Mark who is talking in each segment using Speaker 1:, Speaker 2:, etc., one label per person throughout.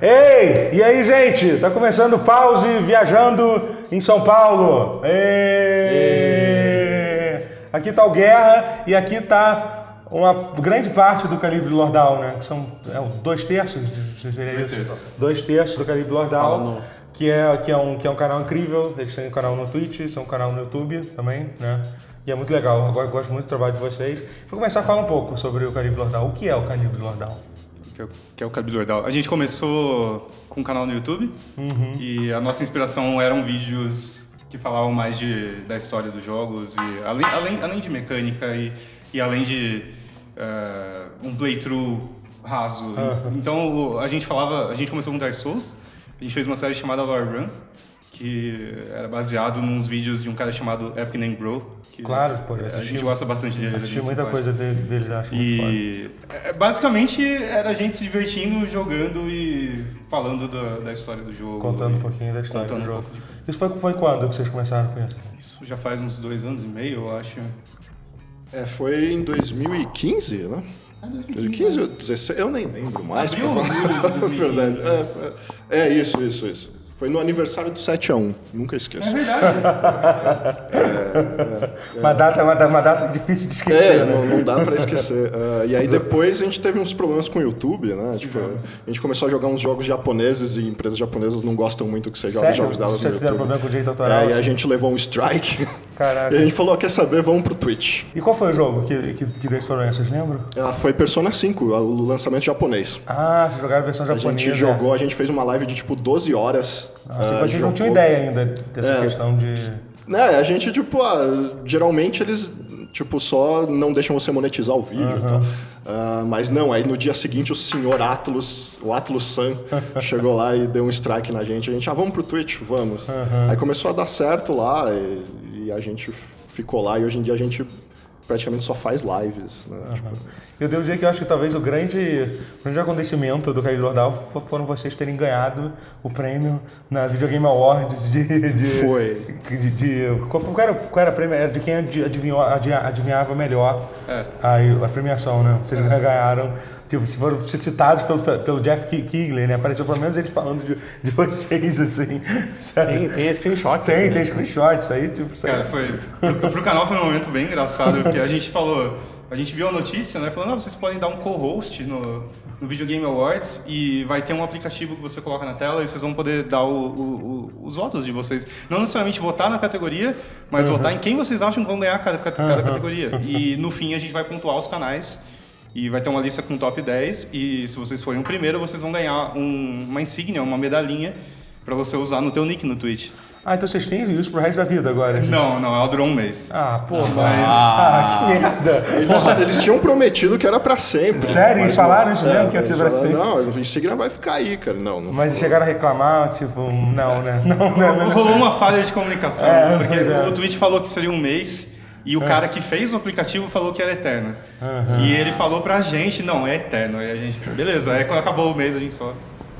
Speaker 1: Ei, e aí, gente? Tá começando o pause viajando em São Paulo. Ei! Aqui tá o Guerra e aqui tá uma grande parte do Calibre Lordal, né? São é, os dois terços, se seria
Speaker 2: Dois
Speaker 1: isso?
Speaker 2: terços.
Speaker 1: Dois terços do Calibre
Speaker 2: Fala
Speaker 1: Lordal,
Speaker 2: no-
Speaker 1: que é, que, é um, que é um canal incrível. Eles têm um canal no Twitch, são um canal no YouTube também, né? E é muito legal, eu go- gosto muito do trabalho de vocês. Vou começar a falar um pouco sobre o Calibre Lordal. O que é o Calibre Lordal?
Speaker 2: que é o- que é o Calibre Ordal. A gente começou com um canal no YouTube
Speaker 1: Uhum.
Speaker 2: e a nossa inspiração eram vídeos que falavam mais de, da história dos jogos e além, além, além de mecânica e, e além de eh, um playthrough raso. Então o- a gente falava, a gente começou com Dark Souls, a gente fez uma série chamada Lore Run que era baseado nos vídeos de um cara chamado Epic Name Bro. que
Speaker 1: Claro, pô, eu
Speaker 2: a
Speaker 1: assisti-
Speaker 2: gente gosta bastante dele.
Speaker 1: Assisti
Speaker 2: ele é
Speaker 1: muita coisa
Speaker 2: simpático.
Speaker 1: dele, dele acho muito foda.
Speaker 2: E é, basicamente era a gente se divertindo, jogando e falando da, da história do jogo.
Speaker 1: Contando
Speaker 2: E
Speaker 1: um pouquinho da história
Speaker 2: contando
Speaker 1: do
Speaker 2: um
Speaker 1: jogo.
Speaker 2: pouco de-
Speaker 1: Isso foi, foi quando que vocês começaram com isso?
Speaker 2: Isso já faz uns dois anos e meio, eu acho.
Speaker 3: É, foi em 2015, né? 2015 ou 16, eu nem lembro mais.
Speaker 2: Abril,
Speaker 3: pra falar
Speaker 2: julho de
Speaker 3: a
Speaker 2: 2015,
Speaker 3: Verdade. É, é, é isso, isso, isso. Foi no aniversário do 7 a 1 nunca esqueço.
Speaker 2: É verdade.
Speaker 1: Uma, data, uma, da- uma data difícil de esquecer,
Speaker 3: É,
Speaker 1: né?
Speaker 3: não, não dá pra esquecer. Ah, e aí depois a gente teve uns problemas com o YouTube, né? Tipo, a gente começou a jogar uns jogos japoneses e empresas japonesas não gostam muito que você joga
Speaker 1: Sério?
Speaker 3: os jogos delas no
Speaker 1: Vocês tiveram
Speaker 3: YouTube.
Speaker 1: problema com o direito autoral? assim?
Speaker 3: É, e a gente levou um strike.
Speaker 1: Caraca.
Speaker 3: E a gente falou, "Ah, quer saber, vamos pro Twitch.
Speaker 1: E qual foi o jogo que, que, que deu esse problema? Vocês lembram?
Speaker 3: Ah, foi Persona 5, o lançamento japonês.
Speaker 1: Ah, vocês jogaram a versão
Speaker 3: A
Speaker 1: japonesa.
Speaker 3: gente jogou, a gente fez uma live de tipo 12 horas.
Speaker 1: Ah, tipo,
Speaker 3: ah,
Speaker 1: vocês não tinham
Speaker 3: jogou.
Speaker 1: ideia ainda dessa
Speaker 3: É.
Speaker 1: questão de...
Speaker 3: Né, a gente, tipo, ah, geralmente eles tipo, só não deixam você monetizar o vídeo e tal. Ah, mas não, aí no dia seguinte o senhor Atlas, o Atlas San, chegou lá e deu um strike na gente. A gente, ah, vamos pro Twitch, vamos. Aí começou a dar certo lá e, e a gente f- ficou lá e hoje em dia a gente praticamente só faz lives, né? Tipo,
Speaker 1: Eu devo dizer que eu acho que talvez o grande, o grande acontecimento do Caio Lordal fo- foram vocês terem ganhado o prêmio na Video Game Awards de... de
Speaker 3: Foi.
Speaker 1: De, de- qual, foi- qual era, qual era a prêmio? Era de quem adi- adivinhou, adi- adivinhava melhor
Speaker 2: É.
Speaker 1: a, a premiação, né? Vocês
Speaker 4: É.
Speaker 1: ganharam. Tipo, se foram citados pelo, pelo Jeff Ki- Keighley, né? Apareceu pelo menos eles falando de, de vocês, assim. sabe?
Speaker 4: Tem, tem screenshot.
Speaker 1: Tem,
Speaker 4: assim,
Speaker 1: tem
Speaker 4: né?
Speaker 1: screenshot, isso aí, tipo, isso aí.
Speaker 2: Cara, foi. Pro, pro canal foi um momento bem engraçado, porque a gente falou. A gente viu a notícia, né? Falando, ah, vocês podem dar um co-host no, no Video Game Awards e vai ter um aplicativo que você coloca na tela e vocês vão poder dar o- o- o- os votos de vocês. Não necessariamente votar na categoria, mas votar em quem vocês acham que vão ganhar cada, cada- cada categoria. E no fim a gente vai pontuar os canais. E vai ter uma lista com top 10 e se vocês forem o primeiro, vocês vão ganhar um- uma insígnia, uma medalhinha pra você usar no teu nick no Twitch.
Speaker 1: Ah, então vocês têm isso pro resto da vida agora. gente.
Speaker 2: Não, não, ela durou um mês.
Speaker 1: Ah, pô, mas. Ah, que merda!
Speaker 3: Eles, eles tinham prometido que era pra sempre.
Speaker 1: Sério?
Speaker 3: Mas é,
Speaker 1: Eles falaram isso mesmo, que ia
Speaker 3: eles
Speaker 1: ser pra
Speaker 3: falaram,
Speaker 1: sempre?
Speaker 3: Não, o Instagram vai ficar aí, cara. Não, não
Speaker 1: Mas
Speaker 3: foi.
Speaker 1: chegaram a reclamar, tipo, não, né? Não, né? Não,
Speaker 2: Rolou uma falha de comunicação,
Speaker 1: É,
Speaker 2: né? porque
Speaker 1: pois é.
Speaker 2: o Twitch falou que seria um mês e o cara que fez o aplicativo falou que era eterno. E ele falou pra gente, não, é eterno. Aí a gente, beleza, aí quando acabou o mês a gente só.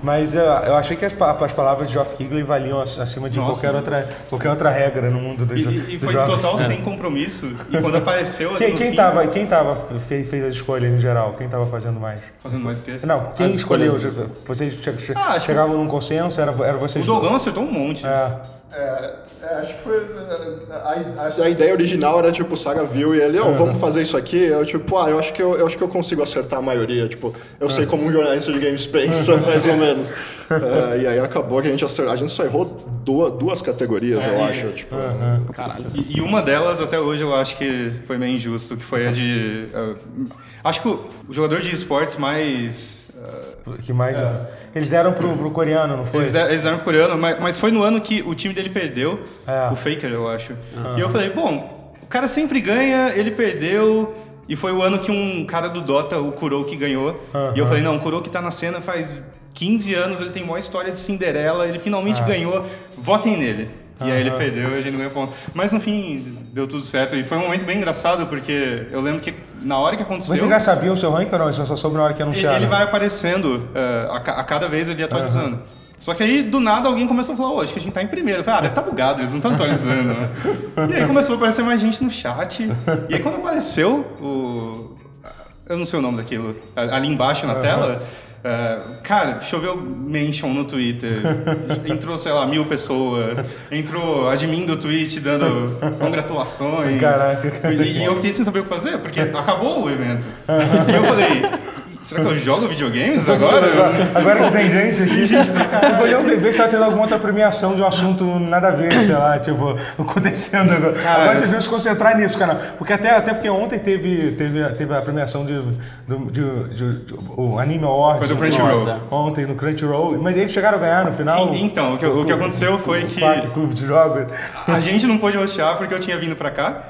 Speaker 1: Mas eu, eu achei que as, pa- as palavras de Geoff Keighley valiam ac- acima de
Speaker 2: Nossa.
Speaker 1: qualquer, outra, qualquer outra regra no mundo dos
Speaker 2: E,
Speaker 1: jo- dos
Speaker 2: e- e foi
Speaker 1: jogos.
Speaker 2: total sem compromisso. E quando apareceu. ali
Speaker 1: É. Quem,
Speaker 2: no
Speaker 1: quem,
Speaker 2: fim,
Speaker 1: tava, quem tava fe- fez, a escolha em geral? Quem tava fazendo mais?
Speaker 2: Fazendo mais o quê?
Speaker 1: Não, quem
Speaker 4: As
Speaker 1: escolheu?
Speaker 4: escolhas
Speaker 1: Vocês che- che-
Speaker 2: Ah, acho que-
Speaker 1: chegavam num consenso? Era, era
Speaker 2: O
Speaker 1: vocês.
Speaker 2: Dogão acertou um monte.
Speaker 1: É.
Speaker 3: É, é, acho que foi. é, A, a- a ideia original era tipo, o Saga viu e ele, ó, vamos fazer isso aqui. Eu, tipo, ah, eu acho que eu, eu acho que eu consigo acertar a maioria. Tipo, eu
Speaker 1: É.
Speaker 3: sei como um jornalista de games pensa, mais ou menos. É, e aí acabou que a gente acertou. A gente só errou duas, duas
Speaker 1: É,
Speaker 3: categorias, eu acho. Tipo,
Speaker 1: Ah.
Speaker 4: Caralho.
Speaker 2: E, e uma delas, até hoje, eu acho que foi meio injusto, que foi a de. ah, acho que o, o jogador de esportes mais. ah,
Speaker 1: Que mais. Eles deram pro, pro coreano, não foi?
Speaker 2: É. Eles, der- eles eram coreano, mas, mas foi no ano que o time dele perdeu,
Speaker 1: É.
Speaker 2: o Faker, eu acho. E eu falei, bom, o cara sempre ganha, ele perdeu. E foi o ano que um cara do Dota, o Kuroki, ganhou. E eu falei, não, o Kuroki tá na cena faz 15 anos, ele tem maior história de Cinderela, ele finalmente
Speaker 1: É.
Speaker 2: ganhou, votem nele. E aí ele perdeu e a gente não ganhou ponto. Mas no fim, deu tudo certo. E foi um momento bem engraçado, porque eu lembro que na hora que aconteceu...
Speaker 1: Vocês já sabiam o seu ranking ou não? Isso só soube na hora que
Speaker 2: Ele,
Speaker 1: anunciaram.
Speaker 2: ele vai aparecendo, eh, a, ca- a cada vez ele ia atualizando. Só que aí, do nada, alguém começou a falar, ô, acho que a gente tá em primeiro. Eu falei, ah, deve tá bugado, eles não estão atualizando. né? e aí começou a aparecer mais gente no chat. E aí quando apareceu o... Eu não sei o nome daquilo. a- Ali embaixo na tela, É, cara, choveu mention no Twitter. Entrou, sei lá, mil pessoas. Entrou admin do tweet dando congratulações.
Speaker 1: Caraca, cara.
Speaker 2: E, e eu fiquei sem saber o que fazer, porque acabou o evento. E eu falei, será que eu jogo videogames
Speaker 1: é,
Speaker 2: agora?
Speaker 1: Agora que tem gente aqui. Gente eu ver ver se tá tendo alguma outra premiação de um assunto nada a ver, sei lá, tipo, acontecendo agora.
Speaker 2: Cara.
Speaker 1: Agora vocês vão se concentrar nisso, cara. Porque até, até porque ontem teve, teve, teve a premiação de, do, de- de- de- o Anime Awards. né?
Speaker 2: Foi do Crunchyroll.
Speaker 1: Ontem no Crunchyroll. Mas eles chegaram a ganhar no final.
Speaker 2: E- Então, o que, o que aconteceu foi que
Speaker 1: Parque, clube de jogos.
Speaker 2: a gente não pôde hostear porque eu tinha vindo pra cá.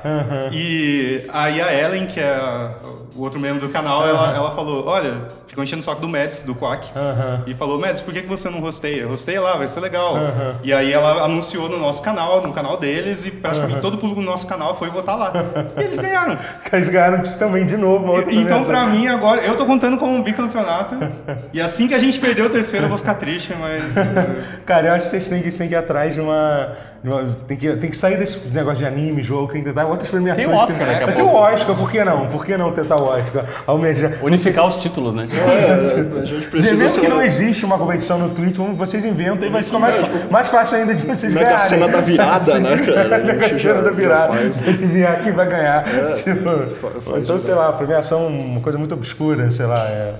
Speaker 2: E aí a Ellen, que é a- o outro membro do canal, ela, ela falou: Olha, ficou enchendo o saco do Mads, do Quack.
Speaker 1: Aham.
Speaker 2: E falou: Mads, por que que você não hosteia? Hosteia lá, vai ser legal. E aí ela anunciou no nosso canal, no canal deles, e praticamente todo público do nosso canal foi votar lá. E eles ganharam.
Speaker 1: Que eles ganharam de- também de novo. Uma outra premiação.
Speaker 2: Então, pra mim, agora, eu tô contando como um bicampeonato. E assim que a gente perder o terceiro, eu vou ficar triste, mas. eh,
Speaker 1: Cara, eu acho que vocês têm que, têm que ir atrás de uma. de uma- tem, que, tem que sair desse negócio de anime, jogo, tem que tentar outras premiações.
Speaker 4: Tem o Oscar
Speaker 1: Tem-
Speaker 4: daqui a
Speaker 1: Tem
Speaker 4: pouco.
Speaker 1: o Oscar, por que não? Por que não tentar o Oscar? Almejar.
Speaker 4: Unificar os títulos, né?
Speaker 3: É, a gente precisa
Speaker 1: Mesmo que não
Speaker 3: semana,
Speaker 1: existe uma competição no Twitch, vamos- vocês inventam e vai ficar mais, mais fácil ainda de vocês
Speaker 3: Mega
Speaker 1: ganharem.
Speaker 3: cena da virada, né, cara? A gente
Speaker 1: Mega
Speaker 3: já-
Speaker 1: cena da
Speaker 3: já
Speaker 1: virada.
Speaker 3: faz, né?
Speaker 1: Adivinhar quem vai ganhar. Tipo,
Speaker 3: fa- faz
Speaker 1: então,
Speaker 3: virada.
Speaker 1: sei lá, premiação, uma coisa muito obscura, sei lá. é,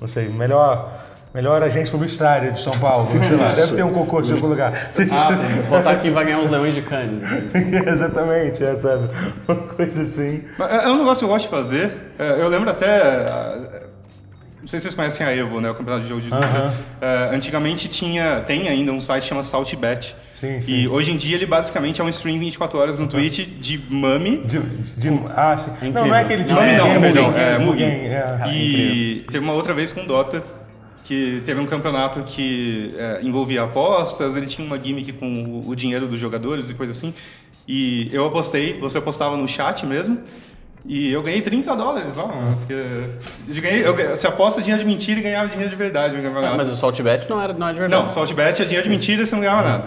Speaker 1: não sei, melhor, melhor agência publicitária de São Paulo, sei lá. Deve ter um concurso em algum lugar.
Speaker 3: Ah,
Speaker 1: É.
Speaker 4: Botar aqui vai ganhar uns leões de cane.
Speaker 1: Exatamente, é, sabe? Uma coisa assim.
Speaker 2: Mas É é um negócio que eu gosto de fazer. É, Eu lembro até. ah, Não sei se vocês conhecem a Evo, né? O campeonato de jogo de luta. Ah, antigamente tinha, tem ainda um site que chama Saltbet.
Speaker 1: Sim,
Speaker 2: E hoje em dia ele basicamente é um stream 24 horas no Twitch de mami.
Speaker 1: De, de, ah, sim. Não, não
Speaker 4: Incrível.
Speaker 1: é aquele de
Speaker 2: Não,
Speaker 1: é,
Speaker 2: não,
Speaker 1: é
Speaker 2: perdão,
Speaker 1: Mugen,
Speaker 2: é Mugen.
Speaker 1: é.
Speaker 2: E teve uma outra vez com Dota, que teve um campeonato que é, envolvia apostas, ele tinha uma gimmick com o- o dinheiro dos jogadores e coisa assim. E eu apostei, você apostava no chat mesmo. E eu ganhei 30 dólares lá, mano. Porque eu ganhei, eu, ganhei- você aposta dinheiro de mentira e ganhava dinheiro de verdade no
Speaker 1: É.
Speaker 2: campeonato.
Speaker 4: Mas o Saltbet não era, não era de verdade.
Speaker 2: Não, Saltbet é dinheiro de mentira e você não ganhava nada.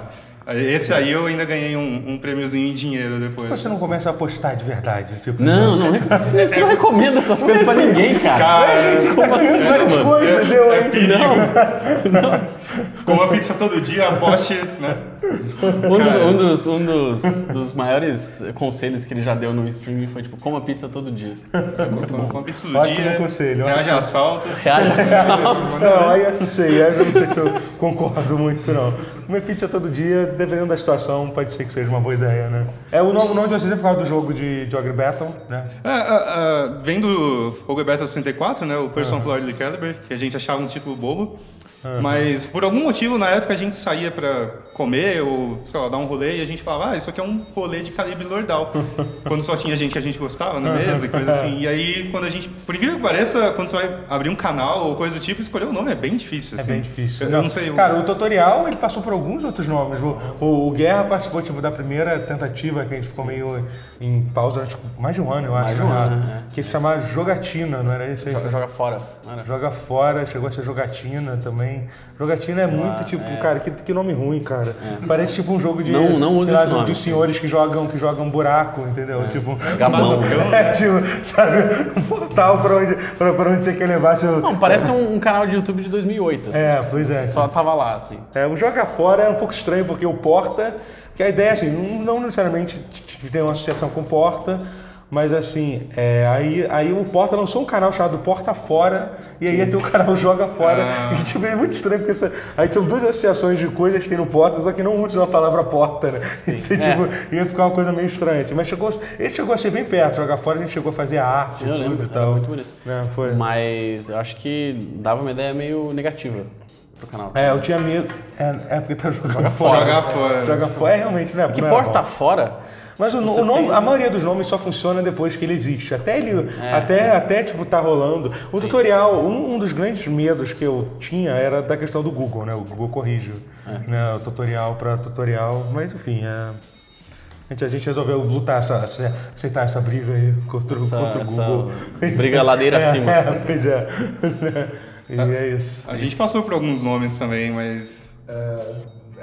Speaker 2: Esse aí eu ainda ganhei um, um prêmiozinho em dinheiro depois.
Speaker 1: Você não começa a apostar de verdade. Tipo,
Speaker 4: Não, não, rec- você você não
Speaker 1: É.
Speaker 4: recomenda essas coisas pra ninguém, cara.
Speaker 2: Cara, é,
Speaker 4: Como assim,
Speaker 1: várias
Speaker 4: mano?
Speaker 1: coisas, eu, hein?
Speaker 2: Como a pizza todo dia, aposte, né?
Speaker 4: Um, dos, um dos- um dos- dos maiores conselhos que ele já deu no streaming foi tipo, coma pizza todo dia.
Speaker 2: Com a pizza do
Speaker 1: Tá Ótimo
Speaker 2: dia,
Speaker 1: conselho,
Speaker 2: Um reage a assaltos.
Speaker 1: Não, aí eu não sei, aí eu não sei se eu concordo muito, não. Comer pizza todo dia, dependendo da situação, pode ser que seja uma boa ideia, né? É, o nome, o nome de vocês é por causa do jogo de, de Ogre Battle, né?
Speaker 2: É, é, é, vem do Ogre Battle 64, né? O Person
Speaker 1: Ah.
Speaker 2: of Lordly Caliber, que a gente achava um título bobo. Mas por algum motivo, na época, a gente saía pra comer ou, sei lá, dar um rolê e a gente falava, ah, isso aqui é um rolê de calibre lordal. quando só tinha gente que a gente gostava na mesa e coisa assim.
Speaker 1: É.
Speaker 2: E aí, quando a gente, por incrível que pareça, quando você vai abrir um canal ou coisa do tipo, escolher o nome é bem difícil.
Speaker 1: É
Speaker 2: assim.
Speaker 1: bem difícil.
Speaker 2: Eu, eu não sei. eu-
Speaker 1: Cara, o tutorial ele passou por alguns outros nomes. O, o- o Guerra participou tipo, da primeira tentativa que a gente ficou meio em pausa durante mais de um ano, eu acho.
Speaker 4: Mais de um
Speaker 1: né?
Speaker 4: ano, né?
Speaker 1: Que se chamava Jogatina, não era esse?
Speaker 4: Joga, joga fora. Não era.
Speaker 1: Joga fora, chegou a ser jogatina também. Jogatina é muito tipo, cara, que, que nome ruim, cara. Parece tipo um jogo de.
Speaker 4: Não- não usa
Speaker 1: sei lá,
Speaker 4: esse
Speaker 1: do-
Speaker 4: nome. É
Speaker 1: Dos senhores que jogam, que jogam buraco, entendeu? Tipo.
Speaker 4: Gamão.
Speaker 1: É, tipo, sabe, um portal pra onde, pra, pra onde você quer levar seu.
Speaker 4: Não, parece um, um canal de YouTube de 2008, assim.
Speaker 1: É, pois é.
Speaker 4: Só tava lá, assim.
Speaker 1: É, o joga fora é um pouco estranho, porque o porta. Porque a ideia é assim, não, não necessariamente t- t- tem uma associação com porta, mas assim, é, aí, aí o porta lançou um canal chamado Porta Fora, e aí ia ter o canal Joga Fora.
Speaker 4: Ah.
Speaker 1: E tipo, é muito estranho, porque essa- aí são duas associações de coisas que tem no porta, só que não usam a palavra porta, né? Isso, tipo,
Speaker 4: É.
Speaker 1: ia ficar uma coisa meio estranha. assim. Mas chegou, ele chegou a ser bem perto, Joga Fora, a gente chegou a fazer a arte.
Speaker 4: Eu
Speaker 1: e tudo
Speaker 4: lembro,
Speaker 1: e
Speaker 4: era
Speaker 1: tal.
Speaker 4: muito bonito.
Speaker 1: É, foi.
Speaker 4: Mas eu acho que dava uma ideia meio negativa pro canal.
Speaker 1: É, eu tinha medo. É, é porque tá jogando fora.
Speaker 4: fora.
Speaker 2: Jogar fora.
Speaker 1: Joga fora, é realmente, né?
Speaker 4: Que
Speaker 1: não é
Speaker 4: porta
Speaker 1: bom.
Speaker 4: fora?
Speaker 1: Mas o, no- o nome, a maioria dos nomes só funciona depois que ele existe. Até ele,
Speaker 4: É.
Speaker 1: até, até tipo tá rolando. O tutorial, um, um dos grandes medos que eu tinha era da questão do Google, né? O Google corrige,
Speaker 4: É.
Speaker 1: né? O tutorial para tutorial, mas enfim, é... a gente, a gente resolveu lutar essa, essa- aceitar essa briga aí contra, o-
Speaker 4: Essa-
Speaker 1: contra o
Speaker 4: essa
Speaker 1: Google.
Speaker 4: briga ladeira
Speaker 1: É,
Speaker 4: acima.
Speaker 1: É, pois é. E é isso.
Speaker 2: A gente passou por alguns nomes também, mas.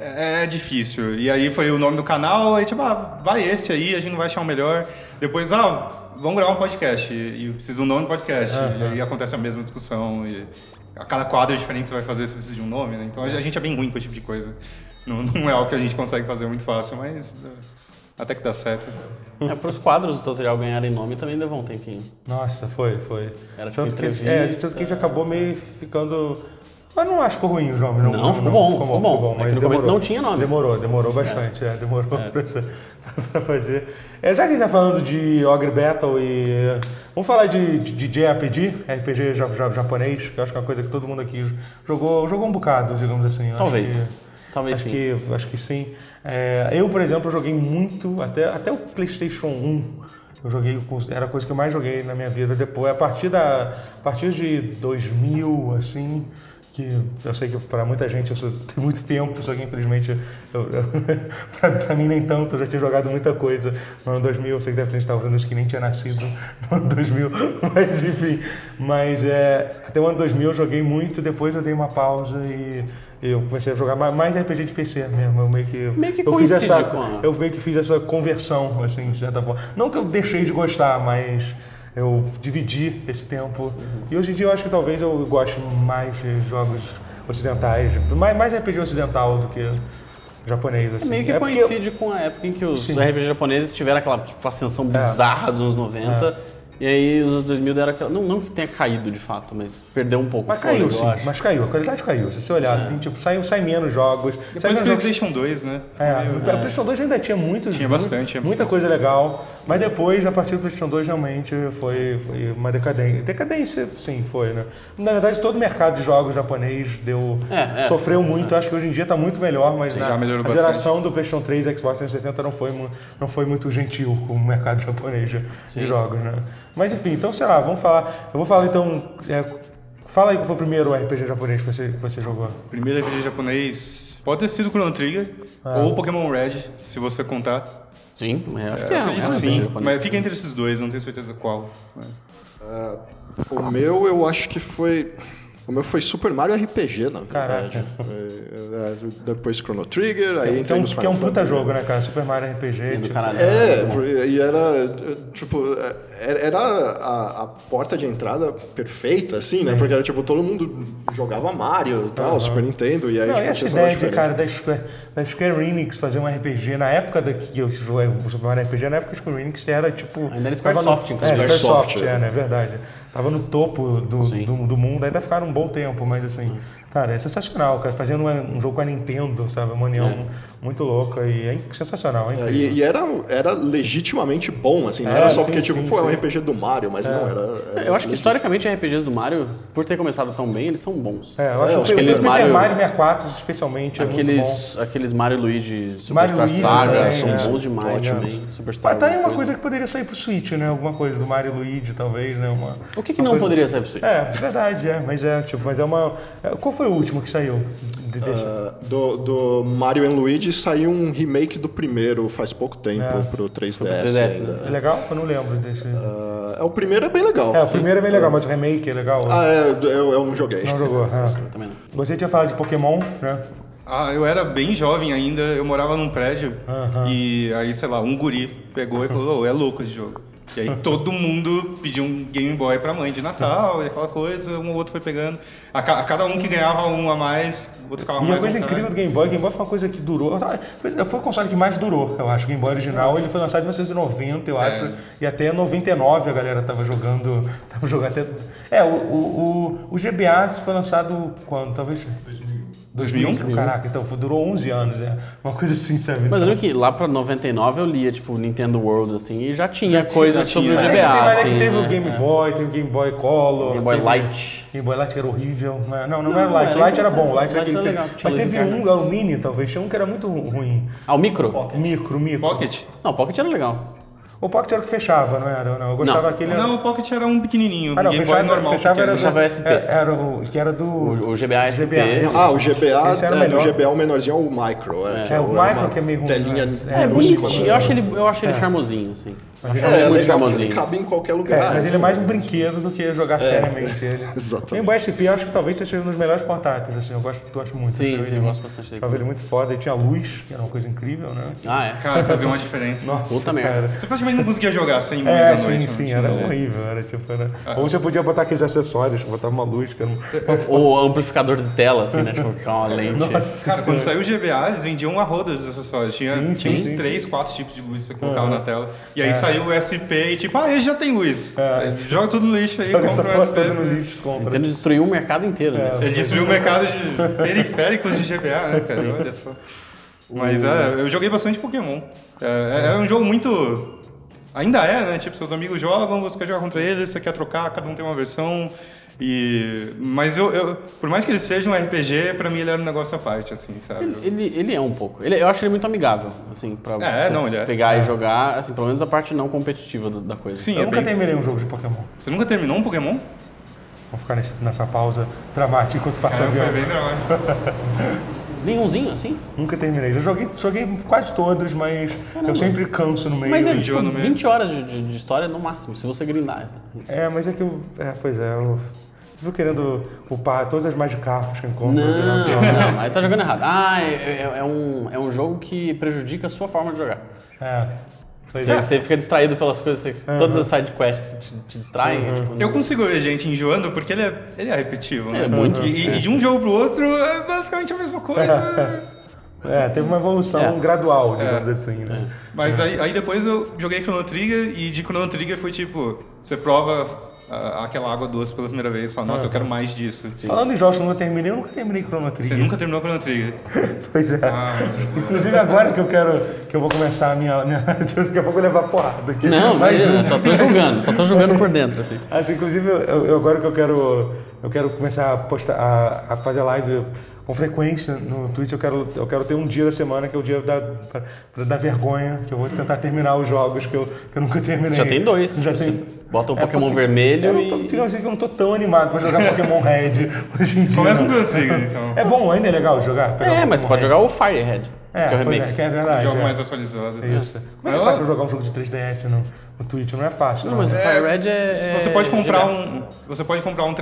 Speaker 2: É, é difícil. E aí foi o nome do canal, aí tipo, ah, vai esse aí, a gente não vai achar o melhor. Depois, um ah, vamos gravar um podcast. E e eu preciso do nome do podcast. E aí acontece a mesma discussão. E a cada quadro diferente que você vai fazer, você precisa de um nome, né? Então a gente é bem ruim com esse tipo de coisa. Não, não é algo que a gente consegue fazer muito fácil, mas eh, até que dá certo.
Speaker 4: É, para os quadros do tutorial ganharem nome também levou um tempinho.
Speaker 1: Nossa, foi, foi.
Speaker 4: Era, tipo,
Speaker 1: tanto que,
Speaker 4: entrevista. né?
Speaker 1: é, tanto que a gente acabou meio ficando. Mas não acho que ficou ruim o nome, não.
Speaker 4: Não, ficou bom, ficou bom. É que
Speaker 1: mas
Speaker 4: no começo
Speaker 1: demorou.
Speaker 4: não tinha nome.
Speaker 1: Demorou, demorou bastante, é, demorou pra- pra fazer. É, já que a gente tá falando de Ogre Battle e. Vamos falar de, de, de JRPG, RPG ja- ja- japonês, que eu acho que é uma coisa que todo mundo aqui jogou, jogou um bocado, digamos assim. Eu acho
Speaker 4: Talvez.
Speaker 1: que-
Speaker 4: Talvez
Speaker 1: acho
Speaker 4: sim.
Speaker 1: Que, acho que sim. É, eu, por exemplo, joguei muito, até, até o PlayStation 1. Eu joguei, o cons- era a coisa que eu mais joguei na minha vida depois. A partir, da, a partir de 2000, assim, que eu sei que para muita gente isso tem muito tempo, só que infelizmente eu, para mim nem tanto, eu já tinha jogado muita coisa no ano 2000. Eu sei que deve ter gente que tá ouvindo isso que nem tinha nascido no ano 2000, mas enfim. Mas é, até o ano 2000 eu joguei muito, depois eu dei uma pausa e eu comecei a jogar ma- mais RPG de PC mesmo. Eu meio que,
Speaker 4: Meio que
Speaker 1: eu fiz
Speaker 4: coincide
Speaker 1: essa,
Speaker 4: com a-
Speaker 1: eu meio que fiz essa conversão, assim, de certa forma. Não que eu deixei de gostar, mas eu dividi esse tempo.
Speaker 4: Uhum.
Speaker 1: E hoje em dia eu acho que talvez eu goste mais de jogos ocidentais, mais, mais RPG ocidental do que japonês, assim.
Speaker 4: É meio que
Speaker 1: É porque-
Speaker 4: coincide com a época em que os
Speaker 1: Sim. É.
Speaker 4: RPG japoneses tiveram aquela tipo, ascensão bizarra dos anos 90. E aí os anos 2000 deram aquela... Não, não que tenha caído, de fato, mas perdeu um pouco.
Speaker 1: Mas
Speaker 4: o fôlego,
Speaker 1: caiu,
Speaker 4: eu
Speaker 1: sim.
Speaker 4: acho.
Speaker 1: Mas caiu. A qualidade caiu. Se você olhar, assim, tipo, sai, sai menos jogos. sai
Speaker 2: Depois
Speaker 1: menos
Speaker 2: do
Speaker 1: jogos-
Speaker 2: PlayStation 2, né?
Speaker 1: É,
Speaker 2: Meio-
Speaker 1: o PlayStation 2 ainda tinha muitos.
Speaker 2: Tinha bastante, tinha
Speaker 1: Muita
Speaker 2: bastante.
Speaker 1: coisa legal. Mas depois, a partir do PlayStation 2, realmente foi, foi uma decadência. Decadência, sim, foi, né? Na verdade, todo o mercado de jogos japonês deu,
Speaker 4: É, é.
Speaker 1: sofreu muito. Acho que hoje em dia está muito melhor, mas
Speaker 2: Sim,
Speaker 1: na,
Speaker 2: já melhorou
Speaker 1: a
Speaker 2: bastante.
Speaker 1: geração do PlayStation 3 e Xbox 360 não foi, mu- não foi muito gentil com o mercado japonês de, de jogos, né? Mas enfim, então, sei lá, vamos falar. Eu vou falar então. é, fala aí qual foi o primeiro RPG japonês que você, que você jogou.
Speaker 2: Primeiro RPG japonês pode ter sido Chrono Trigger ou Pokémon Red, se você contar.
Speaker 4: Sim, eu acho
Speaker 2: Eu
Speaker 4: que
Speaker 1: Então,
Speaker 4: é.
Speaker 2: acredito
Speaker 4: é um
Speaker 2: que
Speaker 4: RPG
Speaker 2: sim,
Speaker 4: japonês.
Speaker 2: mas fica entre esses dois, não tenho certeza qual.
Speaker 3: O meu, eu acho que foi. O meu foi Super Mario RPG, na verdade. Foi, é, depois Chrono Trigger,
Speaker 1: Que
Speaker 3: aí
Speaker 1: é um,
Speaker 3: entrei nos
Speaker 1: que é um
Speaker 3: Final
Speaker 1: puta
Speaker 3: Fantasy.
Speaker 1: jogo, né, cara? Super Mario RPG.
Speaker 4: Sim, do
Speaker 1: tipo,
Speaker 4: caralho.
Speaker 3: É, e era tipo era era a, a porta de entrada perfeita, assim, né? Porque era tipo todo mundo jogava Mario, e tal, Super Nintendo e aí
Speaker 1: Não,
Speaker 3: tipo,
Speaker 1: e essa
Speaker 3: tinha cenário
Speaker 1: ideia de,
Speaker 3: diferente.
Speaker 1: cara, da Square, da Square Enix fazer um RPG na época da que eu joguei o Super Mario RPG, na época que a Square Enix era tipo.
Speaker 4: Ainda
Speaker 1: tava
Speaker 4: era Squaresoft,
Speaker 1: no-
Speaker 4: inclusive.
Speaker 1: É, Squaresoft,
Speaker 3: Squaresoft,
Speaker 1: é,
Speaker 3: é.
Speaker 1: né? É verdade. Tava no topo do,
Speaker 4: Sim.
Speaker 1: do, do mundo, ainda ficaram um bom tempo, mas assim, cara, é sensacional, cara. Fazendo uma- um jogo com a Nintendo, sabe? Uma união muito louca e é inc- sensacional, hein?
Speaker 3: É, E, e era, era legitimamente bom, assim, não
Speaker 1: É,
Speaker 3: era só
Speaker 1: sim,
Speaker 3: porque, tipo,
Speaker 1: sim,
Speaker 3: pô, é um
Speaker 1: sim. É.
Speaker 3: RPG do Mario, mas não, era. era
Speaker 4: Eu acho que
Speaker 3: legítimo.
Speaker 4: historicamente RPGs do Mario, por ter começado tão bem, eles são bons.
Speaker 1: É, eu acho,
Speaker 3: É,
Speaker 1: que
Speaker 3: os
Speaker 1: o
Speaker 4: aqueles
Speaker 1: Super Mario...
Speaker 4: Mario-
Speaker 1: 64, especialmente, é muito bom.
Speaker 4: Aqueles, aqueles Mario e Luigi
Speaker 1: Mario
Speaker 4: Superstar
Speaker 1: Luigi,
Speaker 4: Saga
Speaker 3: é,
Speaker 4: são
Speaker 3: é.
Speaker 4: bons demais
Speaker 3: Ótimo.
Speaker 4: também. Superstar
Speaker 1: Mas tá aí
Speaker 4: alguma
Speaker 1: uma coisa que poderia sair pro Switch, né? Alguma coisa do Mario e Luigi, talvez, né? Uma,
Speaker 4: O que, que
Speaker 1: uma
Speaker 4: não
Speaker 1: coisa-
Speaker 4: poderia ser possível?
Speaker 1: É, verdade, é. Mas é, tipo, mas é uma. é, Qual foi o último que saiu? De- desse-
Speaker 3: Ah, do, do Mario and Luigi saiu um remake do primeiro faz pouco tempo pro 3DS.
Speaker 4: DS,
Speaker 3: ainda.
Speaker 1: É legal? Eu não lembro desse.
Speaker 3: Ah, é, o primeiro é bem legal.
Speaker 1: É, o primeiro é bem legal, mas o remake é legal.
Speaker 3: Ah, é, eu, eu não joguei.
Speaker 1: Não jogou.
Speaker 4: Eu
Speaker 1: é.
Speaker 4: Também não.
Speaker 1: Você tinha falado de Pokémon, né?
Speaker 2: Ah, eu era bem jovem ainda, eu morava num prédio e aí, sei lá, um guri pegou e falou, "Ô, é louco esse jogo. E aí todo mundo pediu um Game Boy pra mãe de Natal e aquela coisa, um ou outro foi pegando. A, ca- a cada um que ganhava um a mais, o outro ficava
Speaker 1: E a
Speaker 2: mais.
Speaker 1: coisa
Speaker 4: um
Speaker 2: vontade.
Speaker 1: incrível do Game Boy, Game Boy foi uma coisa que durou. sabe? Foi foi o console que mais durou, eu acho. O Game Boy original, ele foi lançado em 1990, eu
Speaker 4: É.
Speaker 1: acho. E até 99 a galera tava jogando. Tava jogando até. É, o, o, o, o GBA foi lançado quando? Talvez.
Speaker 2: 2001?
Speaker 1: Caraca, então foi- durou 11 anos, é. Uma coisa assim, sabe?
Speaker 4: Mas eu lembro que lá pra 99 eu lia, tipo, Nintendo World, assim, e já tinha coisas
Speaker 2: já
Speaker 4: sobre
Speaker 2: tinha.
Speaker 4: o
Speaker 1: Mas
Speaker 4: GBA,
Speaker 1: é que tem- mas é que
Speaker 4: assim,
Speaker 1: teve
Speaker 4: né?
Speaker 1: o Game
Speaker 4: É.
Speaker 1: Boy, teve o Game Boy Color.
Speaker 4: Game Boy
Speaker 1: teve-
Speaker 4: Light.
Speaker 1: Game Boy Light era horrível. né? Não, não,
Speaker 4: Não,
Speaker 1: era Light.
Speaker 4: era
Speaker 1: Light era
Speaker 4: interessante.
Speaker 1: bom. Light era
Speaker 4: Light
Speaker 1: aquele
Speaker 4: né? era
Speaker 1: que-
Speaker 4: legal, tinha
Speaker 1: Mas
Speaker 4: luz
Speaker 1: teve
Speaker 4: interna.
Speaker 1: um, é o Mini, talvez. Tinha um que era muito ruim.
Speaker 4: Ah, o Micro?
Speaker 1: Micro, micro.
Speaker 2: Pocket?
Speaker 4: Não, o Pocket era legal.
Speaker 1: O Pocket era o que fechava, não era? Não, eu gostava
Speaker 4: Não.
Speaker 1: daquele.
Speaker 2: Não, o Pocket era um pequenininho,
Speaker 1: Ah, não,
Speaker 2: Game
Speaker 1: fechava,
Speaker 2: Boy normal. um-
Speaker 1: fechava era,
Speaker 2: pequeno.
Speaker 4: Fechava
Speaker 1: do-
Speaker 4: SP.
Speaker 1: é, Era o que era do.
Speaker 4: O, o GBA SP.
Speaker 1: GBA.
Speaker 3: Ah, o GBA,
Speaker 1: Esse era o
Speaker 3: é, do
Speaker 1: melhor.
Speaker 3: GBA o menorzinho é o Micro. É,
Speaker 1: É, o
Speaker 3: uma
Speaker 1: micro que é meio ruim,
Speaker 3: Telinha
Speaker 1: né?
Speaker 4: É
Speaker 3: minúscula. né?
Speaker 4: bonitinho, eu acho ele, eu acho ele charmosinho, assim. Acho que
Speaker 3: É,
Speaker 4: é,
Speaker 3: é
Speaker 4: muito
Speaker 3: legal que ele
Speaker 4: charmosinho.
Speaker 3: cabe em qualquer
Speaker 1: É,
Speaker 3: lugar.
Speaker 1: mas ele é mais um brinquedo do que
Speaker 4: É,
Speaker 1: jogar seriamente ele. um
Speaker 3: Exatamente.
Speaker 1: E o BSP eu acho que talvez seja um dos melhores portáteis, assim, eu gosto, eu gosto muito.
Speaker 4: Sim,
Speaker 1: Acho
Speaker 4: sim,
Speaker 1: ele-
Speaker 4: eu gosto bastante dele
Speaker 1: Tava ele muito foda, ele tinha luz, que era uma coisa incrível, né?
Speaker 4: Ah, é.
Speaker 2: Cara, fazia uma diferença.
Speaker 1: Nossa,
Speaker 4: Ah, Puta merda.
Speaker 1: cara.
Speaker 2: Você praticamente não conseguia jogar sem luz
Speaker 1: É,
Speaker 2: à
Speaker 1: sim,
Speaker 2: noite. né? não
Speaker 4: né?
Speaker 1: sim,
Speaker 2: tinha
Speaker 1: era
Speaker 2: jeito.
Speaker 1: horrível, era tipo, era...
Speaker 4: Ah.
Speaker 1: Ou você podia botar aqueles acessórios, botar uma luz, que era um...
Speaker 4: Ou amplificador de tela, assim, né? Tipo, com uma lente.
Speaker 1: Nossa,
Speaker 2: Cara, quando
Speaker 1: senhora.
Speaker 2: saiu o GBA, eles vendiam a roda dos acessórios. Tinha,
Speaker 1: Sim,
Speaker 2: tinha
Speaker 1: sim,
Speaker 2: uns
Speaker 1: sim.
Speaker 2: três, quatro tipos de luz que você colocava na tela. E aí saiu o SP e tipo, ah, esse já tem luz.
Speaker 1: É.
Speaker 2: Joga tudo no lixo aí,
Speaker 1: Joga essa
Speaker 2: compra o
Speaker 1: porra toda no
Speaker 4: né?
Speaker 2: SP.
Speaker 1: lixo, compra.
Speaker 4: Nintendo destruiu o mercado inteiro, né?
Speaker 2: Ele destruiu o mercado de periféricos de GBA, né, cara? Olha só. Mas é, eu joguei bastante Pokémon. É, era um jogo muito. Ainda é, né? Tipo, seus amigos jogam, você quer jogar contra eles, você quer trocar, cada um tem uma versão. E... Mas eu, eu- por mais que ele seja um RPG, pra mim ele era um negócio à parte, assim, sabe?
Speaker 4: Ele, ele, ele é um pouco. Ele- eu acho ele muito amigável, assim, pra
Speaker 2: É,
Speaker 4: você
Speaker 2: não, ele é.
Speaker 4: pegar e jogar, assim, pelo menos a parte não competitiva do- da coisa.
Speaker 2: Sim,
Speaker 1: Eu
Speaker 2: é
Speaker 1: nunca
Speaker 2: bem-
Speaker 1: terminei um jogo de Pokémon.
Speaker 2: Você nunca terminou um Pokémon?
Speaker 1: Vamos ficar nesse- nessa pausa dramática enquanto
Speaker 4: É,
Speaker 1: passa o
Speaker 2: Cara, foi
Speaker 1: avião.
Speaker 2: bem dramático.
Speaker 4: Nenhumzinho, assim?
Speaker 1: Nunca terminei. Já joguei, joguei quase todos, mas eu sempre canso no meio.
Speaker 4: Mas é
Speaker 1: e-
Speaker 4: tipo,
Speaker 2: enjoa no meio.
Speaker 4: 20 horas de, de- de história no máximo, se você grindar. assim.
Speaker 1: É, mas é que eu. É, pois é, eu fico querendo upar todas as mais de carros que eu encontro.
Speaker 4: Não,
Speaker 1: eu vou virar um pior.
Speaker 4: não, aí tá jogando errado. Ah, é, é- é um, é um jogo que prejudica a sua forma de jogar.
Speaker 1: É. Pois
Speaker 4: Você,
Speaker 1: é.
Speaker 4: você fica distraído pelas coisas, você- todas as sidequests te, te distraem. é tipo,
Speaker 2: Eu consigo ver gente enjoando porque ele é, ele é repetitivo, né?
Speaker 4: É, muito.
Speaker 2: E, e- e de um jogo pro outro é basicamente a mesma coisa.
Speaker 1: É, teve uma evolução
Speaker 4: É.
Speaker 1: gradual, digamos assim, né?
Speaker 2: Mas aí, aí depois eu joguei Chrono Trigger e de Chrono Trigger foi tipo, você prova ah, aquela água doce pela primeira vez e fala,
Speaker 1: Ah.
Speaker 2: nossa, eu quero mais disso.
Speaker 4: É.
Speaker 1: Falando em jogos que eu nunca terminei, eu nunca terminei Chrono
Speaker 2: Você
Speaker 1: Trigger.
Speaker 2: nunca terminou Chrono Trigger.
Speaker 1: Pois é.
Speaker 2: Ah,
Speaker 1: Inclusive agora que eu quero. que eu vou começar a minha. minha daqui a pouco eu vou levar porrada aqui.
Speaker 4: Não,
Speaker 1: Mais um.
Speaker 4: imagina, só tô julgando, só tô julgando por dentro, assim.
Speaker 1: Assim, inclusive, eu, eu- agora que eu quero, eu quero começar a, postar, a, a fazer live com frequência no Twitch, eu quero, eu quero ter um dia da semana que é o dia da, pra- pra- da vergonha, que eu vou tentar terminar os jogos que eu, que eu nunca terminei.
Speaker 4: Já tem dois.
Speaker 1: Já
Speaker 4: tipo,
Speaker 1: tem.
Speaker 4: Você bota um
Speaker 1: É,
Speaker 4: Pokémon
Speaker 1: porque Eu
Speaker 4: vermelho
Speaker 1: não tô,
Speaker 4: e.
Speaker 1: digamos assim, que eu não tô tão animado pra jogar Pokémon Red hoje em dia.
Speaker 2: começa com
Speaker 1: não.
Speaker 2: Chrono Trigger, então.
Speaker 1: É bom ainda, é legal jogar. pegar
Speaker 4: É,
Speaker 1: um
Speaker 4: mas você
Speaker 1: Pokémon
Speaker 4: pode
Speaker 1: Red.
Speaker 4: jogar o Firehead, que é o
Speaker 1: É, pois é,
Speaker 4: remake.
Speaker 1: que é verdade.
Speaker 2: jogo
Speaker 1: é.
Speaker 2: mais atualizado.
Speaker 1: Isso. Como é que
Speaker 2: Eu-
Speaker 1: faz pra jogar um jogo de 3DS no, no Twitch? Não é fácil.
Speaker 4: Não, mas o
Speaker 1: né?
Speaker 4: Firehead é.
Speaker 2: Você pode comprar
Speaker 4: é-
Speaker 2: um, você pode comprar um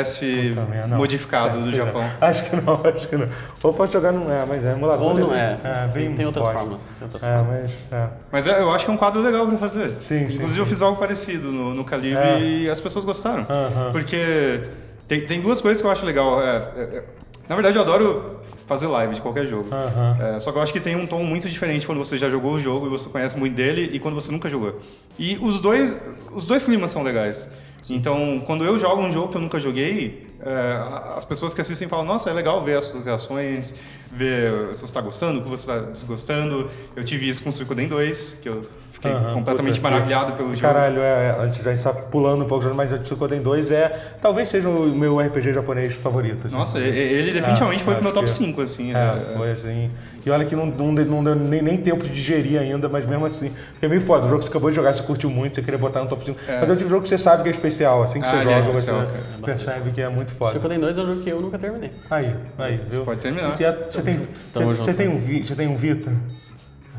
Speaker 2: 3DS
Speaker 1: Também, não.
Speaker 2: modificado
Speaker 1: É,
Speaker 2: do
Speaker 1: pois é.
Speaker 2: Japão.
Speaker 1: Acho que não, acho que não. Ou pode jogar num. É, mas é emulador.
Speaker 4: Ou não
Speaker 1: né?
Speaker 4: é.
Speaker 1: bem
Speaker 4: tem, tem outras
Speaker 1: pode.
Speaker 4: formas. Tem outras
Speaker 1: É,
Speaker 4: formas.
Speaker 1: mas. é.
Speaker 2: Mas é- eu acho que é um quadro legal pra fazer.
Speaker 1: Sim, sim,
Speaker 2: Inclusive
Speaker 1: sim.
Speaker 2: eu fiz algo parecido no, no Calibre
Speaker 1: É.
Speaker 2: e as pessoas gostaram.
Speaker 1: Aham.
Speaker 2: Porque tem, tem duas coisas que eu acho legal. É, é, é, na verdade eu adoro fazer live de qualquer jogo.
Speaker 1: Aham.
Speaker 2: É, só que eu acho que tem um tom muito diferente quando você já jogou o jogo e você conhece muito dele e quando você nunca jogou. E os dois, os dois climas são legais. Então, quando eu jogo um jogo que eu nunca joguei, é, as pessoas que assistem falam: Nossa, é legal ver as suas reações, ver se você está gostando, o que você está desgostando. Eu tive isso com o Suicoden 2, que eu fiquei
Speaker 1: Aham,
Speaker 2: completamente
Speaker 1: puta,
Speaker 2: maravilhado pelo jogo.
Speaker 1: Caralho, é, antes a gente tá pulando um pouco, mas o Tsukoden 2 é. Talvez seja o meu RPG japonês favorito. assim.
Speaker 2: Nossa, e- e- ele definitivamente
Speaker 1: Ah,
Speaker 2: foi pro meu
Speaker 1: acho
Speaker 2: top
Speaker 1: que-
Speaker 2: 5, assim.
Speaker 1: É, foi assim. E olha que não, não, deu- não deu nem, nem tempo de digerir ainda, mas mesmo assim. Porque é meio foda. O jogo que você acabou de jogar, você curtiu muito, você queria botar no top 5. Mas é um tipo de jogo que você sabe que é especial. Assim que
Speaker 2: Ah,
Speaker 1: você
Speaker 2: ele
Speaker 1: joga,
Speaker 2: é especial,
Speaker 1: você
Speaker 2: cara.
Speaker 1: percebe que é muito
Speaker 4: Só que
Speaker 1: foda.
Speaker 4: eu tenho dois é um jogo que eu nunca terminei.
Speaker 1: Aí, aí, viu?
Speaker 2: pode terminar.
Speaker 1: Você, você tem,
Speaker 4: Tamo
Speaker 1: você,
Speaker 4: Tá. junto. né?
Speaker 1: você tem um, Vi- você tem um Vita?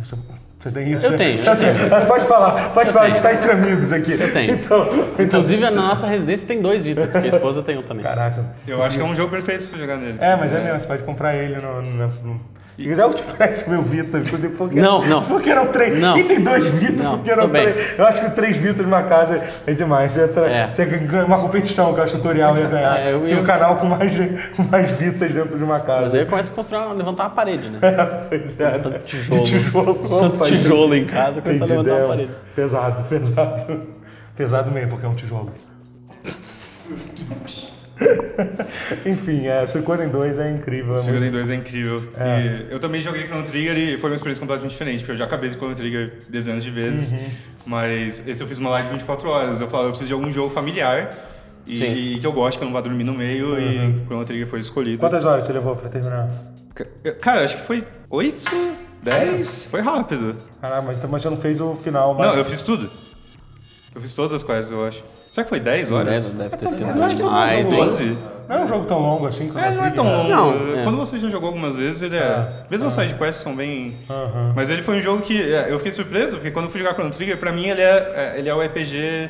Speaker 1: Você, você tem isso?
Speaker 4: Eu tenho, eu
Speaker 1: Assim, Pode falar, pode falar, a gente tá entre amigos aqui. Eu
Speaker 4: tenho.
Speaker 1: Então, então
Speaker 4: Inclusive, na nossa residência tem dois Vitas, porque a esposa tem um também.
Speaker 1: caraca.
Speaker 2: Eu acho que é um jogo perfeito pra jogar nele.
Speaker 1: É, mas é mesmo, você pode comprar ele no. no, no... Se quiser, eu te presto meu Vita. porque- Porque,
Speaker 4: Não, não.
Speaker 1: Porque eram três.
Speaker 4: Não.
Speaker 1: Quem tem dois Vitas?
Speaker 4: Não,
Speaker 1: Porque eram
Speaker 4: tô bem.
Speaker 1: três. Eu acho que três Vitas numa casa é demais. Você, entra,
Speaker 4: É.
Speaker 1: você ganha uma competição que eu acho que o tutorial ia ganhar.
Speaker 4: É, eu-
Speaker 1: Tinha um
Speaker 4: eu-
Speaker 1: canal com mais, com mais Vitas dentro de uma
Speaker 4: Mas
Speaker 1: casa.
Speaker 4: aí eu começo a construir, uma- levantar uma parede, né?
Speaker 1: Pois é.
Speaker 4: Tanto tijolo.
Speaker 1: Tijolo.
Speaker 4: Tanto
Speaker 1: opa,
Speaker 4: tijolo em casa, começa a
Speaker 1: Entendi,
Speaker 4: levantar
Speaker 1: né?
Speaker 4: uma parede.
Speaker 1: Pesado, pesado. Pesado mesmo, porque é um tijolo. Enfim, é, Suicoden 2 é incrível. é muito
Speaker 2: Suicoden 2 é incrível.
Speaker 4: É.
Speaker 2: E eu também joguei Chrono Trigger e foi uma experiência completamente diferente, porque eu já acabei de Chrono Trigger dezenas de vezes.
Speaker 4: Uhum.
Speaker 2: Mas esse eu fiz uma live de 24 horas. Eu falei, eu preciso de algum jogo familiar
Speaker 4: Sim. Uhum.
Speaker 2: e, e que eu goste, que eu não vá dormir no meio. E Chrono Trigger foi escolhido.
Speaker 4: é?
Speaker 1: Quantas horas você levou pra terminar?
Speaker 2: Ca- eu- Cara, acho que foi 8, 10? Foi rápido.
Speaker 1: Caramba, então, mas você não fez o final, mas...
Speaker 2: Não, eu fiz tudo. Eu fiz todas as quests, eu acho. Será que foi 10
Speaker 4: Deve,
Speaker 2: horas?
Speaker 4: deve ter sido
Speaker 1: Não é que é um
Speaker 4: mais,
Speaker 1: jogo
Speaker 4: hein?
Speaker 1: longo.
Speaker 2: 12?
Speaker 1: Não é um jogo tão longo assim. quando
Speaker 2: É,
Speaker 1: eu
Speaker 2: não é
Speaker 1: vi,
Speaker 2: tão
Speaker 1: né?
Speaker 2: longo.
Speaker 4: Não, é.
Speaker 2: Quando você já jogou algumas vezes, ele é. Mesmo as sidequests são bem.
Speaker 1: Aham.
Speaker 2: Mas ele foi um jogo que é, eu fiquei surpreso, porque quando eu fui jogar Chrono Trigger, pra mim ele é, é- ele é o RPG.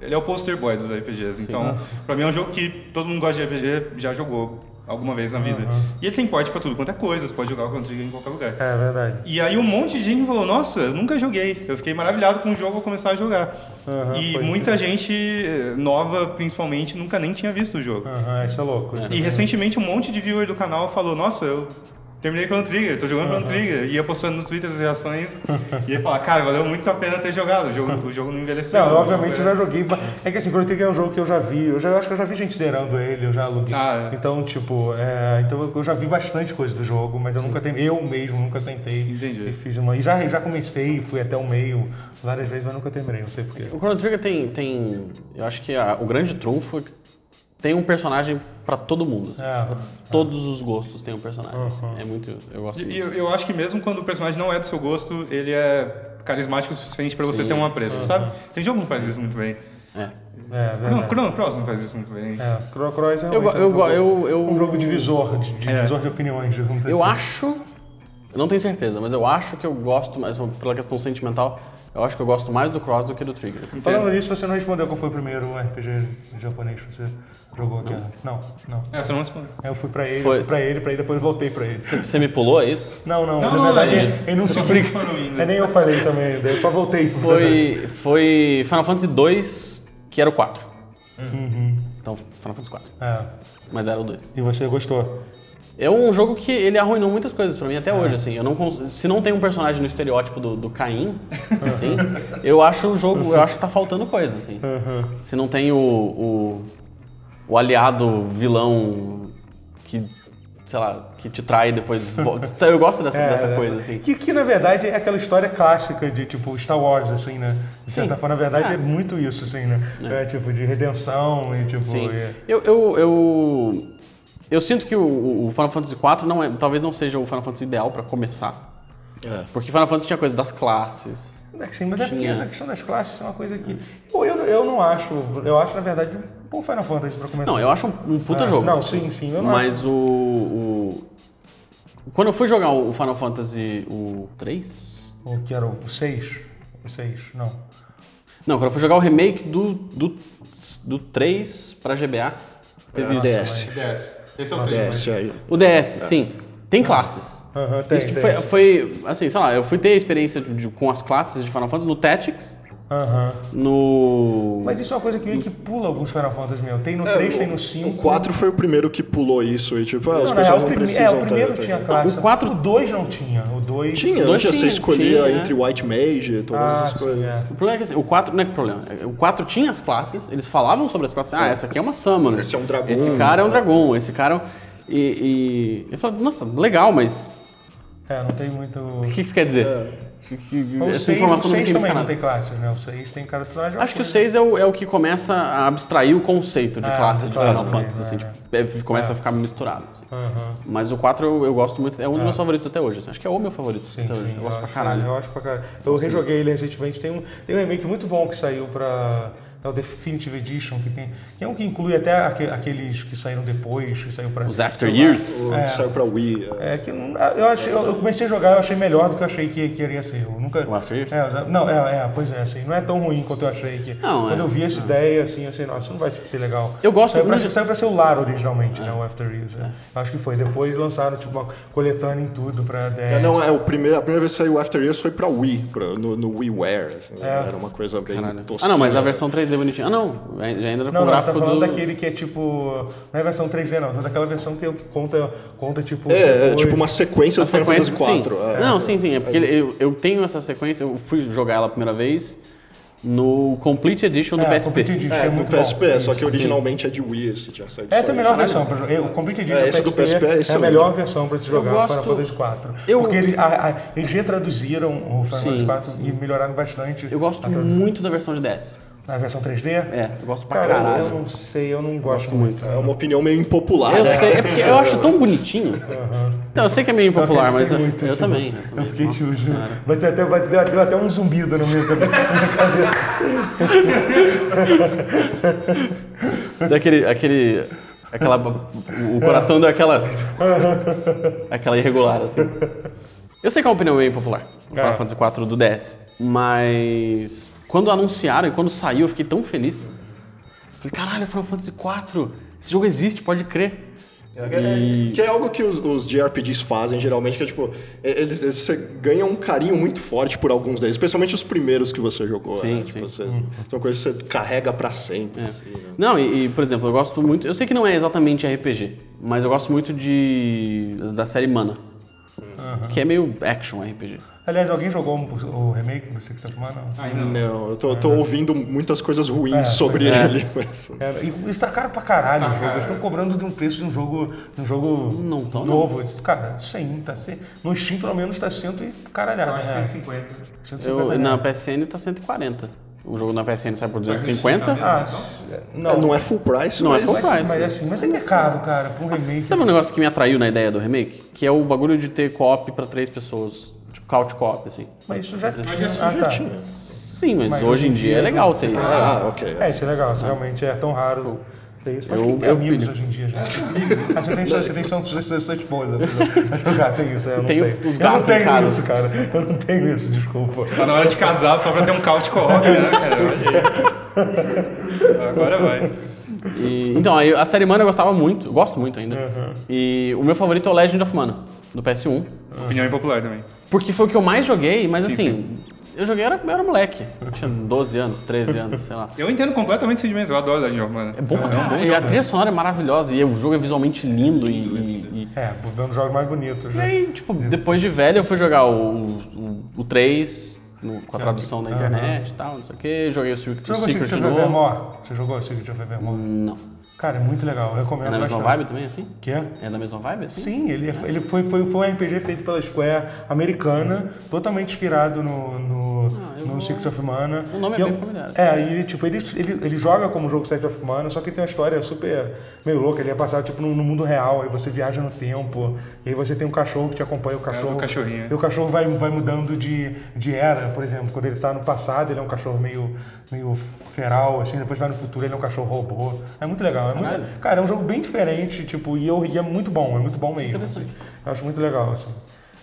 Speaker 2: Ele é o poster boy dos RPGs. Então, pra mim é um jogo que todo mundo gosta de RPG, já jogou alguma vez na vida. E ele tem porte pra tudo quanto é coisa, você pode jogar o Chrono Trigger em qualquer lugar.
Speaker 1: É verdade.
Speaker 2: E aí um monte de gente falou, nossa, eu nunca joguei. Eu fiquei maravilhado com o jogo, vou começar a jogar.
Speaker 1: Aham,
Speaker 2: e
Speaker 1: pode
Speaker 2: muita gente eh, nova, principalmente, nunca nem tinha visto o jogo.
Speaker 1: Aham, isso é louco. isso
Speaker 2: E recentemente um monte de viewer do canal falou, nossa, eu terminei Chrono Trigger, tô jogando Chrono Trigger. E ia postando no Twitter as reações. e ia falar, cara, valeu muito a pena ter jogado, o jogo, o jogo não envelheceu.
Speaker 1: Não, eu, obviamente eu
Speaker 2: não.
Speaker 1: já joguei. mas É que assim, Chrono Trigger é um jogo que eu já vi. Eu, já, eu acho que eu já vi gente zerando ele, eu já aluguei.
Speaker 2: Ah, é.
Speaker 1: Então, tipo, é, então eu- eu já vi bastante coisa do jogo, mas eu nunca tenho. Eu mesmo nunca sentei
Speaker 2: Entendi.
Speaker 1: e fiz uma. E já, já comecei, fui até o meio várias vezes, mas nunca terminei, não sei porquê. É,
Speaker 4: O Chrono Trigger tem, tem eu acho que a- o grande trunfo é que tem um personagem pra todo mundo. assim.
Speaker 1: É. Uhum.
Speaker 4: Pra todos os gostos tem um personagem. assim. É muito, eu gosto.
Speaker 2: E
Speaker 4: muito.
Speaker 2: e eu, eu acho que mesmo quando o personagem não é do seu gosto, ele é carismático o suficiente pra você
Speaker 4: Sim.
Speaker 2: ter um apreço, sabe? Tem jogo que faz isso muito bem.
Speaker 4: É.
Speaker 1: É,
Speaker 2: Não,
Speaker 1: verdade.
Speaker 2: Chrono Cross não faz isso muito bem.
Speaker 1: É, Chrono Cross é
Speaker 4: Eu, go-
Speaker 1: realmente
Speaker 4: eu,
Speaker 1: um,
Speaker 4: go-
Speaker 1: jogo,
Speaker 4: eu, eu,
Speaker 1: um jogo divisor, de, de-
Speaker 2: É.
Speaker 1: divisor de opiniões, digamos
Speaker 4: Eu
Speaker 1: assim.
Speaker 4: acho, eu não tenho certeza, mas eu acho que eu gosto mais, pela questão sentimental, eu acho que eu gosto mais do Cross do que do Trigger. assim.
Speaker 1: Falando nisso, você não respondeu qual foi o primeiro RPG japonês que você jogou aqui. né? Não, não.
Speaker 2: É, você não respondeu.
Speaker 1: Eu fui pra ele,
Speaker 4: Foi.
Speaker 1: fui pra ele, pra ele, depois voltei pra ele.
Speaker 4: Você me pulou, é isso?
Speaker 1: Não, não,
Speaker 2: Não,
Speaker 1: na
Speaker 2: não,
Speaker 1: verdade
Speaker 2: a gente-
Speaker 1: ele não se
Speaker 2: vocês
Speaker 1: briga.
Speaker 2: foram indo.
Speaker 1: É, nem eu falei também, daí eu só voltei. pro verdade.
Speaker 4: Foi, foi Final Fantasy II, que era o 4.
Speaker 1: Uhum.
Speaker 4: Então, Final Fantasy 4,
Speaker 1: É,
Speaker 4: mas era o 2.
Speaker 1: e você gostou.
Speaker 4: É um jogo que ele arruinou muitas coisas pra mim até hoje, assim. Eu não cons- se não tem um personagem no estereótipo do, do Caim, assim, eu acho o jogo, eu acho que tá faltando coisa, assim. Se não tem o, o, o aliado vilão que, sei lá, que te trai e depois... vo- Eu gosto dessa,
Speaker 1: É,
Speaker 4: dessa
Speaker 1: né?
Speaker 4: coisa, assim.
Speaker 1: Que, que na verdade é aquela história clássica de tipo Star Wars, assim, né? De certa
Speaker 4: Sim.
Speaker 1: forma, na verdade
Speaker 4: Ah.
Speaker 1: é muito isso, assim, né? É. tipo de redenção e tipo.
Speaker 4: Sim.
Speaker 1: e-
Speaker 4: Eu, eu, eu, eu sinto que o, o Final Fantasy IV não é, talvez não seja o Final Fantasy ideal pra começar.
Speaker 3: É.
Speaker 4: Porque Final Fantasy tinha coisa das classes.
Speaker 1: É que Sim, mas é porque
Speaker 4: Tinha.
Speaker 1: essa questão das classes é uma coisa que. Eu, eu, eu não acho. Eu acho, na verdade, um bom Final Fantasy pra começar.
Speaker 4: Não, eu acho um, um puta
Speaker 1: É,
Speaker 4: jogo.
Speaker 1: Não, sim, sim, eu não acho.
Speaker 4: Mas o, o- Quando eu fui jogar o Final Fantasy o 3?
Speaker 1: O que era o 6? O 6, não.
Speaker 4: Não, quando eu fui jogar o remake do, do, do 3 pra GBA,
Speaker 1: É,
Speaker 4: teve isso.
Speaker 3: DS.
Speaker 2: DS. Esse é o três.
Speaker 3: DS aí.
Speaker 4: O DS, sim. Tem classes.
Speaker 1: Aham, É. tem,
Speaker 4: Isso, tipo,
Speaker 1: tem
Speaker 4: foi,
Speaker 1: isso.
Speaker 4: foi, assim, sei lá, eu fui ter a experiência de- de- com as classes de Final Fantasy no Tactics,
Speaker 1: Aham.
Speaker 4: no...
Speaker 1: Mas isso é uma coisa que meio que pula alguns Final Fantasy mesmo. Tem no 3, tem no 5.
Speaker 3: É, O 4 foi o primeiro que pulou isso e tipo, ah, os
Speaker 1: não, na real,
Speaker 3: pessoas
Speaker 1: o
Speaker 3: não
Speaker 1: prime-
Speaker 3: precisam
Speaker 1: é, o primeiro
Speaker 3: ter- ter-
Speaker 1: tinha classe.
Speaker 4: O quatro-
Speaker 1: O 2 não tinha. O 2.
Speaker 3: Tinha,
Speaker 4: Dois
Speaker 3: antes você
Speaker 4: tinha,
Speaker 3: escolhia
Speaker 4: tinha, né?
Speaker 3: entre White Mage e todas
Speaker 1: Ah,
Speaker 3: essas coisas.
Speaker 1: sim, é.
Speaker 4: O problema é que assim, o 4 não é que problema. é, O 4 tinha as classes, eles falavam sobre as classes. Ah, essa aqui é uma Summoner.
Speaker 3: Esse é um dragão.
Speaker 4: Esse cara é um dragão. Esse cara. é um- E, e- eu falava, nossa, legal, mas
Speaker 1: É, não tem muito.
Speaker 4: o que isso quer dizer? Que- que-
Speaker 1: O
Speaker 4: Essa
Speaker 1: 6
Speaker 4: informação não me significa
Speaker 1: também não
Speaker 4: nada.
Speaker 1: tem classes, né? O 6 tem cada personagem.
Speaker 4: Acho que o 6 é o, é o que começa a abstrair o conceito de
Speaker 1: É,
Speaker 4: classe de
Speaker 1: claro,
Speaker 4: Final
Speaker 1: sim,
Speaker 4: Fantasy. assim,
Speaker 1: é.
Speaker 4: tipo, é, começa a ficar misturado. assim.
Speaker 1: Aham.
Speaker 4: Mas o 4 eu, eu gosto muito, é um dos meus favoritos até hoje. assim, Acho que é o meu favorito
Speaker 1: Sim,
Speaker 4: até
Speaker 1: sim,
Speaker 4: hoje. Eu gosto pra
Speaker 1: acho- é,
Speaker 4: caralho.
Speaker 1: Eu acho pra caralho. Eu rejoguei ele recentemente. Tem um, tem um remake muito bom que saiu pra. É o Definitive Edition, que tem. Que é um que inclui até aque- aqueles que saíram depois, que saiu pra.
Speaker 4: Os After Years.
Speaker 3: O que Saiu pra Wii. é.
Speaker 1: É que eu não- eu, achei, eu eu comecei a jogar, eu achei melhor do que eu achei que, que iria ser. Eu nunca.
Speaker 4: O After Years?
Speaker 1: É, os- não, é, é, pois é, assim, não é tão ruim quanto eu achei que.
Speaker 4: Não, é.
Speaker 1: quando eu vi essa ideia, assim, eu sei, nossa, isso não vai ser legal.
Speaker 4: Eu gosto
Speaker 1: saiu pra,
Speaker 4: muito-
Speaker 1: ser- saiu pra celular originalmente, né? O After Years. é. Acho que foi. Depois lançaram, tipo, uma coletânea em tudo pra
Speaker 3: É,
Speaker 1: 10.
Speaker 3: não, é, o primeiro, a primeira vez que saiu o After Years foi pra Wii, pra, no, no WiiWare. assim,
Speaker 1: É.
Speaker 3: Era uma coisa bem né?
Speaker 4: Caralho.
Speaker 3: tosca.
Speaker 4: Ah, não, mas a versão 3D é bonitinha. Ah, não. é- Ainda era com
Speaker 1: Não, não,
Speaker 4: o
Speaker 1: você tá
Speaker 4: gráfico
Speaker 1: falando
Speaker 4: do.
Speaker 1: daquele que é tipo. Não é versão 3D, não, é daquela versão que, que conta, conta tipo.
Speaker 3: É, é
Speaker 1: depois.
Speaker 3: tipo uma sequência
Speaker 4: A
Speaker 3: do Final
Speaker 4: sequência,
Speaker 3: Fantasy
Speaker 4: sim.
Speaker 3: IV. é.
Speaker 4: Não, sim, sim. É porque eu, eu tenho essa sequência, eu fui jogar ela a primeira vez no Complete Edition do
Speaker 1: É,
Speaker 4: PSP.
Speaker 1: Complete Edition,
Speaker 3: É,
Speaker 1: é
Speaker 3: do
Speaker 1: muito bom.
Speaker 3: PSP, só que originalmente é de Wii, esse tinha saído
Speaker 1: Essa
Speaker 3: só
Speaker 1: é a melhor
Speaker 3: isso.
Speaker 1: versão para jogar. O Complete Edition
Speaker 3: É, esse do PSP é
Speaker 1: é a
Speaker 3: excelente.
Speaker 1: melhor versão para se jogar
Speaker 4: Eu gosto-
Speaker 1: Final Fantasy IV.
Speaker 4: Eu-
Speaker 1: Porque ele- a- a- eles retraduziram o Final
Speaker 4: Sim,
Speaker 1: Fantasy IV e melhoraram bastante.
Speaker 4: Eu gosto
Speaker 1: a tradução.
Speaker 4: muito da versão de DS.
Speaker 1: Na versão 3D?
Speaker 4: É, eu gosto pra
Speaker 1: Cara, eu-
Speaker 4: caralho.
Speaker 1: eu não sei, eu não gosto, muito.
Speaker 3: É uma opinião meio impopular.
Speaker 4: Eu
Speaker 3: né?
Speaker 4: sei, é porque eu acho tão bonitinho. Não, eu sei que é meio impopular,
Speaker 1: Eu
Speaker 4: mas eu,
Speaker 1: acreditei muito,
Speaker 4: eu
Speaker 1: tipo,
Speaker 4: também. Eu, também.
Speaker 1: Eu fiquei
Speaker 4: Nossa
Speaker 1: tipo,
Speaker 4: Senhora.
Speaker 1: vai ter até, vai, deu, deu até um zumbido no meu
Speaker 4: Daquele. aquele. Aquela. O coração deu aquela. Aquela irregular, assim. Eu sei que é uma opinião meio popular. O Final
Speaker 1: É.
Speaker 4: Fantasy IV do DS. Mas. Quando anunciaram e quando saiu, eu fiquei tão feliz. Falei, caralho, Final Fantasy IV. Esse jogo existe, pode crer.
Speaker 3: É, é, que é algo que os, os JRPGs fazem geralmente, que é tipo, é, eles, eles- você ganha um carinho muito forte por alguns deles, especialmente os primeiros que você jogou.
Speaker 4: Sim,
Speaker 3: né?
Speaker 4: sim. É.
Speaker 3: Tipo, você,
Speaker 1: Hum.
Speaker 3: são coisas que você carrega pra sempre. assim, né?
Speaker 4: Não, e, e, por exemplo, eu gosto muito. Eu sei que não é exatamente RPG, mas eu gosto muito de. da série Mana. Que é meio action RPG.
Speaker 1: Aliás, alguém jogou um, o o remake do Six of Mana?
Speaker 3: Não, eu tô, tô ouvindo muitas coisas ruins sobre ele. mas-
Speaker 1: É, e isso tá caro pra caralho
Speaker 2: Tá
Speaker 1: o jogo.
Speaker 2: caro.
Speaker 1: Eles estão cobrando de um preço de um jogo, de um jogo
Speaker 4: Não tá tão, não.
Speaker 1: novo. Cara, 100, tá 100. No Steam pelo menos tá 100 e caralhada.
Speaker 2: Eu Então, acho
Speaker 1: né?
Speaker 2: 150.
Speaker 1: 150
Speaker 4: Eu, na
Speaker 1: reais.
Speaker 4: PSN tá 140. O jogo na PSN sai por 250.
Speaker 1: Ah,
Speaker 2: Então?
Speaker 1: s-
Speaker 3: É,
Speaker 1: não.
Speaker 3: Não é full price,
Speaker 4: Não é
Speaker 3: mas...
Speaker 4: full price.
Speaker 1: Mas assim, mas ele é caro, cara, pra um remake.
Speaker 4: Sabe um negócio que me atraiu na ideia do remake? Que é o bagulho de ter co-op pra três pessoas. Tipo, couch co-op, assim.
Speaker 1: Mas isso já tinha.
Speaker 2: já- isso
Speaker 1: ah, tá.
Speaker 4: Sim, mas, hoje em dia é legal ter isso.
Speaker 3: Ah, ok.
Speaker 1: É, isso é legal. Isso realmente é tão raro ter isso. Acho
Speaker 4: Eu-
Speaker 1: que tem
Speaker 4: eu
Speaker 1: amigos
Speaker 4: pilho.
Speaker 1: hoje em dia já. ah, você tem, sua- você tem sua, sua, sua, sua esposa. né? Jogar, tem isso. Eu não
Speaker 4: Tenho
Speaker 1: tenho.
Speaker 4: os
Speaker 1: eu não
Speaker 4: gatos em
Speaker 1: tenho
Speaker 4: casa.
Speaker 1: isso, cara. Eu não tenho isso, desculpa.
Speaker 2: Tá na hora de casar só pra ter um couch co-op, né, cara? Olha aí. Agora vai.
Speaker 4: E- então, aí a série Mana eu gostava muito. eu Gosto muito ainda. E o meu favorito é o Legend of Mana, do PS1.
Speaker 2: Opinião impopular também.
Speaker 4: Porque foi o que eu mais joguei, mas
Speaker 2: Sim,
Speaker 4: assim, eu joguei, eu era, eu era moleque. Eu tinha 12 anos, 13 anos, sei lá.
Speaker 2: Eu entendo completamente o sentimento, eu adoro Legend of Mana.
Speaker 4: É bom pra caralho. E a trilha sonora é maravilhosa, e o jogo é visualmente lindo e. e- e-
Speaker 1: É, é um dos jogos mais bonitos,
Speaker 4: E
Speaker 1: né?
Speaker 4: aí, tipo, depois de velho eu fui jogar o, o, o 3 no- com a tradução da internet e tal, não sei o que, joguei o Secret,
Speaker 1: Você jogou
Speaker 4: Secret
Speaker 1: Secret
Speaker 4: de
Speaker 1: of
Speaker 4: novo.
Speaker 1: Evermore? Você jogou Secret of Evermore?
Speaker 4: Não.
Speaker 1: Cara, é muito legal, eu recomendo
Speaker 4: É na mesma
Speaker 1: bastante.
Speaker 4: vibe também, assim?
Speaker 1: Que é?
Speaker 4: É da mesma vibe, assim?
Speaker 1: Sim, ele, ele foi, foi, foi um RPG feito pela Square americana, totalmente inspirado no, no,
Speaker 4: Ah, eu
Speaker 1: no
Speaker 4: vou-
Speaker 1: Secret of Mana.
Speaker 4: O nome é
Speaker 1: E
Speaker 4: bem familiar.
Speaker 1: É, e ele, tipo, ele, ele, ele joga como jogo Secret of Mana, só que tem uma história super meio louca. Ele é passado tipo, no, no mundo real, aí você viaja no tempo, e aí você tem um cachorro que te acompanha o cachorro.
Speaker 2: É do cachorrinho.
Speaker 1: E o cachorro vai, vai mudando de, de era, por exemplo. Quando ele tá no passado, ele é um cachorro meio, meio feral, assim. Depois tá no futuro, ele é um cachorro robô. É muito legal. É muito- cara, é um jogo bem diferente, tipo, e, eu, e é muito bom, é muito bom mesmo.
Speaker 4: Interessante.
Speaker 1: assim. Eu acho muito legal, assim.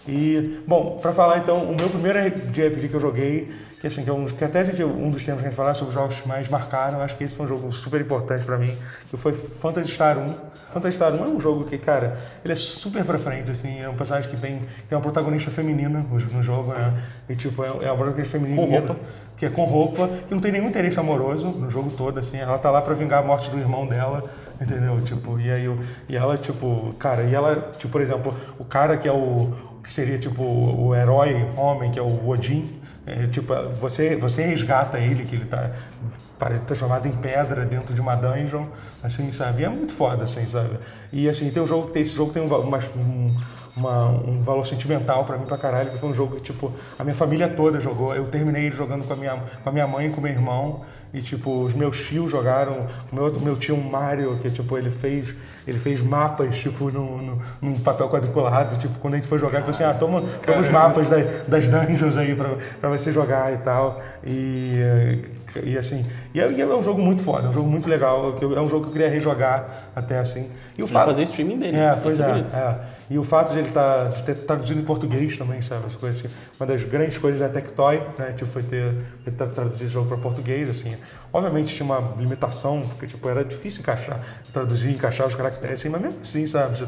Speaker 1: E, bom, pra falar então, o meu primeiro JRPG que eu joguei, que assim, que, é um, que até a gente, um dos temas que a gente falar sobre os jogos que mais marcaram, eu acho que esse foi um jogo super importante pra mim, que foi Phantasy Star 1. Phantasy Star 1 é um jogo que, cara, ele é super pra frente, assim, é um personagem que tem, tem uma protagonista feminina no no jogo, né? E tipo, é, é uma protagonista feminina.
Speaker 4: Com roupa.
Speaker 1: Que é com roupa, que não tem nenhum interesse amoroso no jogo todo, assim, ela tá lá pra vingar a morte do irmão dela, entendeu? Tipo, e aí eu, e ela, tipo, cara, e ela, tipo, por exemplo, o cara que é o. que seria tipo o herói homem, que é o Odin, é, tipo, você, você resgata ele, que ele tá para transformado tá em pedra dentro de uma dungeon, assim, sabe? E é muito foda, assim, sabe? E assim, tem um jogo, tem- esse jogo tem um, va- umas- um uma- um valor sentimental pra mim pra caralho, porque foi um jogo que, tipo, a minha família toda jogou. Eu terminei ele jogando com a minha, com a minha mãe e com o meu irmão. E, tipo, os meus tios jogaram. O meu, o meu tio Mario, que, tipo, ele fez, ele fez mapas, tipo, num, num- num papel quadriculado. Tipo, quando a gente foi jogar, ele falou assim, ah, toma, toma os mapas da- das dungeons aí pra, pra você jogar e tal. E, eh, e assim... E é, e é um jogo muito foda, é um jogo muito legal. que eu- É um jogo que eu queria rejogar até, assim. E o
Speaker 4: Pra
Speaker 1: fato-
Speaker 4: fazer streaming dele.
Speaker 1: é,
Speaker 4: né? Isso
Speaker 1: pois é.
Speaker 4: bonito.
Speaker 1: é. E o fato de ele tá, de ter traduzido em português também, sabe? Essa coisa, assim, uma das grandes coisas da Tectoy, né? Tipo, foi ter, ter tra- traduzido o jogo para português, assim. Obviamente tinha uma limitação, porque, tipo, era difícil encaixar, traduzir, encaixar os caracteres, assim, mas mesmo assim, sabe? Você-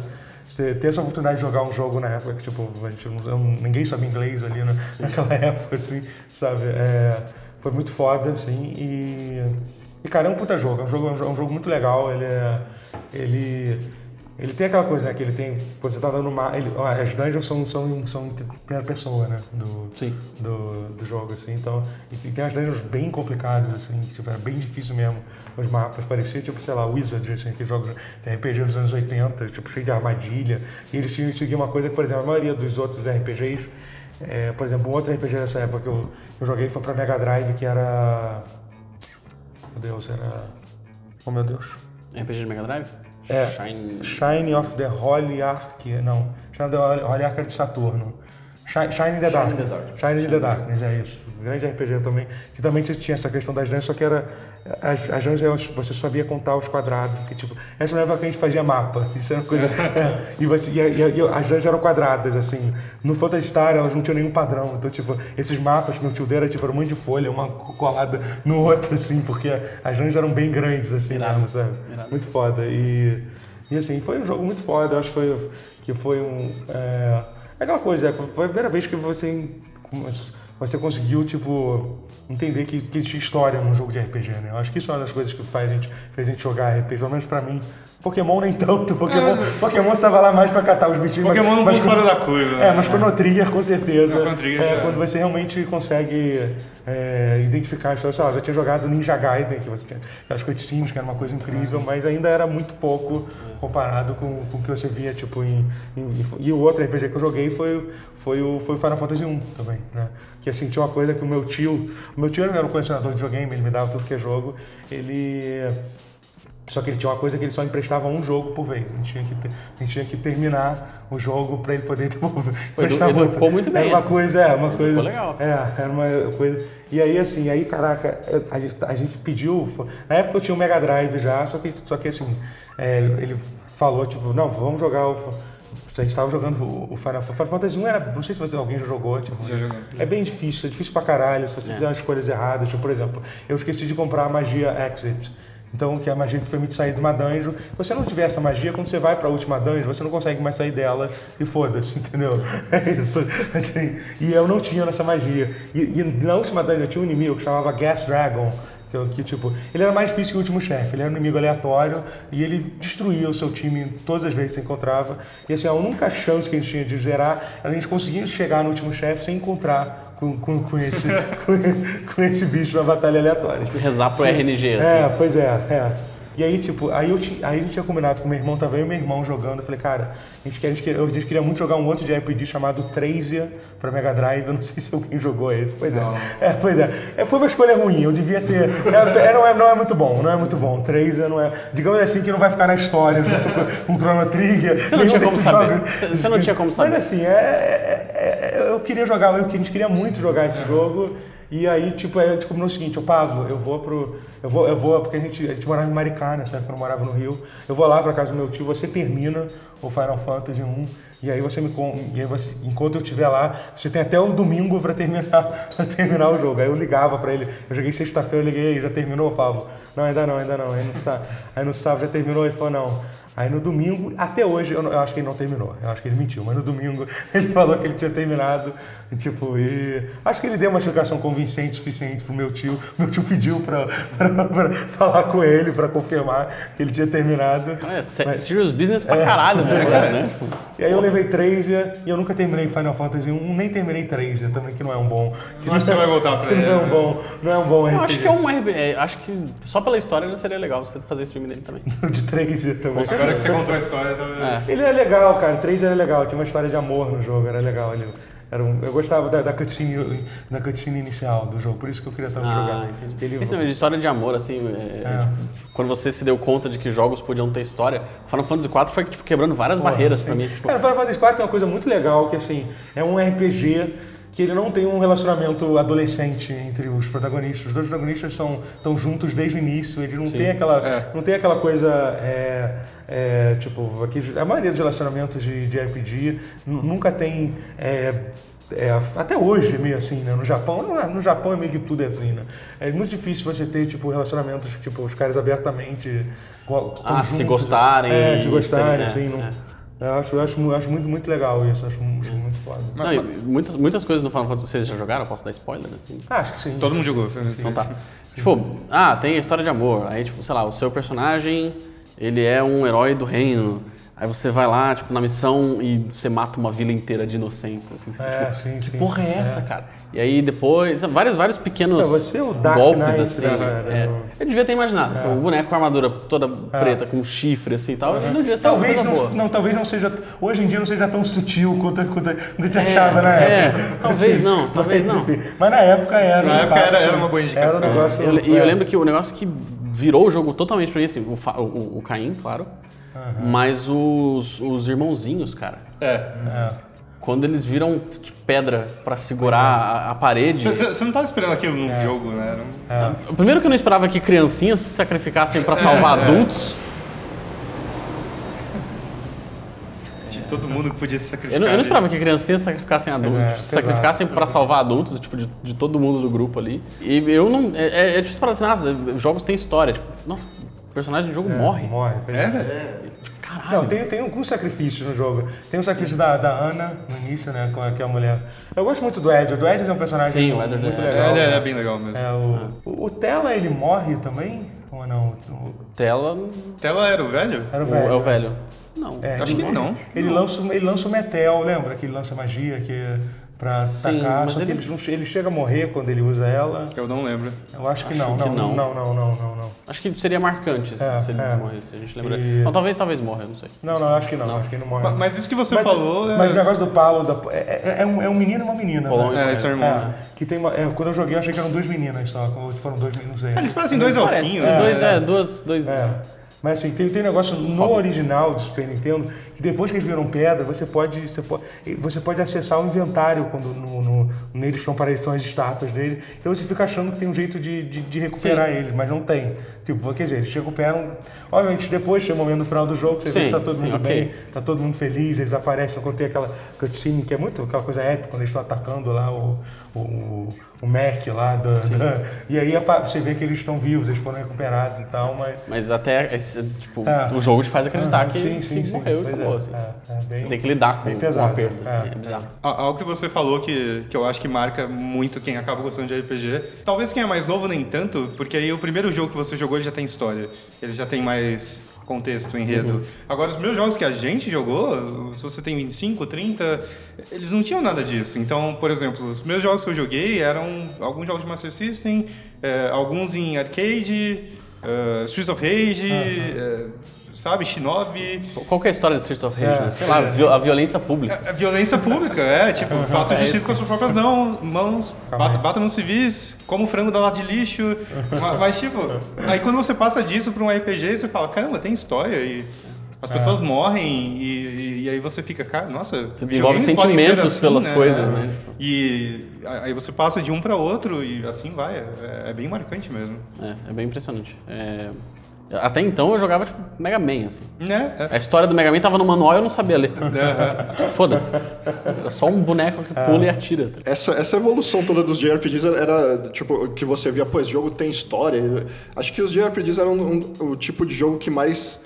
Speaker 1: Você ter essa oportunidade de jogar um jogo na época que, tipo, a gente não- eu não- ninguém sabia inglês ali né? naquela época, assim, sabe? É, foi muito foda, assim, e... E cara, é um puta jogo, é um jogo, é um jogo- é um jogo muito legal, ele é. Ele. Ele tem aquela coisa, né? Que ele tem. pô, Você tá dando uma. Ele, ó, as dungeons são, são, são em primeira pessoa, né? Do,
Speaker 4: Sim.
Speaker 1: Do, do jogo, assim. Então. E tem tem umas dungeons bem complicadas, assim. que, Tipo, era bem difícil mesmo os mapas. Parecia, tipo, sei lá, Wizard, assim, que joga RPG dos anos 80, tipo, cheio de armadilha. E eles tinham que seguir uma coisa que, por exemplo, a maioria dos outros RPGs. é, por exemplo, um outro RPG dessa época que eu, que eu joguei foi pra Mega Drive, que era. Meu Deus, era. Oh meu Deus.
Speaker 4: RPG de Mega Drive?
Speaker 1: É.
Speaker 4: Shine.
Speaker 1: Shine of the Holy Ark. Não. Shine of the Holy Holy Ark é de Saturno. Shine, Shine in the Dark.
Speaker 3: in the Dark.
Speaker 1: Shine in the Darkness, é isso. Um grande RPG também. Que também você tinha essa questão das dungeons, só que era. As, as dungeons elas- você sabia contar os quadrados. Porque, tipo, essa era a época que a gente fazia mapa. Isso era uma coisa. é, e, você, e, e- e as dungeons eram quadradas, assim. No Phantasy Star elas não tinham nenhum padrão. Então, tipo, esses mapas no Tilde era tipo, era um monte de folha, uma colada no outro, assim, porque as dungeons eram bem grandes, assim, mesmo, sabe? Muito foda. E, e assim, foi um jogo muito foda. Eu acho que foi, que foi um. É, é aquela coisa, é, foi a primeira vez que você, você conseguiu, tipo, entender que, que existe história num jogo de RPG, né? Eu acho que isso é uma das coisas que faz a gente, fez a gente jogar RPG, pelo menos pra mim. Pokémon nem tanto, Pokémon, Pokémon você tava lá mais pra catar os bichinhos. mas-
Speaker 2: É, Pokémon não
Speaker 1: mas
Speaker 2: pôs fora da coisa, né?
Speaker 1: É, mas Chrono Trigger, com certeza.
Speaker 2: Não, Chrono Trigger
Speaker 1: é,
Speaker 2: já-
Speaker 1: Quando você realmente consegue é, identificar a história. Sei lá, eu já tinha jogado Ninja Gaiden, que você tinha as cutscenes, que era uma coisa incrível, mas ainda era muito pouco comparado com, com o que você via, tipo, em, em- E o outro RPG que eu joguei foi, o- foi, o, foi o Final Fantasy I também, né? Que, assim, tinha uma coisa que o meu tio... O meu tio era um colecionador de videogame, ele me dava tudo que é jogo. Ele... Só que ele tinha uma coisa que ele só emprestava um jogo por vez. A gente tinha que, ter- a gente tinha que terminar o jogo pra ele poder devolver. emprestar
Speaker 4: edu-
Speaker 1: outro.
Speaker 4: educou muito bem
Speaker 1: Era uma
Speaker 4: esse.
Speaker 1: coisa, é, uma coisa.
Speaker 4: legal.
Speaker 1: É, era uma coisa. E aí, assim, aí, caraca, a gente, a gente pediu. fo- Na época eu tinha o Mega Drive já, só que, só que assim, é, ele falou, tipo, não, vamos jogar o. fo- A gente tava jogando o o Final Fantasy. Final Fantasy 1 era. Não sei se você, alguém já jogou, tipo.
Speaker 2: Já joguei.
Speaker 1: É bem difícil, é difícil pra caralho se você fizer umas escolhas erradas. Tipo, por exemplo, eu esqueci de comprar a magia Exit. Então, que é a magia que permite sair de uma dungeon. Se você não tiver essa magia, quando você vai pra última dungeon, você não consegue mais sair dela e foda-se, entendeu? É isso. assim. e eu não tinha essa magia. E, e na última dungeon eu tinha um inimigo que chamava Gas Dragon, que, eu- que, tipo, ele era mais difícil que o último chefe, ele era um inimigo aleatório e ele destruía o seu time todas as vezes que se encontrava. E assim, a única chance que a gente tinha de zerar era a gente conseguir chegar no último chefe sem encontrar com, com, com esse, com, com esse bicho na batalha aleatória. Tipo,
Speaker 4: Rezar pro RNG, assim.
Speaker 1: é, pois é, é. E aí, tipo, aí eu, ti- aí eu tinha combinado com meu irmão também, e meu irmão jogando. Eu falei, cara, a gente, quer, a gente quer- eu disse que queria muito jogar um outro de RPG chamado Trazia pra Mega Drive. Eu não sei se alguém jogou esse. Pois é. é. Pois é. É, Foi uma escolha ruim, eu devia ter. é, é, não, é, não é muito bom, não é muito bom. Trazia não é. Digamos assim que não vai ficar na história junto com, com Chrono Trigger.
Speaker 4: Você não tinha
Speaker 1: nenhum
Speaker 4: como
Speaker 1: desses
Speaker 4: saber.
Speaker 1: jogos.
Speaker 4: Você- você não tinha como saber.
Speaker 1: Mas assim, é- é- é- eu queria jogar, eu, a gente queria muito jogar
Speaker 4: É.
Speaker 1: esse jogo. E aí, tipo, aí eu descobri o seguinte, o Pablo, eu vou pro. Eu vou, eu vou, porque a gente, a gente morava em Maricá, nessa época eu morava no Rio. Eu vou lá pra casa do meu tio, você termina o Final Fantasy 1, e aí você me con- e aí você, enquanto eu estiver lá, você tem até o domingo pra terminar, pra terminar o jogo. Aí eu ligava pra ele, eu joguei sexta-feira, eu liguei, "E aí, já terminou, Pablo? Não, ainda não, ainda não. Aí no, sá- aí no sábado já terminou, ele falou, não. Aí no domingo, até hoje, eu, não- eu acho que ele não terminou, eu acho que ele mentiu, mas no domingo ele falou que ele tinha terminado, e, tipo, e acho que ele deu uma explicação convincente suficiente pro meu tio, meu tio pediu pra, pra- pra falar com ele, pra confirmar que ele tinha terminado.
Speaker 4: É, se- serious business
Speaker 1: É.
Speaker 4: pra caralho, né? negócio, né? Tipo,
Speaker 1: E aí eu levei 3 e eu nunca terminei Final Fantasy 1, nem terminei 3 também, que não é um bom. Que
Speaker 2: Mas você vai voltar pra
Speaker 1: que Não é um
Speaker 2: ele.
Speaker 1: bom, não é um bom
Speaker 4: eu
Speaker 1: RPG
Speaker 4: acho que é um RB. é, acho que só pela história já seria legal você fazer stream dele também.
Speaker 1: de 3 também.
Speaker 2: Agora que você contou a história,
Speaker 4: É.
Speaker 2: talvez.
Speaker 1: Ele era legal, cara. 3 era legal. Tinha uma história de amor no jogo, era legal. Ele, era um, eu gostava da, da, cutscene, da cutscene inicial do jogo, por isso que eu queria tanto
Speaker 4: Ah,
Speaker 1: jogar.
Speaker 4: entendi.
Speaker 1: Porque ele-
Speaker 4: Isso mesmo, de história de amor, assim. é, tipo, quando você se deu conta de que jogos podiam ter história, Final Fantasy IV foi tipo, quebrando várias barreiras pra mim. Tipo,
Speaker 1: Cara, É, Final Fantasy IV tem uma coisa muito legal, que assim, é um RPG que ele não tem um relacionamento adolescente entre os protagonistas. Os dois protagonistas são, estão juntos desde o início, eles não tem aquela, não tem aquela coisa, é, é, tipo, aqui, a maioria dos relacionamentos de, de RPG nu- nunca tem... é, É, até hoje é meio assim, né? No Japão, no, no Japão é meio que tudo é assim, né? É muito difícil você ter, tipo, relacionamentos, tipo, os caras abertamente... go-
Speaker 4: Ah, se
Speaker 1: juntos.
Speaker 4: gostarem,
Speaker 1: É, se
Speaker 4: serem,
Speaker 1: gostarem,
Speaker 4: né?
Speaker 1: assim, não...
Speaker 4: É.
Speaker 1: Eu acho, eu acho, mu- acho muito, muito legal isso, acho mu- acho muito foda.
Speaker 4: não, e muitas, muitas coisas no Final Fantasy vocês já jogaram, eu posso dar spoiler, assim.
Speaker 1: Ah, acho que sim.
Speaker 2: Todo mundo jogou.
Speaker 4: Então tá. Tipo, ah, tem a história de amor. Aí, tipo, sei lá, o seu personagem, ele é um herói do reino. Aí Aí você vai lá, tipo, na missão e você mata uma vila inteira de inocentes, assim. você
Speaker 1: É,
Speaker 4: fica,
Speaker 1: sim,
Speaker 4: que
Speaker 1: sim,
Speaker 4: porra
Speaker 1: sim,
Speaker 4: é
Speaker 1: é.
Speaker 4: essa, cara? E aí depois, sabe, vários, vários pequenos
Speaker 1: É, você é o Dark
Speaker 4: golpes,
Speaker 1: Knight,
Speaker 4: assim.
Speaker 1: né, velho?
Speaker 4: é. Eu devia ter imaginado. tipo,
Speaker 1: É.
Speaker 4: O boneco com a armadura toda preta, com chifre, assim e tal. Não devia ser uma
Speaker 1: Talvez
Speaker 2: tá
Speaker 4: coisa boa.
Speaker 1: não, não, talvez não seja. Hoje em dia não seja tão sutil quanto, quanto a gente achava na
Speaker 4: é.
Speaker 1: época.
Speaker 4: Talvez não, talvez
Speaker 1: mas,
Speaker 4: não.
Speaker 1: enfim, Mas na época era.
Speaker 2: Sim, na
Speaker 1: um
Speaker 2: época
Speaker 1: impacto,
Speaker 2: era- era uma boa indicação.
Speaker 1: Era um negócio,
Speaker 4: Eu- E eu,
Speaker 1: é.
Speaker 4: lembro que o negócio que virou o jogo totalmente pra mim, assim, o, fa- o, o- o Caim, claro, mas os, os irmãozinhos, cara,
Speaker 2: É.
Speaker 1: É.
Speaker 4: quando eles viram de pedra pra segurar a, a parede.
Speaker 2: Você- Você você não tava esperando aquilo num
Speaker 1: É.
Speaker 2: jogo, né? Era um-
Speaker 4: Primeiro que eu não esperava que criancinhas se sacrificassem pra
Speaker 1: É.
Speaker 4: salvar adultos.
Speaker 1: É.
Speaker 2: De todo mundo que podia se sacrificar.
Speaker 4: Eu não, eu não
Speaker 2: ali.
Speaker 4: esperava que criancinhas se sacrificassem adultos,
Speaker 1: É,
Speaker 4: se sacrificassem pra salvar adultos, tipo, de, de todo mundo do grupo ali. E eu não. É, é, é difícil falar assim, nossa, jogos têm história. Tipo, nossa, o personagem do jogo morre.
Speaker 1: Morre.
Speaker 2: É, velho?
Speaker 4: Caralho.
Speaker 1: Não, tem, tem alguns sacrifícios no jogo. Tem o sacrifício da, da Ana no início, né? com a- Que é a mulher. Eu gosto muito do Edward. O Edward é um personagem
Speaker 4: Sim, o
Speaker 1: muito
Speaker 4: Edward é-
Speaker 1: legal.
Speaker 2: É, ele
Speaker 1: né?
Speaker 2: é bem legal mesmo.
Speaker 1: É, o, o Tela, ele morre também? Ou não? O-
Speaker 4: Tela
Speaker 2: Tela era o velho?
Speaker 1: Era o
Speaker 4: o-
Speaker 1: velho.
Speaker 4: é o velho. Não.
Speaker 1: É,
Speaker 2: Acho que
Speaker 1: ele-
Speaker 2: não.
Speaker 1: Ele lança, um, ele lança o Metel, lembra? Que ele lança magia que é pra
Speaker 4: Sim,
Speaker 1: atacar.
Speaker 4: mas
Speaker 1: Só que
Speaker 4: ele-
Speaker 1: ele... não- ele chega a morrer quando ele usa ela.
Speaker 2: Eu não lembro.
Speaker 1: Eu acho que,
Speaker 4: Acho
Speaker 1: não,
Speaker 4: que
Speaker 1: não,
Speaker 4: não.
Speaker 1: não, não, não, não, não.
Speaker 4: Acho que seria marcante se,
Speaker 1: É,
Speaker 4: se ele
Speaker 1: é.
Speaker 4: morresse, a gente lembraria.
Speaker 1: E-
Speaker 4: Ou talvez, talvez morra, eu não sei.
Speaker 1: Não, não, acho que não, acho que ele não morre.
Speaker 2: Ma- Mas isso que você
Speaker 1: Mas-
Speaker 2: falou é.
Speaker 1: Mas o negócio do Paulo da- é, é- é um, é um menino e uma menina.
Speaker 4: Paulo
Speaker 1: né?
Speaker 2: É, eles são irmãos.
Speaker 1: É, que tem uma- é, quando eu joguei, eu achei que eram duas meninas só. Ou Foram dois meninos, não sei.
Speaker 2: Ah, Eles parecem dois elfinhos.
Speaker 4: Os
Speaker 2: né?
Speaker 4: dois, é, duas. Dois...
Speaker 1: É. Mas assim, tem, tem um negócio no original do Super Nintendo que depois que eles viram pedra, você pode, você pode, você pode acessar o inventário quando no, no, neles são para são as estátuas dele. Então você fica achando que tem um jeito de, de, de recuperar
Speaker 4: Sim.
Speaker 1: eles, mas não tem. Tipo, quer dizer, eles recuperam. Obviamente, depois tem um momento no final do jogo que você vê
Speaker 4: Sim,
Speaker 1: que tá todo
Speaker 4: sim,
Speaker 1: mundo
Speaker 4: ok.
Speaker 1: bem, tá todo mundo feliz, eles aparecem quando tem aquela cutscene que é muito aquela coisa épica, quando eles estão atacando lá o, o, o Mac lá. da- da- e aí apa- você vê que eles estão vivos, eles foram recuperados e tal, mas.
Speaker 4: Mas até, esse, tipo,
Speaker 1: É.
Speaker 4: o jogo te faz acreditar
Speaker 1: Aham,
Speaker 4: que,
Speaker 1: sim, sim,
Speaker 4: que
Speaker 1: sim,
Speaker 4: morreu e
Speaker 1: pois é.
Speaker 4: acabou, assim.
Speaker 1: É, é bem-
Speaker 4: Você tem que lidar com,
Speaker 1: bem
Speaker 4: com
Speaker 1: pesado,
Speaker 4: a perda, assim,
Speaker 1: é.
Speaker 4: é bizarro.
Speaker 2: A- Algo que você falou que, que eu acho que marca muito quem acaba gostando de RPG. Talvez quem é mais novo nem tanto, porque aí o primeiro jogo que você jogou ele já tem história. Ele já tem mais contexto, enredo. Agora, os meus jogos que a gente jogou, se você tem 25, 30, eles não tinham nada disso. Então, por exemplo, os meus jogos que eu joguei eram alguns jogos de Master System, eh, alguns em arcade, eh, Streets of Rage, eh, sabe, Shinobi.
Speaker 4: Qual que é a história do Streets of Rage,
Speaker 1: É.
Speaker 4: né? Sei lá, a viol- a violência pública.
Speaker 2: É Violência pública, é. Tipo, faça justiça com as suas próprias não- mãos,
Speaker 1: Calma
Speaker 2: bata,
Speaker 1: aí.
Speaker 2: bata nos civis, como frango da lata de lixo. mas, mas, tipo, aí quando você passa disso pra um RPG, você fala, caramba, tem história e as pessoas morrem e, e- e aí você fica, cara, nossa... Você
Speaker 4: desenvolve sentimentos pelas coisas, né?
Speaker 2: assim, E aí você passa de um pra outro e assim vai. É, é bem marcante mesmo.
Speaker 4: É, é bem impressionante. É, Até então eu jogava, tipo, Mega Man, assim.
Speaker 2: Né? É.
Speaker 4: A história do Mega Man tava no manual e eu não sabia ler.
Speaker 2: Aham.
Speaker 4: Foda-se. Era só um boneco que
Speaker 1: É.
Speaker 4: pula e atira. tá ligado?
Speaker 3: Essa, essa evolução toda dos JRPGs era, era, tipo, que você via, pô, esse jogo tem história. Acho que os JRPGs eram um- o tipo de jogo que mais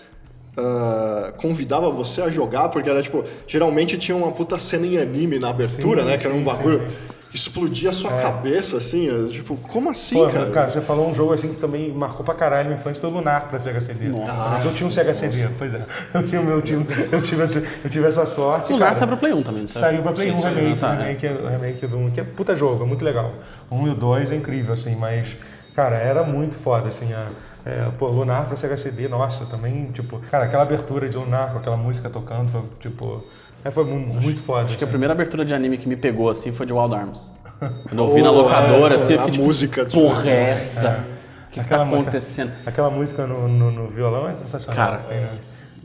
Speaker 3: ah, convidava você a jogar, porque era, tipo, geralmente tinha uma puta cena em anime na abertura, né? Que era um bagulho que explodia a sua cabeça, assim. eh, Tipo, como assim,
Speaker 1: É. Pô,
Speaker 3: cara?
Speaker 1: cara. você falou um jogo assim que também marcou pra caralho minha infância, foi o Lunar pra Sega CD. Nossa. Eu tinha um Sega CD, pois é. Eu, tinha, o meu- eu, tive, eu, tive, essa- eu tive essa sorte.
Speaker 4: Lunar
Speaker 1: cara.
Speaker 4: saiu pra Play 1 também, não saiu?
Speaker 1: né? Saiu pra Play
Speaker 2: Sim,
Speaker 1: 1
Speaker 2: saiu,
Speaker 1: remake,
Speaker 4: tá,
Speaker 1: remake, remake do 1, que é puta jogo, é muito legal. O 1 e o 2 é incrível, assim, mas, cara, era muito foda, assim, a, é, pô, Lunar pra Sega CD, nossa, também, tipo, cara, aquela abertura de Lunar com aquela música tocando, foi, tipo, é, foi mu- muito foda.
Speaker 4: Acho que é a
Speaker 1: assim.
Speaker 4: primeira abertura de anime que me pegou assim foi de Wild Arms. Quando eu vi na locadora,
Speaker 3: é,
Speaker 4: assim, eu
Speaker 3: a
Speaker 4: fiquei tipo,
Speaker 3: música do-
Speaker 4: porra é
Speaker 1: né?
Speaker 4: essa? O que, que tá
Speaker 1: Aquela música-
Speaker 4: acontecendo?
Speaker 1: Aquela música no, no- no violão é sensacional.
Speaker 4: Cara,
Speaker 1: tem, né?